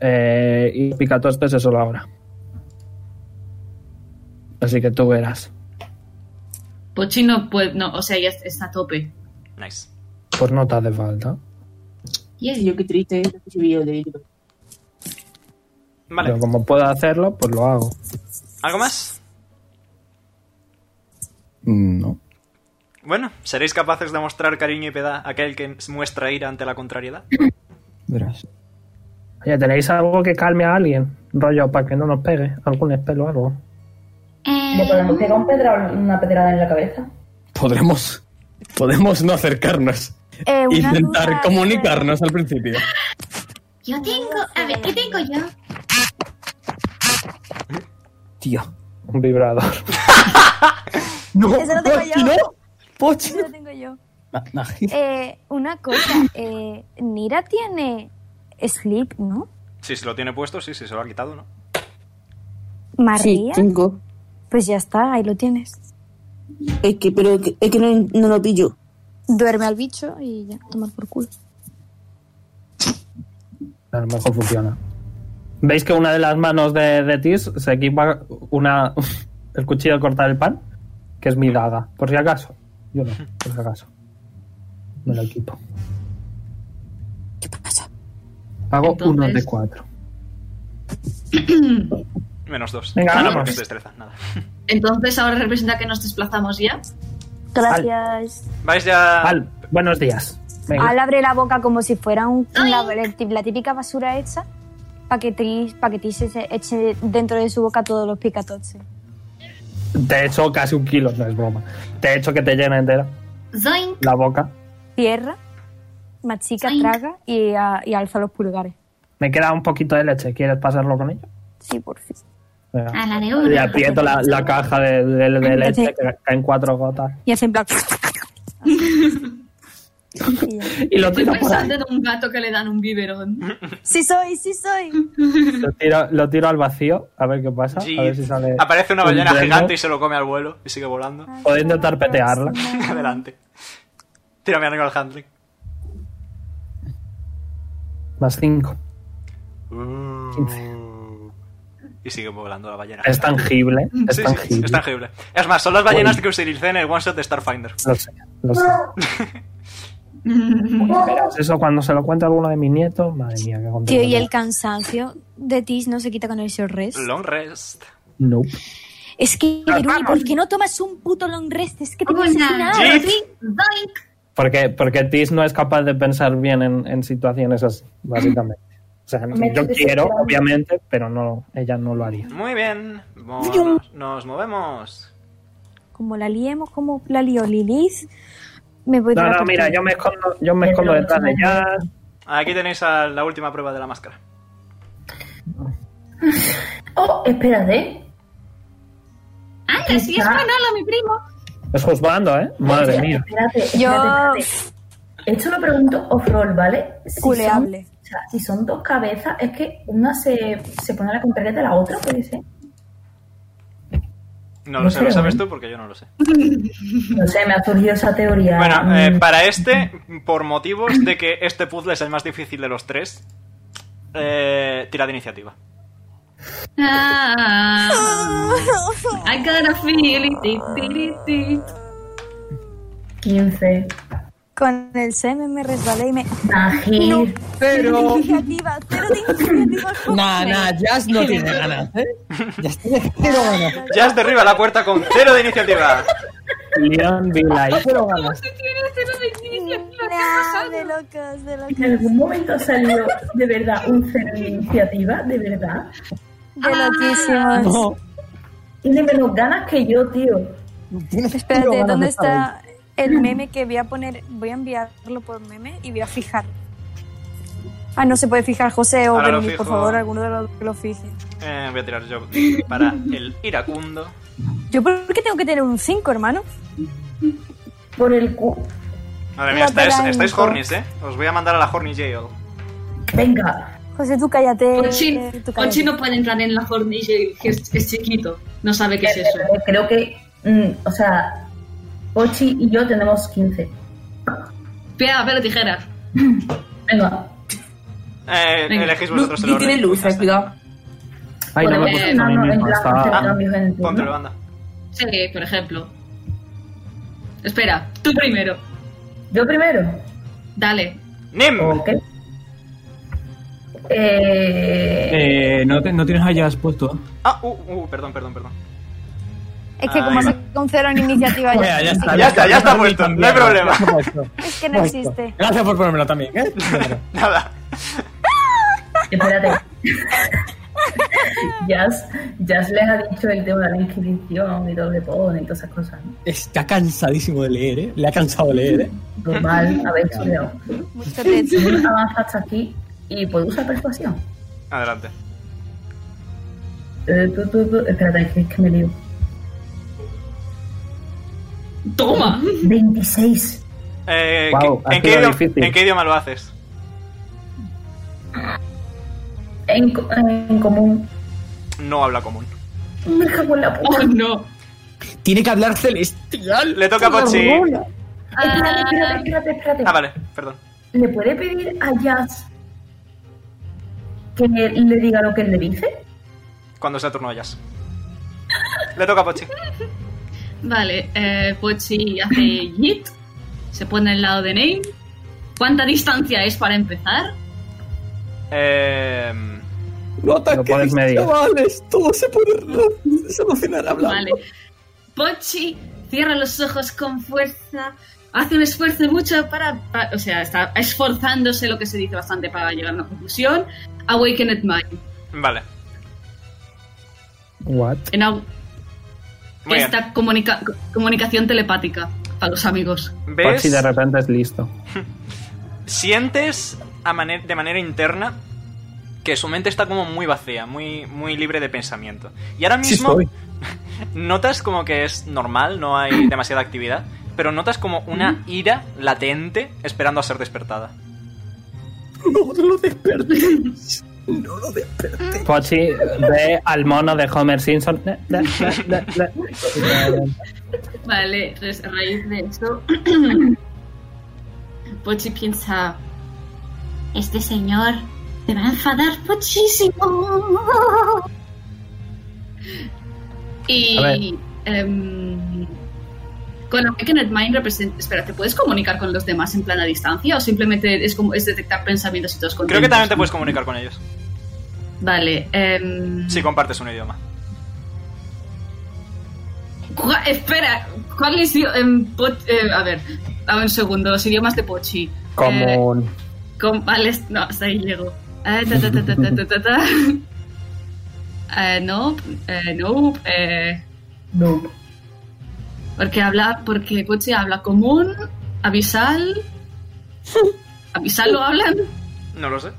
[SPEAKER 4] Eh, y los picatostes es solo ahora. Así que tú verás.
[SPEAKER 2] Pochi no puede... No, o sea, ya está a tope.
[SPEAKER 1] Nice.
[SPEAKER 4] Pues no te hace falta.
[SPEAKER 10] Yo qué triste de
[SPEAKER 1] Vale.
[SPEAKER 4] Pero como puedo hacerlo, pues lo hago.
[SPEAKER 1] ¿Algo más?
[SPEAKER 9] Mm, No.
[SPEAKER 1] Bueno, ¿seréis capaces de mostrar cariño y piedad a aquel que muestra ira ante la contrariedad?
[SPEAKER 9] Verás.
[SPEAKER 4] Oye, ¿tenéis algo que calme a alguien? Rollo, para que no nos pegue. ¿Algún espelo o algo?
[SPEAKER 8] em,
[SPEAKER 7] ¿Le podemos pegar un pedra- una pedrada en la cabeza?
[SPEAKER 9] Podremos. Podemos no acercarnos.
[SPEAKER 7] Eh, una
[SPEAKER 9] Intentar
[SPEAKER 7] duda,
[SPEAKER 9] comunicarnos al principio.
[SPEAKER 16] Yo tengo. A ver, ¿qué tengo yo?
[SPEAKER 17] Hostia.
[SPEAKER 4] Un vibrador.
[SPEAKER 17] no,
[SPEAKER 11] Eso lo tengo
[SPEAKER 17] Pochi,
[SPEAKER 11] yo.
[SPEAKER 17] no. Pochi.
[SPEAKER 11] Eso lo tengo yo.
[SPEAKER 17] Na- na-
[SPEAKER 11] Eh, una cosa, eh, Nira tiene sleep, ¿no?
[SPEAKER 1] Si se lo tiene puesto, sí, si se lo ha quitado, ¿no?
[SPEAKER 11] María. Pues ya está, ahí lo tienes.
[SPEAKER 10] Es que, pero es que, es que no, no lo pillo.
[SPEAKER 11] Duerme al bicho y ya, tomar por culo.
[SPEAKER 4] A lo mejor funciona. ¿Veis que una de las manos de, de Tis se equipa una, el cuchillo de cortar el pan? Que es mi daga, por si acaso. Yo no, por si acaso. Me lo equipo.
[SPEAKER 10] ¿Qué pasa?
[SPEAKER 4] Hago uno
[SPEAKER 1] Entonces-
[SPEAKER 4] de cuatro.
[SPEAKER 1] Menos dos.
[SPEAKER 4] Venga,
[SPEAKER 1] Ah, no,
[SPEAKER 4] vamos.
[SPEAKER 1] porque es destreza, nada.
[SPEAKER 2] Entonces ahora representa que nos desplazamos ya.
[SPEAKER 11] Gracias.
[SPEAKER 1] Vais ya.
[SPEAKER 4] Al, buenos días. Venga.
[SPEAKER 11] Al abre la boca como si fuera un, un laberinto, la típica basura hecha para que Tis, pa' que Tis se eche dentro de su boca todos los picatoches.
[SPEAKER 4] Te echo casi un kilo, no es broma. Te echo que te llena entera
[SPEAKER 11] Zoin.
[SPEAKER 4] la boca.
[SPEAKER 11] Cierra, machica, traga y, ah, y alza los pulgares.
[SPEAKER 4] Me queda un poquito de leche. ¿Quieres pasarlo con ella?
[SPEAKER 11] Sí, por fin. Ah,
[SPEAKER 4] Venga.
[SPEAKER 11] A la de oro.
[SPEAKER 4] Le aprieto la, la caja de, de- de leche que caen cuatro gotas.
[SPEAKER 11] Y hace en plan.
[SPEAKER 4] Y lo
[SPEAKER 2] Estoy
[SPEAKER 4] tiro por ahí.
[SPEAKER 2] pensando en un gato que le dan un biberón.
[SPEAKER 11] sí soy, sí soy.
[SPEAKER 4] Lo tiro, lo tiro al vacío, a ver qué pasa. A ver si sale.
[SPEAKER 1] Aparece una
[SPEAKER 4] un
[SPEAKER 1] ballena
[SPEAKER 4] premio.
[SPEAKER 1] gigante y se lo come al vuelo y sigue volando.
[SPEAKER 4] Puedo intentar petearla.
[SPEAKER 1] Adelante. Tírame a al handling.
[SPEAKER 4] Más cinco.
[SPEAKER 1] Uh. Y sigue volando la ballena.
[SPEAKER 4] Es tangible. Es
[SPEAKER 1] Sí, sí,
[SPEAKER 4] tangible.
[SPEAKER 1] es tangible. Es más, son las ballenas que utilicé en el one shot de Starfinder.
[SPEAKER 4] Lo sé, lo sé. Verás Eso cuando se lo cuenta alguno de mis nietos, madre mía, qué contento.
[SPEAKER 11] Tío, y el cansancio de Tis no se quita con el short rest.
[SPEAKER 1] Long rest.
[SPEAKER 4] Nope.
[SPEAKER 11] Es que,
[SPEAKER 4] Nos
[SPEAKER 11] Veruni,
[SPEAKER 4] vamos.
[SPEAKER 11] ¿por qué no tomas un puto long rest? Es que te
[SPEAKER 18] Hola.
[SPEAKER 11] voy a
[SPEAKER 18] Jeep.
[SPEAKER 4] Porque, porque Tis no es capaz de pensar bien en, en situaciones así, básicamente. O sea,
[SPEAKER 1] Me
[SPEAKER 4] yo
[SPEAKER 1] estoy
[SPEAKER 4] quiero,
[SPEAKER 1] desesperando.
[SPEAKER 4] obviamente, pero no, ella no lo haría.
[SPEAKER 1] Muy bien. Mo- Nos movemos.
[SPEAKER 11] Como la liemos, como la lió Lilith. Me voy de
[SPEAKER 4] No,
[SPEAKER 11] la
[SPEAKER 4] no, mira,
[SPEAKER 11] tortuga.
[SPEAKER 4] yo me escondo, yo me escondo detrás de ella.
[SPEAKER 1] Aquí tenéis a la última prueba de la máscara.
[SPEAKER 7] Oh, espérate.
[SPEAKER 18] Anda, si es Manolo, mi primo.
[SPEAKER 4] Es juzgando, ¿eh? Madre mía.
[SPEAKER 7] Espérate, espérate,
[SPEAKER 18] Yo-
[SPEAKER 7] espérate. Esto lo pregunto off-roll, ¿vale? Si
[SPEAKER 11] Culeable.
[SPEAKER 7] son- o sea, si son dos cabezas, es que una se, se pone a la contraria de la otra, puede ser.
[SPEAKER 1] No lo sé, lo
[SPEAKER 7] creo,
[SPEAKER 1] sabes
[SPEAKER 7] ¿eh?
[SPEAKER 1] tú porque yo no lo sé.
[SPEAKER 7] No sé, me ha surgido esa teoría.
[SPEAKER 1] Bueno,
[SPEAKER 7] Mm,
[SPEAKER 1] eh, para este, por motivos de que este puzzle es el más difícil de los tres, eh, tira de iniciativa.
[SPEAKER 2] Ah, I got a feeling. Ti, ti, ti, ti.
[SPEAKER 7] 15.
[SPEAKER 11] Con el semen me resbalé y me.
[SPEAKER 7] Najir.
[SPEAKER 11] No,
[SPEAKER 17] Pero-
[SPEAKER 11] Iniciativa, cero de iniciativa.
[SPEAKER 17] Nah, nah, Ah, Jazz no tiene ganas, ¿eh? Jazz tiene cero ganas.
[SPEAKER 1] Jazz derriba la puerta con cero de iniciativa.
[SPEAKER 4] Leon Vila, y cero ganas.
[SPEAKER 11] Nah, de locos, de locos.
[SPEAKER 7] ¿En algún momento salió de verdad un cero de iniciativa? ¿De verdad?
[SPEAKER 11] De loquísimos.
[SPEAKER 7] No. Tiene menos ganas que yo, tío.
[SPEAKER 11] Espérate, ¿dónde está el meme que voy a poner? Voy a enviarlo por meme y voy a fijar. Ah, no se puede fijar José o
[SPEAKER 1] Ahora lo
[SPEAKER 11] Benny, por
[SPEAKER 1] fijo.
[SPEAKER 11] favor, alguno de los que lo fije.
[SPEAKER 1] Eh, voy a tirar yo para el iracundo.
[SPEAKER 11] ¿Yo por qué tengo que tener un 5, hermano?
[SPEAKER 7] Por el cu.
[SPEAKER 1] Madre mía,
[SPEAKER 11] No te
[SPEAKER 1] estáis,
[SPEAKER 11] la
[SPEAKER 1] estáis
[SPEAKER 11] invento.
[SPEAKER 1] hornis, ¿eh? Os voy a mandar a la horny jail.
[SPEAKER 7] Venga.
[SPEAKER 11] José, tú cállate.
[SPEAKER 2] Ochi,
[SPEAKER 11] eh, tú cállate.
[SPEAKER 2] Ochi no puede entrar en la hornilla, que es, es chiquito. No sabe qué es eso.
[SPEAKER 7] Creo que, mm, o sea, Pochi y yo tenemos 15.
[SPEAKER 2] Piedra, papel o tijera.
[SPEAKER 7] Venga.
[SPEAKER 1] Eh,
[SPEAKER 7] Venga.
[SPEAKER 1] elegís
[SPEAKER 7] Lu-
[SPEAKER 1] vosotros el
[SPEAKER 7] Lu
[SPEAKER 1] orden.
[SPEAKER 7] tiene luz, eh,
[SPEAKER 1] Ya está.
[SPEAKER 4] Ay, no me
[SPEAKER 7] Podemos
[SPEAKER 4] he puesto
[SPEAKER 7] hacer
[SPEAKER 4] a mí
[SPEAKER 7] cambios
[SPEAKER 4] mismo,
[SPEAKER 7] en plan,
[SPEAKER 4] estaba-
[SPEAKER 7] hacer cambios en el turno.
[SPEAKER 1] Póntelo, anda.
[SPEAKER 2] Sí, por ejemplo. Espera, tú primero.
[SPEAKER 7] ¿Yo primero?
[SPEAKER 2] Dale.
[SPEAKER 1] ¡Nim!
[SPEAKER 7] Eh,
[SPEAKER 9] Eh, no, te- no tienes a Jazz puesto.
[SPEAKER 1] Ah, uh, uh, perdón, perdón, perdón.
[SPEAKER 11] Es que
[SPEAKER 9] Ahí
[SPEAKER 11] como
[SPEAKER 9] va.
[SPEAKER 11] se con cero en iniciativa
[SPEAKER 9] Vaya, ya está,
[SPEAKER 1] Ya está, ya está puesto, no hay problema.
[SPEAKER 11] Es que no
[SPEAKER 9] Puesto.
[SPEAKER 11] existe.
[SPEAKER 9] Gracias por ponérmelo también, ¿eh?
[SPEAKER 1] Nada.
[SPEAKER 7] Espérate. Jazz, Jazz les ha dicho el tema de la inscripción y todo de todo y todas esas cosas. ¿no?
[SPEAKER 19] Está cansadísimo de leer, ¿eh? Le ha cansado de leer, ¿eh?
[SPEAKER 7] Normal, a ver, estudiado. Avanza hasta aquí y puedo usar persuasión.
[SPEAKER 1] Adelante.
[SPEAKER 7] Eh, tú, tú, tú, espérate, que, que me lío.
[SPEAKER 2] ¡Toma!
[SPEAKER 7] 26.
[SPEAKER 1] Eh,
[SPEAKER 7] Guau,
[SPEAKER 1] ¿qué-
[SPEAKER 7] ha
[SPEAKER 1] ¿en, qué
[SPEAKER 7] sido
[SPEAKER 1] idioma,
[SPEAKER 7] difícil.
[SPEAKER 1] en qué idioma lo haces?
[SPEAKER 7] En, co- en común.
[SPEAKER 1] No habla común.
[SPEAKER 7] Me cago en la puta.
[SPEAKER 2] no.
[SPEAKER 15] Tiene que hablar celestial.
[SPEAKER 1] Le toca a Pochi.
[SPEAKER 7] Espérate, espérate, espérate, espérate.
[SPEAKER 1] Ah, vale, perdón.
[SPEAKER 7] ¿Le puede pedir a Jazz que le diga lo que le dice?
[SPEAKER 1] Cuando sea turno de Jazz. Le toca a Pochi.
[SPEAKER 2] Vale, eh, Pochi hace JIT, se pone al lado de Ney. ¿Cuánta distancia es para empezar?
[SPEAKER 1] Eh,
[SPEAKER 5] Nota que
[SPEAKER 1] puedes
[SPEAKER 5] mis
[SPEAKER 1] medir.
[SPEAKER 5] chavales, todo se puede solucionar hablando.
[SPEAKER 2] Vale. Pochi cierra los ojos con fuerza, hace un esfuerzo mucho para, pa- O sea, está esforzándose, lo que se dice bastante, para llegar a una conclusión. Awakened Mind.
[SPEAKER 1] vale.
[SPEAKER 4] What?
[SPEAKER 2] En au-
[SPEAKER 1] Muy bien.
[SPEAKER 2] esta comunica- comunicación telepática para los amigos.
[SPEAKER 1] ¿Ves?
[SPEAKER 4] Pochi de repente es listo.
[SPEAKER 1] Sientes a mane- de manera interna que su mente está como muy vacía, muy, muy libre de pensamiento. Y ahora mismo
[SPEAKER 15] soy.
[SPEAKER 1] notas como que es normal, no hay demasiada actividad, pero notas como una ira latente esperando a ser despertada.
[SPEAKER 5] No lo despertes. No lo despertes.
[SPEAKER 4] Pochi ve al mono de Homer Simpson. Le, le, le, le, le.
[SPEAKER 2] Vale, entonces a raíz de eso, Pochi piensa,
[SPEAKER 8] Este señor te va a enfadar pues". muchísimo.
[SPEAKER 2] Y
[SPEAKER 8] A ver.
[SPEAKER 2] em, con Awakened Mind representa. Espera, ¿te puedes comunicar con los demás en plan a distancia? ¿O simplemente es como es detectar pensamientos y todos
[SPEAKER 1] Creo
[SPEAKER 2] contentos?
[SPEAKER 1] que también te puedes comunicar con ellos,
[SPEAKER 2] Vale. em,
[SPEAKER 1] si compartes un idioma.
[SPEAKER 2] cua- espera, ¿cuál es. em, pot- eh, a ver, dame un segundo. Los idiomas de Pochi. Eh,
[SPEAKER 4] Común.
[SPEAKER 2] com- vale, es- no, hasta ahí llego. Eh, ta, ta, ta, ta, ta, ta, ta, ta. Eh, no, eh, no, eh,
[SPEAKER 7] No.
[SPEAKER 2] Porque habla, porque Pochi habla común, abisal. ¿Abisal lo hablan?
[SPEAKER 1] No lo sé.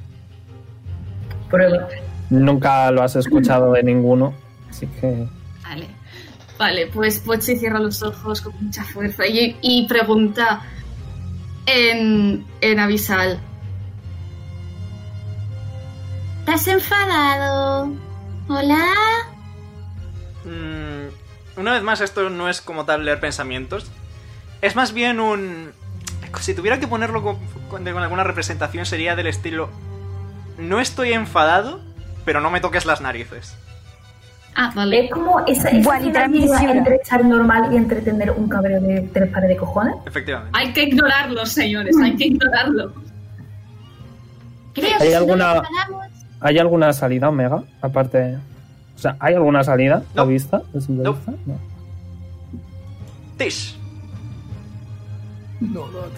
[SPEAKER 7] Prueba.
[SPEAKER 4] Nunca lo has escuchado de ninguno. Así que.
[SPEAKER 2] Vale. Vale, pues Pochi cierra los ojos con mucha fuerza y, y pregunta en, en abisal.
[SPEAKER 8] ¿Estás enfadado? ¿Hola?
[SPEAKER 1] Mm, una vez más, esto no es como tal leer pensamientos. Es más bien un... Si tuviera que ponerlo con, con- con alguna representación sería del estilo... No estoy enfadado, pero no me toques las narices.
[SPEAKER 2] Ah, vale.
[SPEAKER 7] Es como esa, esa
[SPEAKER 2] Buah, literalmente
[SPEAKER 7] disyuntiva
[SPEAKER 2] llora.
[SPEAKER 7] entre estar normal y entre tener un cabreo de tres pares de cojones.
[SPEAKER 1] Efectivamente.
[SPEAKER 2] Hay que ignorarlo, señores, hay que ignorarlo.
[SPEAKER 8] Creo
[SPEAKER 4] ¿Hay
[SPEAKER 8] que
[SPEAKER 4] alguna-
[SPEAKER 8] si no nos enfadamos,
[SPEAKER 4] ¿Hay alguna salida, Omega? Aparte. O sea, ¿hay alguna salida no. vista? ¿De simple vista? No.
[SPEAKER 1] Tish.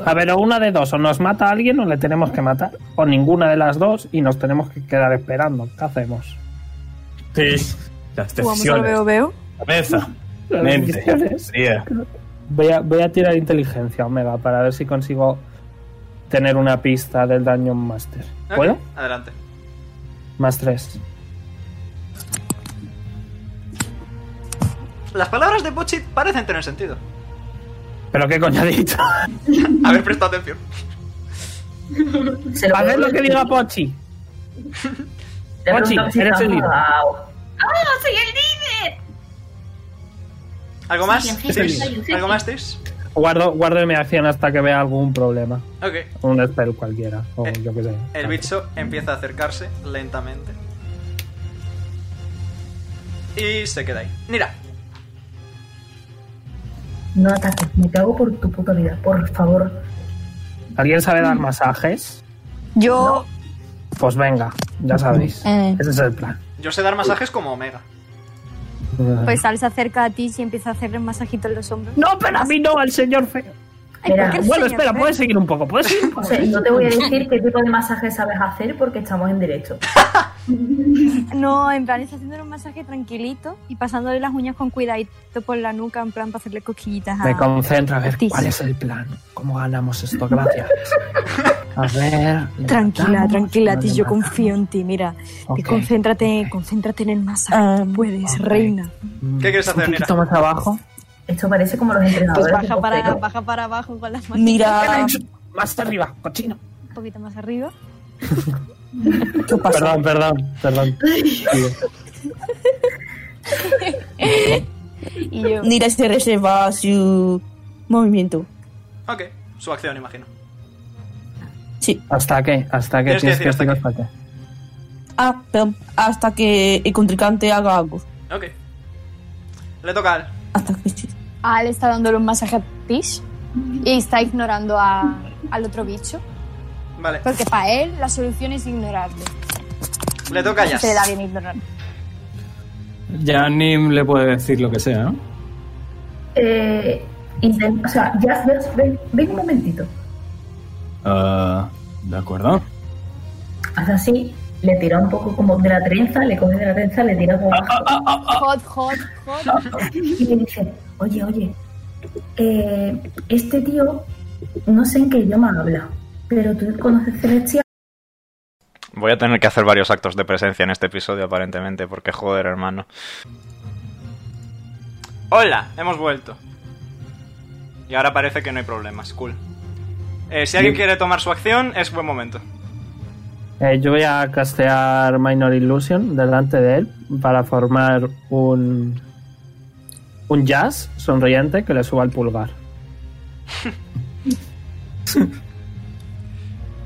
[SPEAKER 4] A ver, o una de dos, o nos mata a alguien o le tenemos que matar, o ninguna de las dos y nos tenemos que quedar esperando. ¿Qué hacemos?
[SPEAKER 9] Sí. Las
[SPEAKER 4] Jugamos al
[SPEAKER 9] decisiones.
[SPEAKER 4] veo, veo.
[SPEAKER 9] Cabeza.
[SPEAKER 4] Las
[SPEAKER 9] Mente.
[SPEAKER 4] decisiones.
[SPEAKER 9] fría.
[SPEAKER 4] Voy a, voy a tirar inteligencia, Omega, para ver si consigo tener una pista del Daño Master.
[SPEAKER 1] Ok,
[SPEAKER 4] ¿Puedo?
[SPEAKER 1] Adelante.
[SPEAKER 4] Más tres.
[SPEAKER 1] Las palabras de Pochi parecen tener sentido.
[SPEAKER 4] ¿Pero qué coño ha dicho?
[SPEAKER 1] Haber prestado atención.
[SPEAKER 7] Se
[SPEAKER 4] Haced lo que diga Pochi.
[SPEAKER 7] Le
[SPEAKER 4] Pochi,
[SPEAKER 7] preguntamos si
[SPEAKER 4] eres
[SPEAKER 7] está
[SPEAKER 4] el líder.
[SPEAKER 7] enfadado.
[SPEAKER 8] ¡Ah, soy el líder!
[SPEAKER 1] ¿Algo más?
[SPEAKER 8] Sí, jefe,
[SPEAKER 1] Tish?
[SPEAKER 8] soy un jefe.
[SPEAKER 1] ¿Algo más, Tish?
[SPEAKER 4] Guardo, guardo mi acción hasta que vea algún problema.
[SPEAKER 1] Ok.
[SPEAKER 4] Un spell cualquiera, o yo qué sé.
[SPEAKER 1] El bicho empieza a acercarse lentamente. Y se queda ahí. Mira,
[SPEAKER 7] No ataques, me cago por tu puta vida, por favor.
[SPEAKER 4] ¿Alguien sabe dar masajes?
[SPEAKER 7] Yo.
[SPEAKER 4] Pues venga, ya sabéis. Ese es el plan.
[SPEAKER 1] yo sé dar masajes como Omega.
[SPEAKER 12] Pues Al se acerca a ti y empieza a hacerle un masajito en los hombros.
[SPEAKER 4] No, pero a mí no, al señor feo.
[SPEAKER 7] Mira,
[SPEAKER 4] Bueno, espera, puedes seguir un poco. Puedes seguir un poco.
[SPEAKER 7] José, no te voy a decir qué tipo de masaje sabes hacer porque estamos en directo.
[SPEAKER 12] No, en plan, está haciéndole un masaje tranquilito y pasándole las uñas con cuidadito por la nuca, en plan, para hacerle
[SPEAKER 11] Ah,
[SPEAKER 12] cosquillitas. a-
[SPEAKER 4] Me concentro a ver
[SPEAKER 12] Ortiz.
[SPEAKER 4] cuál es el plan. ¿Cómo ganamos esto? Gracias. A ver. le
[SPEAKER 12] Tranquila,
[SPEAKER 4] matamos,
[SPEAKER 12] tranquila,
[SPEAKER 4] no
[SPEAKER 12] Tis,
[SPEAKER 4] le
[SPEAKER 12] yo
[SPEAKER 4] matamos.
[SPEAKER 12] confío en ti, mira.
[SPEAKER 4] Ok. Ah,
[SPEAKER 12] Te concéntrate, concéntrate en el masaje. puedes, reina.
[SPEAKER 1] ¿Qué quieres hacer, Nira?
[SPEAKER 4] más abajo.
[SPEAKER 7] Esto parece como los entrenadores.
[SPEAKER 12] Pues baja
[SPEAKER 7] de
[SPEAKER 12] para,
[SPEAKER 7] boxeo.
[SPEAKER 12] baja para abajo con las manos.
[SPEAKER 6] Mira.
[SPEAKER 4] Más arriba, cochino.
[SPEAKER 12] Un poquito más arriba.
[SPEAKER 4] Perdón, perdón, perdón.
[SPEAKER 12] y yo.
[SPEAKER 6] Nira se reserva su este movimiento.
[SPEAKER 1] Ok, su acción, imagino.
[SPEAKER 6] Sí.
[SPEAKER 4] ¿Hasta qué? ¿Hasta qué? Tienes
[SPEAKER 1] Tienes que
[SPEAKER 4] que
[SPEAKER 1] decir
[SPEAKER 4] decir hasta qué.
[SPEAKER 6] Ah, perdón. Hasta que el contrincante haga algo.
[SPEAKER 1] Ok. Le toca a él.
[SPEAKER 11] Al está dándole un masaje a Tish y está ignorando a- al otro bicho.
[SPEAKER 1] Vale.
[SPEAKER 11] Porque para él la solución es ignorarlo.
[SPEAKER 1] Le toca a Yas.
[SPEAKER 11] Se le da bien ignorar.
[SPEAKER 9] Ya Nim le puede decir lo que sea, ¿no?
[SPEAKER 7] Eh, intent- o sea, ya, ya- ven, ven un momentito.
[SPEAKER 9] Ah, de acuerdo.
[SPEAKER 7] Haz así, le tira un poco como de la trenza, le coge de la trenza, le tira
[SPEAKER 4] Ah,
[SPEAKER 7] por abajo.
[SPEAKER 11] Hot, hot, hot.
[SPEAKER 7] Y le dice, oye, oye, eh, este tío no sé en qué idioma habla, pero tú conoces Celestia.
[SPEAKER 1] Voy a tener que hacer varios actos de presencia en este episodio, aparentemente, porque joder, hermano. Hola, hemos vuelto. Y ahora parece que no hay problemas, cool. Eh, si alguien quiere tomar su acción, es buen momento.
[SPEAKER 4] Eh, yo voy a castear Minor Illusion delante de él para formar un. un jazz sonriente que le suba el pulgar.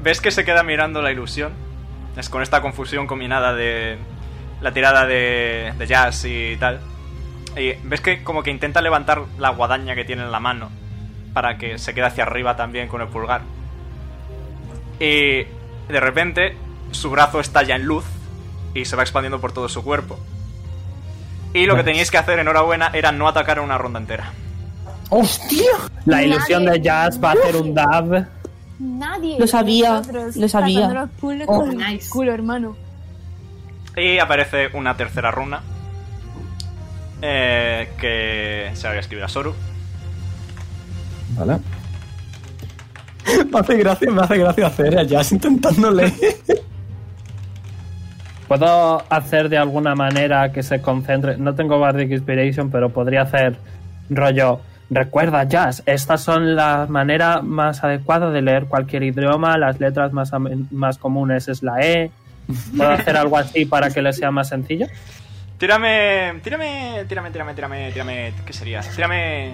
[SPEAKER 1] ¿Ves que se queda mirando la ilusión? Es con esta confusión combinada de la tirada de, de jazz y tal. Y ves que como que intenta levantar la guadaña que tiene en la mano para que se quede hacia arriba también con el pulgar. Y de repente su brazo estalla en luz y se va expandiendo por todo su cuerpo. Y lo que teníais que hacer, enhorabuena, era no atacar en una ronda entera.
[SPEAKER 4] ¡Hostia! La ilusión de jazz va a hacer un dab.
[SPEAKER 11] Nadie.
[SPEAKER 6] Lo sabía, lo sabía.
[SPEAKER 11] Los puzzles
[SPEAKER 6] Oh,
[SPEAKER 11] con el culo, hermano.
[SPEAKER 1] Y aparece una tercera runa. eh, que se la voy a escribir a Soru.
[SPEAKER 9] Vale. Me hace gracia, me hace gracia hacer a Jazz intentando leer.
[SPEAKER 4] ¿Puedo hacer de alguna manera que se concentre? No tengo Bardic Inspiration, pero podría hacer rollo. Recuerda, Jazz, estas son la manera más adecuada de leer cualquier idioma. Las letras más, am- más comunes es la E. ¿Puedo hacer algo así para que le sea más sencillo?
[SPEAKER 1] Tírame, tírame, tírame, tírame, tírame, tírame. ¿Qué sería? Tírame.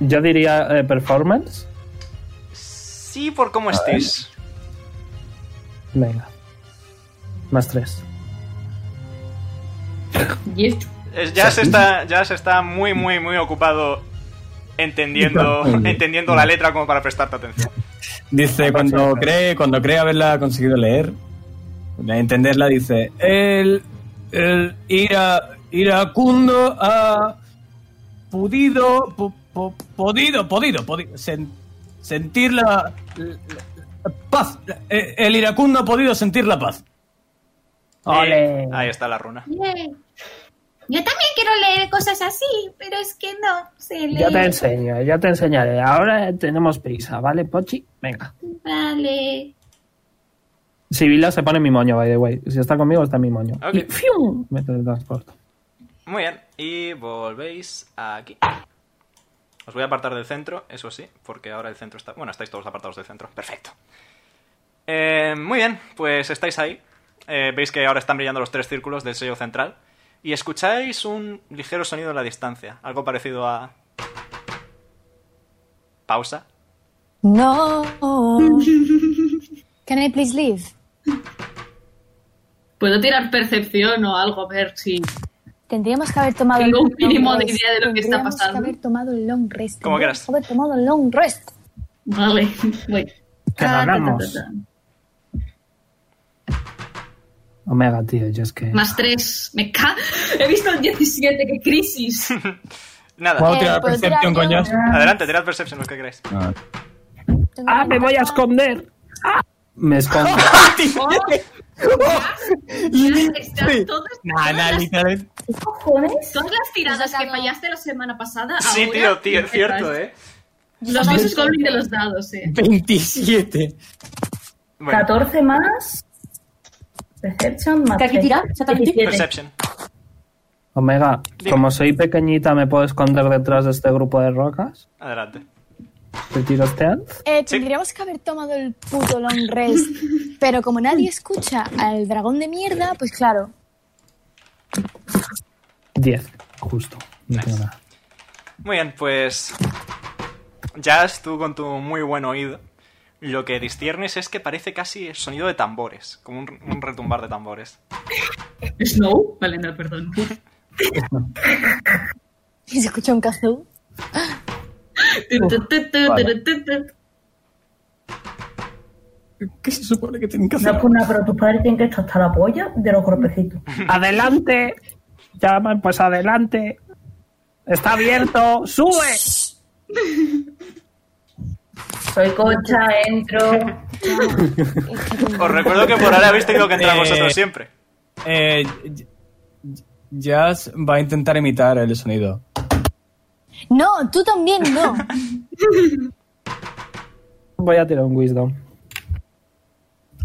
[SPEAKER 4] Yo diría eh, performance.
[SPEAKER 1] Sí, por cómo estés.
[SPEAKER 4] Venga. Más tres.
[SPEAKER 1] Es- Ya se está, ya se está muy, muy, muy ocupado entendiendo, entendiendo la letra como para prestarte atención.
[SPEAKER 9] Dice, cuando cree, cuando cree haberla conseguido leer, entenderla, dice, el, el ira, iracundo ha podido, po- po- podido, podido, podido sen- sentir la, la- la paz. Eh, El iracundo ha podido sentir la paz.
[SPEAKER 1] Eh, ahí está la runa.
[SPEAKER 8] Bien. Yo también quiero leer cosas así, pero es que no sé leer.
[SPEAKER 4] Ya te enseño, ya te enseñaré. Ahora tenemos prisa, ¿vale, Pochi? Venga.
[SPEAKER 8] Vale.
[SPEAKER 4] Sibila se pone mi moño, by the way. Si está conmigo, está en mi moño.
[SPEAKER 1] Ok.
[SPEAKER 4] Y ¡fium! me teletransporto.
[SPEAKER 1] Muy bien, y volvéis aquí. Os voy a apartar del centro, eso sí, porque ahora el centro está... Bueno, estáis todos apartados del centro, perfecto. Eh, muy bien, pues estáis ahí. Eh, Veis que ahora están brillando los tres círculos del sello central. Y escucháis un ligero sonido en la distancia, algo parecido a... Pausa.
[SPEAKER 11] No. Can I please leave?
[SPEAKER 2] Puedo tirar percepción o algo, a ver si...
[SPEAKER 11] Tendríamos que haber tomado
[SPEAKER 2] Tengo
[SPEAKER 11] el
[SPEAKER 2] un
[SPEAKER 11] long
[SPEAKER 2] mínimo de
[SPEAKER 11] rest.
[SPEAKER 2] idea de lo que está
[SPEAKER 11] Tendríamos
[SPEAKER 2] pasando.
[SPEAKER 11] que haber tomado el long rest.
[SPEAKER 1] Como
[SPEAKER 11] Tendríamos que haber tomado el long rest.
[SPEAKER 2] Vale, voy.
[SPEAKER 4] Te ganamos. Omega, tío, yo es que.
[SPEAKER 2] Más tres. Me ca... He visto el 17, qué crisis.
[SPEAKER 1] Nada.
[SPEAKER 4] ¿Puedo Eh, tirar ¿puedo tirar percepción, yo? coño?
[SPEAKER 1] Adelante, tirad percepción, lo que queráis.
[SPEAKER 4] ¡Ah, me voy a esconder! ¡Ah! Me escondo.
[SPEAKER 2] Están todas,
[SPEAKER 15] Nah, nah, literalmente.
[SPEAKER 2] todas las tiradas que fallaste la semana pasada.
[SPEAKER 1] Sí,
[SPEAKER 2] ahora
[SPEAKER 1] tío, tío, es
[SPEAKER 2] las-
[SPEAKER 1] cierto, ¿eh?
[SPEAKER 2] Los dioses goblin de los dados, eh.
[SPEAKER 15] 27.
[SPEAKER 1] Bueno.
[SPEAKER 7] 14 más. Perception más.
[SPEAKER 6] ¿Qué hay que
[SPEAKER 7] tres.
[SPEAKER 6] tirar? ¿Exactamente?
[SPEAKER 7] 17.
[SPEAKER 4] Omega, como soy pequeñita, ¿me puedo esconder detrás de este grupo de rocas?
[SPEAKER 1] Adelante.
[SPEAKER 4] ¿Te tiro este stealth?
[SPEAKER 11] Eh, tendríamos que haber tomado el puto long rest, pero como nadie escucha al dragón de mierda, pues claro.
[SPEAKER 4] 10, justo. No tengo nada.
[SPEAKER 1] Muy bien, pues. Jazz, tú con tu muy buen oído, lo que disciernes es que parece casi el sonido de tambores, como un, un retumbar de tambores.
[SPEAKER 2] Snow. Vale, no, perdón.
[SPEAKER 11] Y se escucha un kazoo.
[SPEAKER 15] ¿Qué se supone que tienen que
[SPEAKER 7] No, pues nada, pero tus padres tienen que estar hasta la polla de los cuerpecitos.
[SPEAKER 4] ¡Adelante! Llaman, pues adelante. Está abierto. ¡Sube!
[SPEAKER 7] Soy cocha, entro.
[SPEAKER 1] Os recuerdo que por ahora habéis tenido que entrar
[SPEAKER 15] Eh,
[SPEAKER 1] vosotros siempre.
[SPEAKER 9] Eh, J- J- Jazz va a intentar imitar el sonido.
[SPEAKER 11] No, tú también no.
[SPEAKER 4] Voy a tirar un wisdom.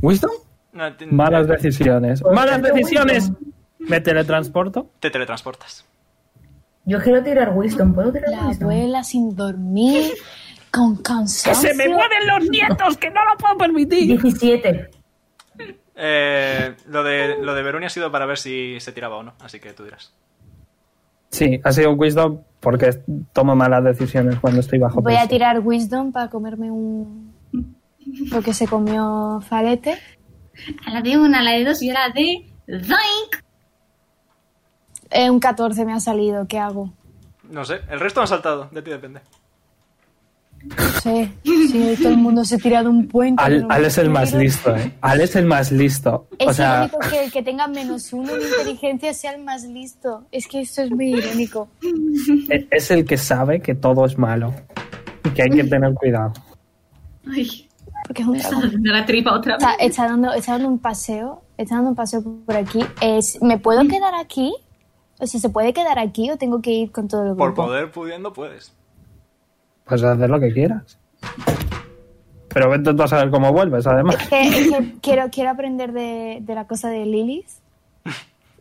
[SPEAKER 9] ¿Wisdom?
[SPEAKER 1] No, te, Pues,
[SPEAKER 4] Malas decisiones. ¡Malas decisiones! ¿Me teletransporto?
[SPEAKER 1] te teletransportas.
[SPEAKER 7] Yo quiero tirar Wisdom, ¿puedo tirar
[SPEAKER 11] La abuela sin dormir, con
[SPEAKER 4] ¡Que
[SPEAKER 11] cansancio.
[SPEAKER 4] se me mueven los nietos! ¡Que no lo puedo permitir!
[SPEAKER 7] 17.
[SPEAKER 1] Eh, lo, de, lo de Veruni ha sido para ver si se tiraba o no, así que tú dirás.
[SPEAKER 4] Sí, ha sido un wisdom porque tomo malas decisiones cuando estoy bajo
[SPEAKER 11] Voy
[SPEAKER 4] presión.
[SPEAKER 11] a tirar Wisdom para comerme un. Lo que se comió Farete.
[SPEAKER 8] A la de una, a la de dos y a la de Doink.
[SPEAKER 11] Eh, un 14 me ha salido, ¿qué hago?
[SPEAKER 1] No sé, el resto han saltado, de ti depende.
[SPEAKER 11] No sé. Si todo el mundo se tira de un puente.
[SPEAKER 4] Al,
[SPEAKER 11] pero-
[SPEAKER 4] Al es el más listo, ¿eh? Al es el más listo.
[SPEAKER 11] Es
[SPEAKER 4] O sea,
[SPEAKER 11] irónico que el que tenga menos uno en inteligencia sea el más listo. Es que esto es muy irónico.
[SPEAKER 4] e- es el que sabe que todo es malo y que hay que tener cuidado.
[SPEAKER 11] Ay, porque es un dragón.
[SPEAKER 2] La tripa otra vez.
[SPEAKER 11] Está, está dando, está dando un paseo. Está dando un paseo por aquí. Es, ¿Me puedo quedar aquí? O sea, ¿se puede quedar aquí o tengo que ir con todo el
[SPEAKER 1] Por
[SPEAKER 11] grupo?
[SPEAKER 1] poder pudiendo puedes.
[SPEAKER 4] Pues haz lo que quieras. Pero vete tú a saber cómo vuelves, además.
[SPEAKER 11] Es que, es que quiero, quiero aprender de, de la cosa de Lilith.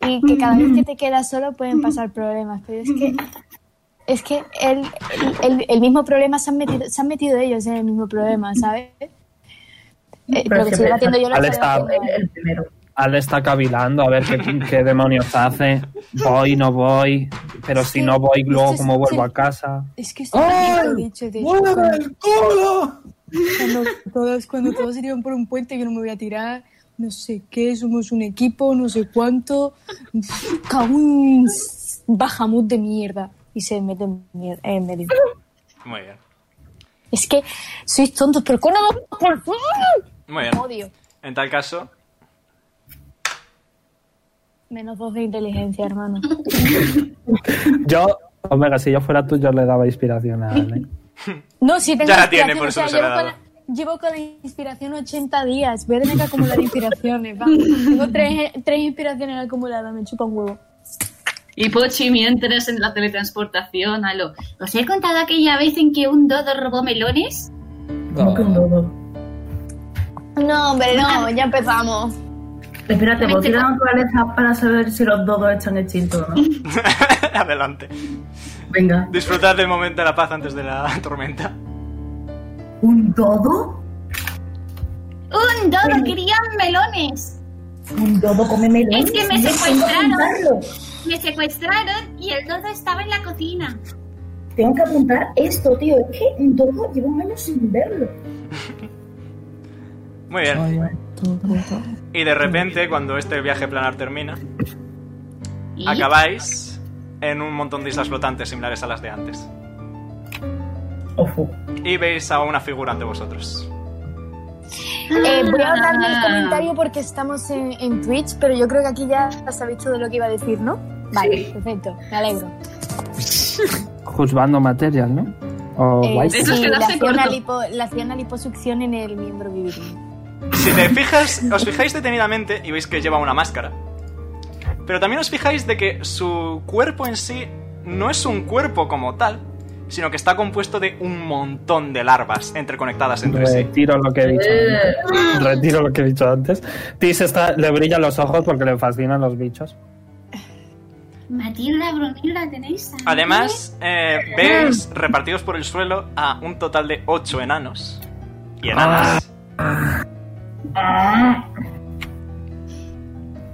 [SPEAKER 11] Y que cada vez que te quedas solo pueden pasar problemas. Pero es que. Es que el, el- el mismo problema se han, metido, se han metido ellos en el mismo problema, ¿sabes? Eh, lo que estoy haciendo yo lo
[SPEAKER 4] Al
[SPEAKER 11] estoy
[SPEAKER 4] está,
[SPEAKER 11] haciendo.
[SPEAKER 4] Al está cavilando a ver qué, qué demonios hace. Voy, no voy. Pero si no voy, luego
[SPEAKER 11] es-
[SPEAKER 4] cómo vuelvo a
[SPEAKER 11] sí.
[SPEAKER 4] casa.
[SPEAKER 11] Es que estoy
[SPEAKER 15] ¡Ay!
[SPEAKER 11] dicho de
[SPEAKER 15] ¡Mueve el culo!
[SPEAKER 11] Cuando todos, cuando todos se tiran por un puente, yo no me voy a tirar. No sé qué, somos un equipo, no sé cuánto. Cago un bajamut de mierda. Y se mete en mier- eh, en medio.
[SPEAKER 1] Muy bien,
[SPEAKER 11] Es que sois tontos, pero ¿cómo no? ¡Por favor!
[SPEAKER 1] muy bien.
[SPEAKER 11] Odio.
[SPEAKER 1] En tal caso,
[SPEAKER 11] Menos dos de inteligencia, hermano.
[SPEAKER 4] Yo, Omega, si yo fuera tú, yo le daba inspiración a Ale.
[SPEAKER 11] No, si tengo
[SPEAKER 4] Ya la tiene,
[SPEAKER 11] inspiración,
[SPEAKER 4] por eso
[SPEAKER 11] o
[SPEAKER 4] no
[SPEAKER 11] sea,
[SPEAKER 4] se la
[SPEAKER 11] llevo, con
[SPEAKER 4] daba.
[SPEAKER 11] la, llevo con la inspiración 80 días. Voy a tener que acumular inspiraciones. Vamos. Tengo tres, tres inspiraciones acumuladas, me chupa un huevo.
[SPEAKER 2] Y Pochi mientras en la teletransportación a lo...
[SPEAKER 8] ¿Os he contado aquella vez en que un dodo robó melones?
[SPEAKER 7] ¿Cómo que un
[SPEAKER 8] Ah.
[SPEAKER 7] dodo?
[SPEAKER 11] No, hombre, no, ya empezamos.
[SPEAKER 7] Espérate, ¿puedo tirar naturaleza para saber si los dodos están extintos o no?
[SPEAKER 1] adelante.
[SPEAKER 7] Venga.
[SPEAKER 1] Disfrutad del momento de la paz antes de la tormenta.
[SPEAKER 7] ¿Un dodo?
[SPEAKER 8] ¡Un dodo quería melones!
[SPEAKER 7] ¿Un dodo come melones?
[SPEAKER 8] Es que me
[SPEAKER 7] Yo tengo que
[SPEAKER 8] secuestraron.
[SPEAKER 7] apuntarlo.
[SPEAKER 8] Me secuestraron y el dodo estaba en la cocina.
[SPEAKER 7] Tengo que apuntar esto, tío. Es que un dodo llevo un año sin verlo.
[SPEAKER 1] Muy bien. Y de repente, cuando este viaje planar termina, acabáis en un montón de islas flotantes similares a las de antes. Y veis a una figura ante vosotros.
[SPEAKER 11] Eh, voy a ahorrarme el comentario porque estamos en, en Twitch, pero yo creo que aquí ya sabéis todo lo que iba a decir, ¿no? Vale, perfecto, me alegro.
[SPEAKER 4] Juzgando material, ¿no? O
[SPEAKER 11] Eh,
[SPEAKER 4] Oh, guay.
[SPEAKER 11] sí, le hacía, una lipo- le hacía una liposucción en el miembro viril.
[SPEAKER 1] Si te fijas, os fijáis detenidamente y veis que lleva una máscara. Pero también os fijáis de que su cuerpo en sí no es un cuerpo como tal, sino que está compuesto de un montón de larvas entreconectadas entre sí.
[SPEAKER 4] Retiro lo que he dicho antes. Retiro lo que he dicho antes. Tis está, le brillan los ojos porque le fascinan los bichos.
[SPEAKER 8] Matilda, Brunilda, tenéis. a-
[SPEAKER 1] Además, eh, veis repartidos por el suelo a un total de 8 enanos. Y enanas.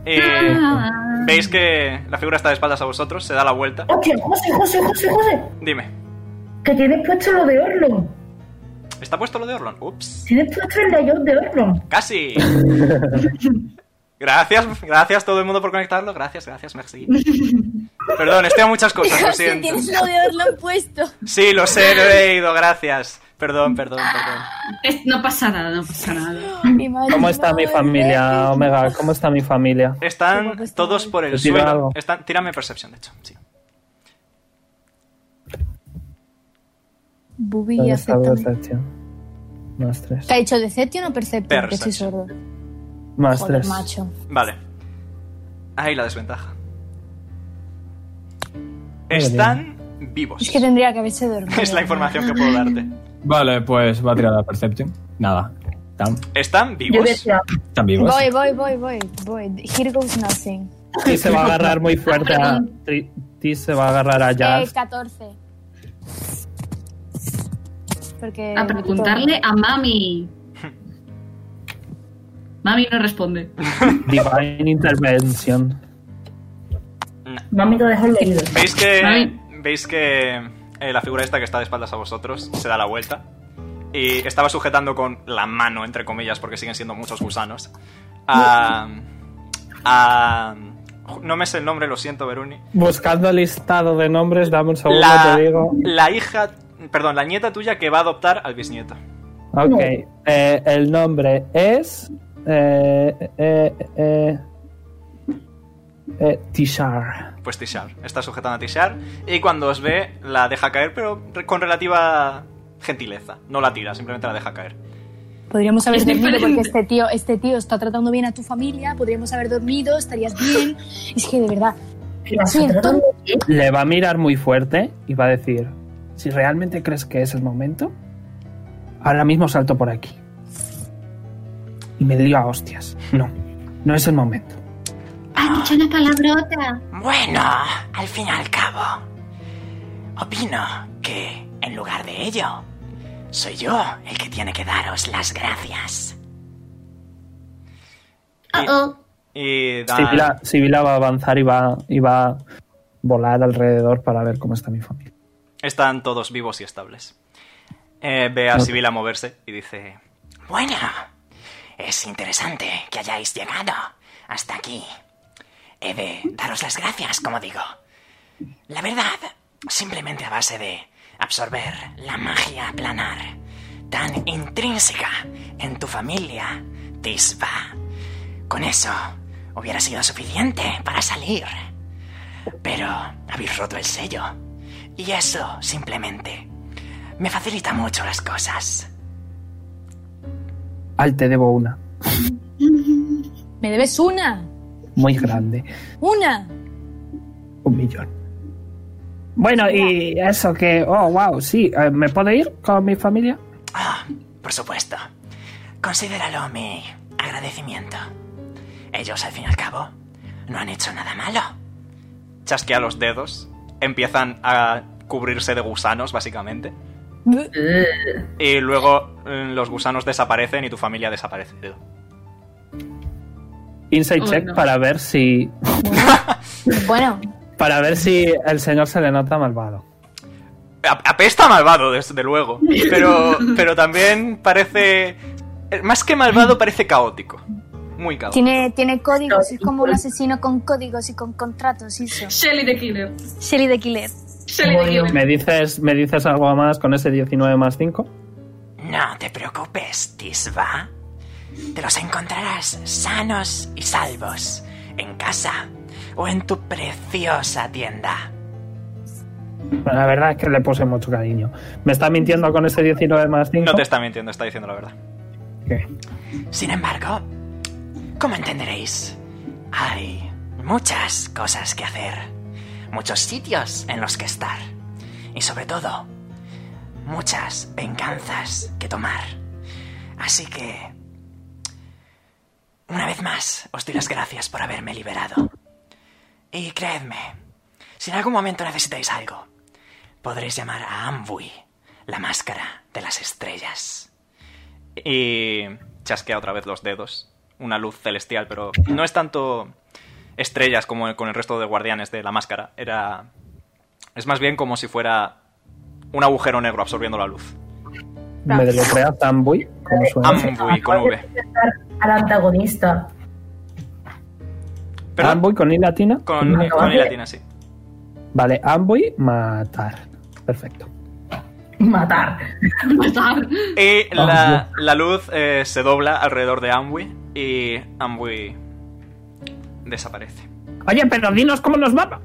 [SPEAKER 1] Eh,
[SPEAKER 7] Mm.
[SPEAKER 8] Ah.
[SPEAKER 1] veis que la figura está de espaldas a vosotros, se da la vuelta.
[SPEAKER 7] Hostia, José, José, José, José.
[SPEAKER 1] Dime,
[SPEAKER 7] Que tienes puesto lo de Orlon.
[SPEAKER 1] ¿está puesto lo de Orlon? Ups.
[SPEAKER 7] Tienes puesto el layout de Orlon.
[SPEAKER 1] ¡Casi! Gracias, gracias todo el mundo por conectarlo. Gracias, gracias, merci. Perdón, estoy a muchas cosas, lo
[SPEAKER 11] Si
[SPEAKER 1] siento.
[SPEAKER 11] tienes lo de Orlon puesto.
[SPEAKER 1] Sí, lo sé, lo he leído, gracias. Perdón, perdón, perdón.
[SPEAKER 2] Es- no pasa nada, no pasa nada.
[SPEAKER 4] ¿Cómo está mi familia, Omega? ¿Cómo está mi familia?
[SPEAKER 1] Están todos por el
[SPEAKER 4] Te tiro
[SPEAKER 1] suelo.
[SPEAKER 4] algo.
[SPEAKER 1] Están, tírame percepción, de hecho. Sí.
[SPEAKER 11] Bubi
[SPEAKER 4] ¿Dónde
[SPEAKER 11] y
[SPEAKER 4] está
[SPEAKER 11] acéptame.
[SPEAKER 4] Percepción? Más tres.
[SPEAKER 11] ¿Te ha hecho Deception o Perception? Que soy
[SPEAKER 1] Perception.
[SPEAKER 11] sordo.
[SPEAKER 4] Más
[SPEAKER 11] Joder,
[SPEAKER 4] tres.
[SPEAKER 11] macho.
[SPEAKER 1] Vale. Ahí la desventaja.
[SPEAKER 9] bien.
[SPEAKER 1] Están vivos.
[SPEAKER 11] Es que tendría que haberse dormido.
[SPEAKER 1] Es la información que puedo darte.
[SPEAKER 9] Vale, pues va a tirar la Perception. Nada. Están,
[SPEAKER 1] Están vivos.
[SPEAKER 9] están vivos.
[SPEAKER 11] Voy, voy, voy, voy, voy. Here goes nothing.
[SPEAKER 4] Tis se va a agarrar muy fuerte a. Tri- Tis se va a agarrar a
[SPEAKER 11] Eh,
[SPEAKER 4] Jazz.
[SPEAKER 11] 14. Porque
[SPEAKER 2] A preguntarle a mami. Mami no responde.
[SPEAKER 4] Divine Intervention.
[SPEAKER 7] Mami lo dejó leído.
[SPEAKER 1] Veis que. Veis que. eh, la figura esta que está de espaldas a vosotros se da la vuelta. Y estaba sujetando con la mano, entre comillas, porque siguen siendo muchos gusanos. A. a no me sé el nombre, lo siento, Veruni.
[SPEAKER 4] Buscando listado de nombres, dame un segundo,
[SPEAKER 1] La,
[SPEAKER 4] te digo.
[SPEAKER 1] la hija. Perdón, la nieta tuya que va a adoptar al bisnieto.
[SPEAKER 4] Ok. eh, el nombre es. Eh, eh, eh, eh, Tishar.
[SPEAKER 1] Pues Tishar. Está sujetando a Tishar. Y cuando os ve, la deja caer, pero re- con relativa gentileza. No la tira, simplemente la deja caer.
[SPEAKER 11] Podríamos haber
[SPEAKER 1] Es
[SPEAKER 11] dormido
[SPEAKER 1] diferente.
[SPEAKER 11] porque este tío, este tío está tratando bien a tu familia. Podríamos haber dormido, estarías bien. Es que de verdad. Soy el tonto.
[SPEAKER 4] Le va a mirar muy fuerte y va a decir: Si realmente crees que es el momento, ahora mismo salto por aquí. Y me diga hostias. No, no es el momento.
[SPEAKER 8] Ha dicho una palabrota.
[SPEAKER 20] Bueno, al fin y al cabo, opino que en lugar de ello, soy yo el que tiene que daros las gracias.
[SPEAKER 1] Y da-
[SPEAKER 4] Sibila, Sibila va a avanzar y va, y va a volar alrededor para ver cómo está mi familia.
[SPEAKER 1] Están todos vivos y estables. Eh, ve a
[SPEAKER 4] No.
[SPEAKER 1] Sibila moverse y dice...
[SPEAKER 20] Bueno, es interesante que hayáis llegado hasta aquí. He de daros las gracias, como digo. La verdad, simplemente a base de absorber la magia planar tan intrínseca en tu familia, Tisba. Con eso hubiera sido suficiente para salir. Pero habéis roto el sello. Y eso simplemente me facilita mucho las cosas.
[SPEAKER 4] Al te debo una,
[SPEAKER 11] Me debes una.
[SPEAKER 4] muy grande,
[SPEAKER 11] Una.
[SPEAKER 4] un millón. Bueno, y eso que, oh, wow, sí, eh, ¿me puedo ir con mi familia?
[SPEAKER 20] Por supuesto. Considéralo mi agradecimiento. Ellos, al fin y al cabo, no han hecho nada malo.
[SPEAKER 1] Chasquea los dedos. Empiezan a cubrirse de gusanos, básicamente. Y luego eh, los gusanos desaparecen y tu familia desaparece.
[SPEAKER 4] Insight
[SPEAKER 1] Oh,
[SPEAKER 4] check
[SPEAKER 1] no.
[SPEAKER 4] para ver si,
[SPEAKER 11] Bueno,
[SPEAKER 4] para ver si el señor se le nota malvado.
[SPEAKER 1] A- Apesta malvado, desde luego. Pero, pero también parece... eh, Más que malvado, parece caótico. Muy caótico.
[SPEAKER 11] tiene, tiene códigos. Es como un asesino con códigos y con contratos. y Eso.
[SPEAKER 2] Shelly the Killer.
[SPEAKER 11] Shelly the Killer.
[SPEAKER 4] ¿Me dices, ¿Me dices algo más con ese 19 más 5?
[SPEAKER 20] No te preocupes, Tisba. Te los encontrarás sanos y salvos en casa o en tu preciosa tienda.
[SPEAKER 4] Pero la verdad es que le puse mucho cariño. ¿Me está mintiendo con ese 19 más 5?
[SPEAKER 1] No te está mintiendo, está diciendo la verdad.
[SPEAKER 20] Sin embargo, como entenderéis, hay muchas cosas que hacer, muchos sitios en los que estar y sobre todo muchas venganzas que tomar. Así que, una vez más, os doy las gracias por haberme liberado. Y creedme, si en algún momento necesitáis algo, podréis llamar a Ambui, la máscara de las estrellas.
[SPEAKER 1] Y chasquea otra vez los dedos. Una luz celestial, pero no es tanto estrellas como con el resto de guardianes de la máscara. Era. Es más bien como si fuera un agujero negro absorbiendo la luz.
[SPEAKER 4] ¿Me deletrea Tambuy? ¿Cómo suena?
[SPEAKER 1] Ambui con V.
[SPEAKER 7] Al antagonista.
[SPEAKER 9] Ah.
[SPEAKER 1] Perdón.
[SPEAKER 4] ¿Ambuy con I latina? Ah,
[SPEAKER 1] Con, eh, con I latina, sí.
[SPEAKER 4] Vale, Ambuy, matar. Perfecto.
[SPEAKER 7] Matar. Matar.
[SPEAKER 1] Y la, la luz eh, se dobla alrededor de Ambui y Ambui desaparece.
[SPEAKER 13] Oye, pero dinos cómo nos mapa.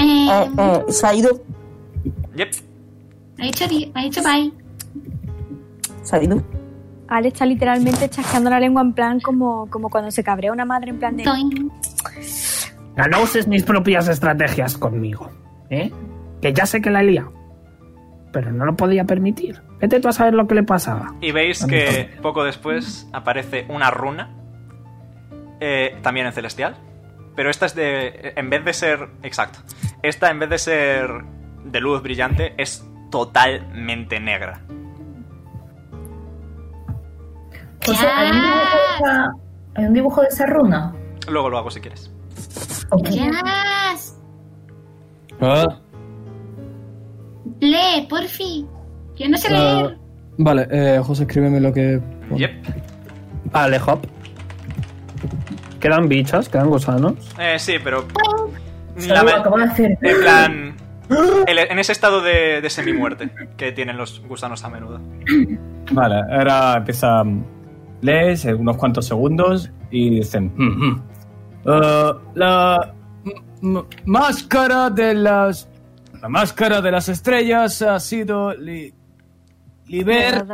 [SPEAKER 13] Oh,
[SPEAKER 6] Eh, eh, se ha ido.
[SPEAKER 1] Yep.
[SPEAKER 8] Ha hecho, di- ha hecho bye.
[SPEAKER 6] Se ha ido.
[SPEAKER 12] Ale está literalmente chasqueando la lengua en plan como, como cuando se cabrea una madre en plan de...
[SPEAKER 13] Ya No uses mis propias estrategias conmigo, ¿eh? Que ya sé que la he liado, pero no lo podía permitir. Vete tú a saber lo que le pasaba.
[SPEAKER 1] Y veis que poco después aparece una runa, eh, también en celestial, pero esta es de, en vez de ser, exacto, esta en vez de ser de luz brillante es totalmente negra.
[SPEAKER 7] O sea, hay un dibujo de esa, hay un dibujo de esa runa.
[SPEAKER 1] Luego lo hago si quieres.
[SPEAKER 8] Yes. Lee, porfi. Yo no sé leer.
[SPEAKER 9] Eh, vale, eh, José, escríbeme lo que.
[SPEAKER 4] Vale, hop. Quedan bichas, quedan gusanos.
[SPEAKER 1] Eh, sí, pero...
[SPEAKER 4] Salud, acabo de hacer. Ah.
[SPEAKER 1] en plan... el- en ese estado de, de semimuerte que tienen los gusanos a menudo.
[SPEAKER 9] Vale, ahora empieza. mm, Lees eh, unos cuantos segundos y dicen. "Mm, mm". Eh, la mm, mm, máscara de las. La máscara de las estrellas ha sido li- liber,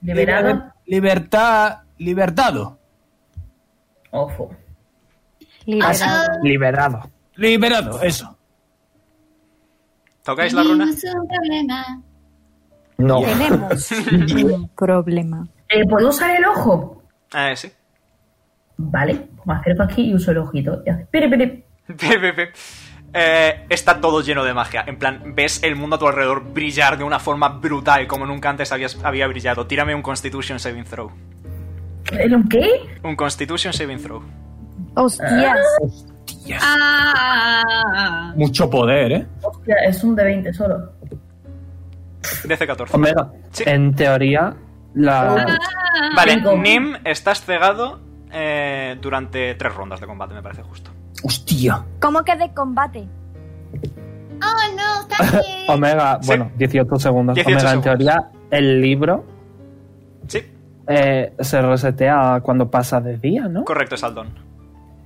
[SPEAKER 7] Liberada.
[SPEAKER 9] libertad, libertado.
[SPEAKER 7] Ojo.
[SPEAKER 8] Ah,
[SPEAKER 4] Liberado.
[SPEAKER 9] Liberado, eso.
[SPEAKER 1] ¿Tocáis
[SPEAKER 8] Tenemos un problema.
[SPEAKER 4] No.
[SPEAKER 12] Tenemos un problema.
[SPEAKER 7] Eh, ¿Puedo usar el ojo?
[SPEAKER 1] Ah, sí.
[SPEAKER 7] Vale, me acerco aquí y uso el ojito. Ya. Pere, pere.
[SPEAKER 1] Ve, ve, ve. Eh, está todo lleno de magia. En plan, ves el mundo a tu alrededor brillar de una forma brutal como nunca antes habías- había brillado. Tírame un Constitution Saving Throw.
[SPEAKER 7] ¿El un qué?
[SPEAKER 1] Un Constitution Saving Throw.
[SPEAKER 12] Hostias.
[SPEAKER 7] Ah.
[SPEAKER 9] Mucho poder, ¿eh?
[SPEAKER 7] Hostia, es un de 20 solo.
[SPEAKER 1] DC-14.
[SPEAKER 4] Omega, en teoría,
[SPEAKER 9] Ah.
[SPEAKER 4] la.
[SPEAKER 1] Vale,
[SPEAKER 4] Cinco.
[SPEAKER 1] Nim, estás cegado eh, durante tres rondas de combate, me parece justo.
[SPEAKER 9] Hostia.
[SPEAKER 12] ¿Cómo que de combate?
[SPEAKER 8] Oh, no, está bien.
[SPEAKER 4] Omega, bueno, 18 segundos.
[SPEAKER 1] 18
[SPEAKER 4] Omega,
[SPEAKER 1] segundos.
[SPEAKER 4] en teoría, el libro.
[SPEAKER 1] Sí.
[SPEAKER 4] eh, se resetea cuando pasa de día, ¿no?
[SPEAKER 1] Correcto, es Aldon.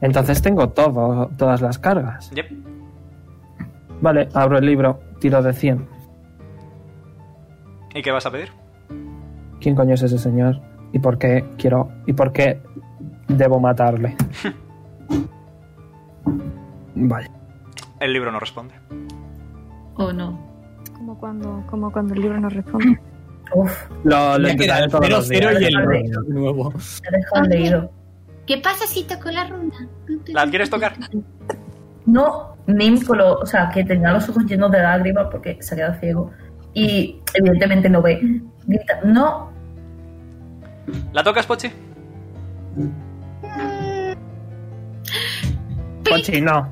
[SPEAKER 4] Entonces tengo todo, todas las cargas.
[SPEAKER 1] Yep.
[SPEAKER 4] Vale, abro el libro, tiro de 100.
[SPEAKER 1] ¿Y qué vas a pedir?
[SPEAKER 4] ¿Quién coño es ese señor? ¿Y por qué quiero? ¿Y por qué debo matarle? vale.
[SPEAKER 1] El libro no responde.
[SPEAKER 7] ¿O no?
[SPEAKER 12] Como cuando, como cuando el libro no responde.
[SPEAKER 4] Lo, lo
[SPEAKER 9] Ya
[SPEAKER 4] intentaré
[SPEAKER 9] queda
[SPEAKER 4] todos
[SPEAKER 9] el
[SPEAKER 4] los días.
[SPEAKER 9] 0-0 y el
[SPEAKER 4] dejarlo.
[SPEAKER 9] de nuevo.
[SPEAKER 8] ¿Qué pasa si toco la runa?
[SPEAKER 1] ¿La quieres tocar?
[SPEAKER 7] No, Nim, con lo- o sea, que tenía los ojos llenos de lágrimas porque se ha quedado ciego. Y evidentemente no ve. Grita, no.
[SPEAKER 1] ¿La tocas, Pochi?
[SPEAKER 4] Pochi, no.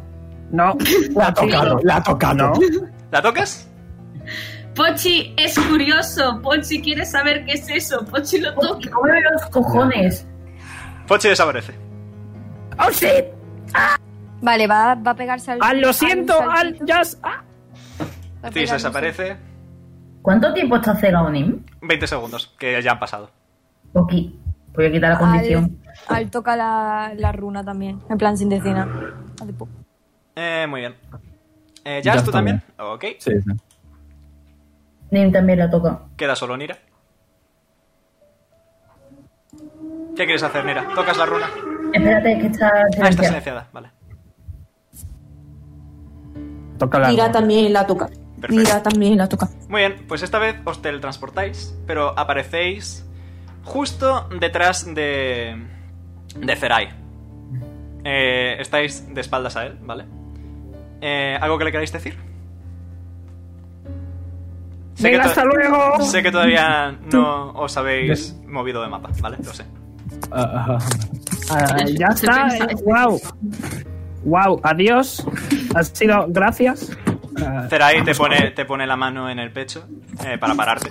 [SPEAKER 4] No. La ha
[SPEAKER 2] tocado,
[SPEAKER 4] la ha tocado.
[SPEAKER 1] ¿La tocas?
[SPEAKER 2] Pochi es curioso. Pochi quiere saber qué es eso. Pochi lo toca.
[SPEAKER 7] Mueve los cojones.
[SPEAKER 1] Pochi desaparece.
[SPEAKER 12] ¡Oh, shit! Vale, va, va a pegarse al...
[SPEAKER 13] Ah, lo siento,
[SPEAKER 12] al...
[SPEAKER 13] ya...
[SPEAKER 1] Tis desaparece.
[SPEAKER 7] ¿Cuánto tiempo está cegado Nim?
[SPEAKER 1] 20 segundos, que ya han pasado.
[SPEAKER 7] Ok, voy a quitar
[SPEAKER 12] Al-
[SPEAKER 7] la condición.
[SPEAKER 12] Al toca la, la runa también, en plan sin decir nada. Hace pu-
[SPEAKER 1] Eh, muy bien. Eh,
[SPEAKER 9] Ya
[SPEAKER 1] ¿Jazz, tú
[SPEAKER 9] está
[SPEAKER 1] también?
[SPEAKER 9] bien.
[SPEAKER 1] Ok.
[SPEAKER 9] Sí, sí.
[SPEAKER 2] Nim también la toca.
[SPEAKER 1] Queda solo Nira. ¿Qué quieres hacer, Nira? ¿Tocas la runa?
[SPEAKER 2] Espérate, que está.
[SPEAKER 1] Ah, está
[SPEAKER 2] silenciada.
[SPEAKER 1] silenciada, vale.
[SPEAKER 13] Toca la.
[SPEAKER 10] Mira también la toca. Mira también la toca.
[SPEAKER 1] Muy bien, pues esta vez os teletransportáis, pero aparecéis justo detrás de. de Zerai. Eh, estáis de espaldas a él, ¿vale? Eh, ¿Algo que le queráis decir?
[SPEAKER 21] Venga,
[SPEAKER 1] to-
[SPEAKER 21] hasta luego.
[SPEAKER 1] Sé que todavía no os habéis movido de mapa, ¿vale? Lo sé.
[SPEAKER 9] Ah, ah,
[SPEAKER 13] Ah, ya
[SPEAKER 1] Se
[SPEAKER 13] está.
[SPEAKER 1] pensa-
[SPEAKER 13] Wow. Wow. Adiós. Has sido. Gracias. Ah,
[SPEAKER 1] Zerai te pone, te pone la mano en el pecho eh, para pararte.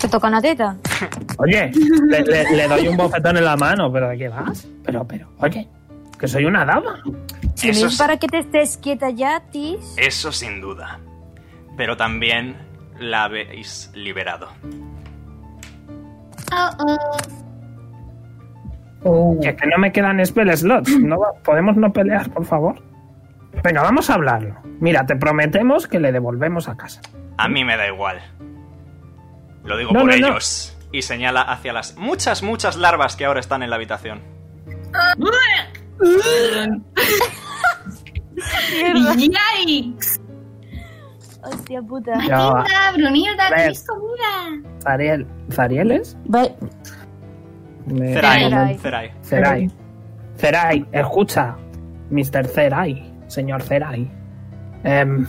[SPEAKER 11] ¿Te toca una teta?
[SPEAKER 13] Oye, le, le- le doy un bofetón en la mano, pero ¿de qué vas? Pero, pero, oye, que soy una dama.
[SPEAKER 11] Si no es para que te estés quieta ya, Tis.
[SPEAKER 1] Eso sin duda. Pero también la habéis liberado.
[SPEAKER 7] Oh, oh.
[SPEAKER 13] Que, que no me quedan spell slots. No, va- podemos no pelear, por favor. Venga, vamos a hablarlo. Mira, te prometemos que le devolvemos a casa.
[SPEAKER 1] A mí me da igual. Lo digo
[SPEAKER 13] No,
[SPEAKER 1] por
[SPEAKER 13] no, no.
[SPEAKER 1] ellos. Y señala hacia las muchas, muchas larvas que ahora están en la habitación.
[SPEAKER 7] Yikes.
[SPEAKER 11] Hostia puta.
[SPEAKER 13] Ya va.
[SPEAKER 7] Matilda, Brunilda,
[SPEAKER 13] Ven.
[SPEAKER 7] Cristo, Buda.
[SPEAKER 13] Zariel. ¿Zariel es? Me-
[SPEAKER 1] Zerai, Zerai.
[SPEAKER 13] Zerai. Zerai, escucha, Mr. Zerai, señor Zerai. Em,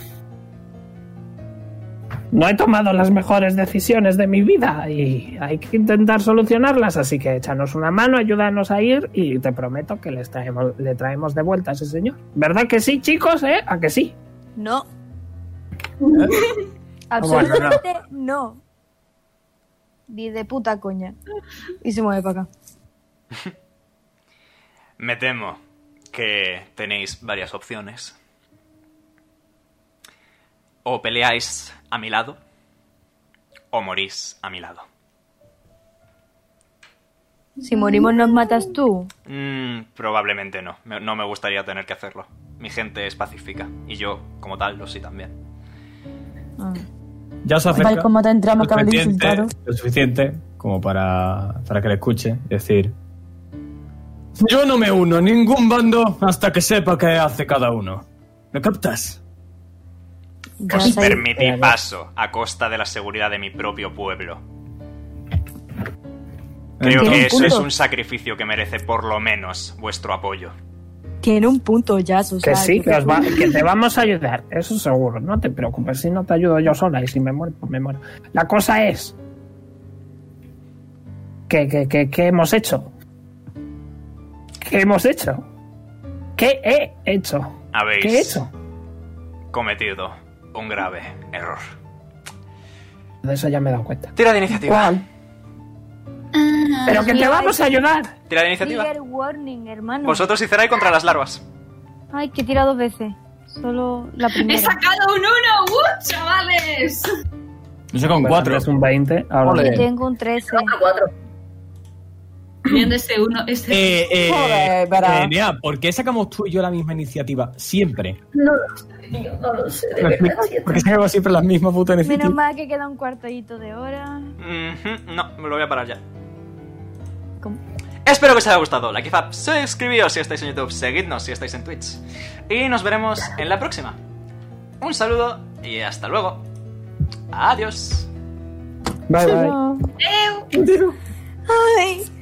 [SPEAKER 13] no he tomado las mejores decisiones de mi vida y hay que intentar solucionarlas, así que échanos una mano, ayúdanos a ir y te prometo que les traemos, le traemos de vuelta a ese señor. ¿Verdad que sí, chicos? ¿Eh? ¿A que sí?
[SPEAKER 11] No.
[SPEAKER 13] Absolutamente
[SPEAKER 11] Absolutamente no. Ni de puta coña. Y se mueve para acá.
[SPEAKER 1] Me temo que tenéis varias opciones. O peleáis a mi lado, o morís a mi lado.
[SPEAKER 11] Si morimos nos matas tú.
[SPEAKER 1] Mm, probablemente no. Me- No me gustaría tener que hacerlo. Mi gente es pacífica. Y yo, como tal, lo sí también.
[SPEAKER 11] Ah.
[SPEAKER 9] Ya se acerca.
[SPEAKER 10] Vale, como te entramos, que
[SPEAKER 9] lo,
[SPEAKER 10] habré
[SPEAKER 9] suficiente,
[SPEAKER 10] insultado.
[SPEAKER 9] lo suficiente como para, para que le escuche y decir: Yo no me uno a ningún bando hasta que sepa qué hace cada uno. ¿Me captas?
[SPEAKER 1] Os
[SPEAKER 9] sabéis-
[SPEAKER 1] permití paso a costa de la seguridad de mi propio pueblo. Creo
[SPEAKER 11] Tiene
[SPEAKER 1] que
[SPEAKER 11] un
[SPEAKER 1] eso
[SPEAKER 11] punto.
[SPEAKER 1] es un sacrificio que merece por lo menos vuestro apoyo.
[SPEAKER 11] Tiene un punto ya, o
[SPEAKER 13] Que
[SPEAKER 11] sea,
[SPEAKER 13] sí,
[SPEAKER 11] yo
[SPEAKER 13] que, os va- que te vamos a ayudar, eso seguro, no te preocupes, si no te ayudo yo sola y si me muero, pues me muero. La cosa es, ¿qué, qué, qué- qué hemos hecho? ¿Qué hemos hecho? ¿Qué he hecho?
[SPEAKER 1] Habéis
[SPEAKER 13] ¿Qué he hecho?
[SPEAKER 1] cometido un grave error.
[SPEAKER 13] De eso ya me he dado cuenta.
[SPEAKER 1] Tira de iniciativa.
[SPEAKER 13] Pero que te vamos a ayudar.
[SPEAKER 1] Tira de iniciativa.
[SPEAKER 11] Trigger warning, hermano.
[SPEAKER 1] Vosotros y Zerai contra las larvas.
[SPEAKER 11] Ay, que he tirado dos veces. Solo la primera.
[SPEAKER 22] He sacado un uno, ¡uh, chavales!
[SPEAKER 9] Yo sé con cuatro.
[SPEAKER 13] Es un 20, ahora
[SPEAKER 11] Y tengo un 13.
[SPEAKER 22] Viendo ese uno, ese.
[SPEAKER 9] Eh, eh,
[SPEAKER 22] Joder, verá.
[SPEAKER 9] eh, Nea, ¿por qué sacamos tú y yo la misma iniciativa? Siempre.
[SPEAKER 2] No lo sé, tío, no lo sé, de verdad.
[SPEAKER 9] ¿Por qué sacamos siempre las mismas putas
[SPEAKER 11] Menos
[SPEAKER 9] iniciativas?
[SPEAKER 11] mal que queda un cuartadito de hora.
[SPEAKER 1] Ujú, No, me lo voy a parar ya.
[SPEAKER 11] ¿Cómo?
[SPEAKER 1] Espero que os haya gustado. Like if up, suscribíos si estáis en YouTube, seguidnos si estáis en Twitch. Y nos veremos en la próxima. Un saludo y hasta luego. Adiós.
[SPEAKER 13] Bye, bye.
[SPEAKER 11] Ay.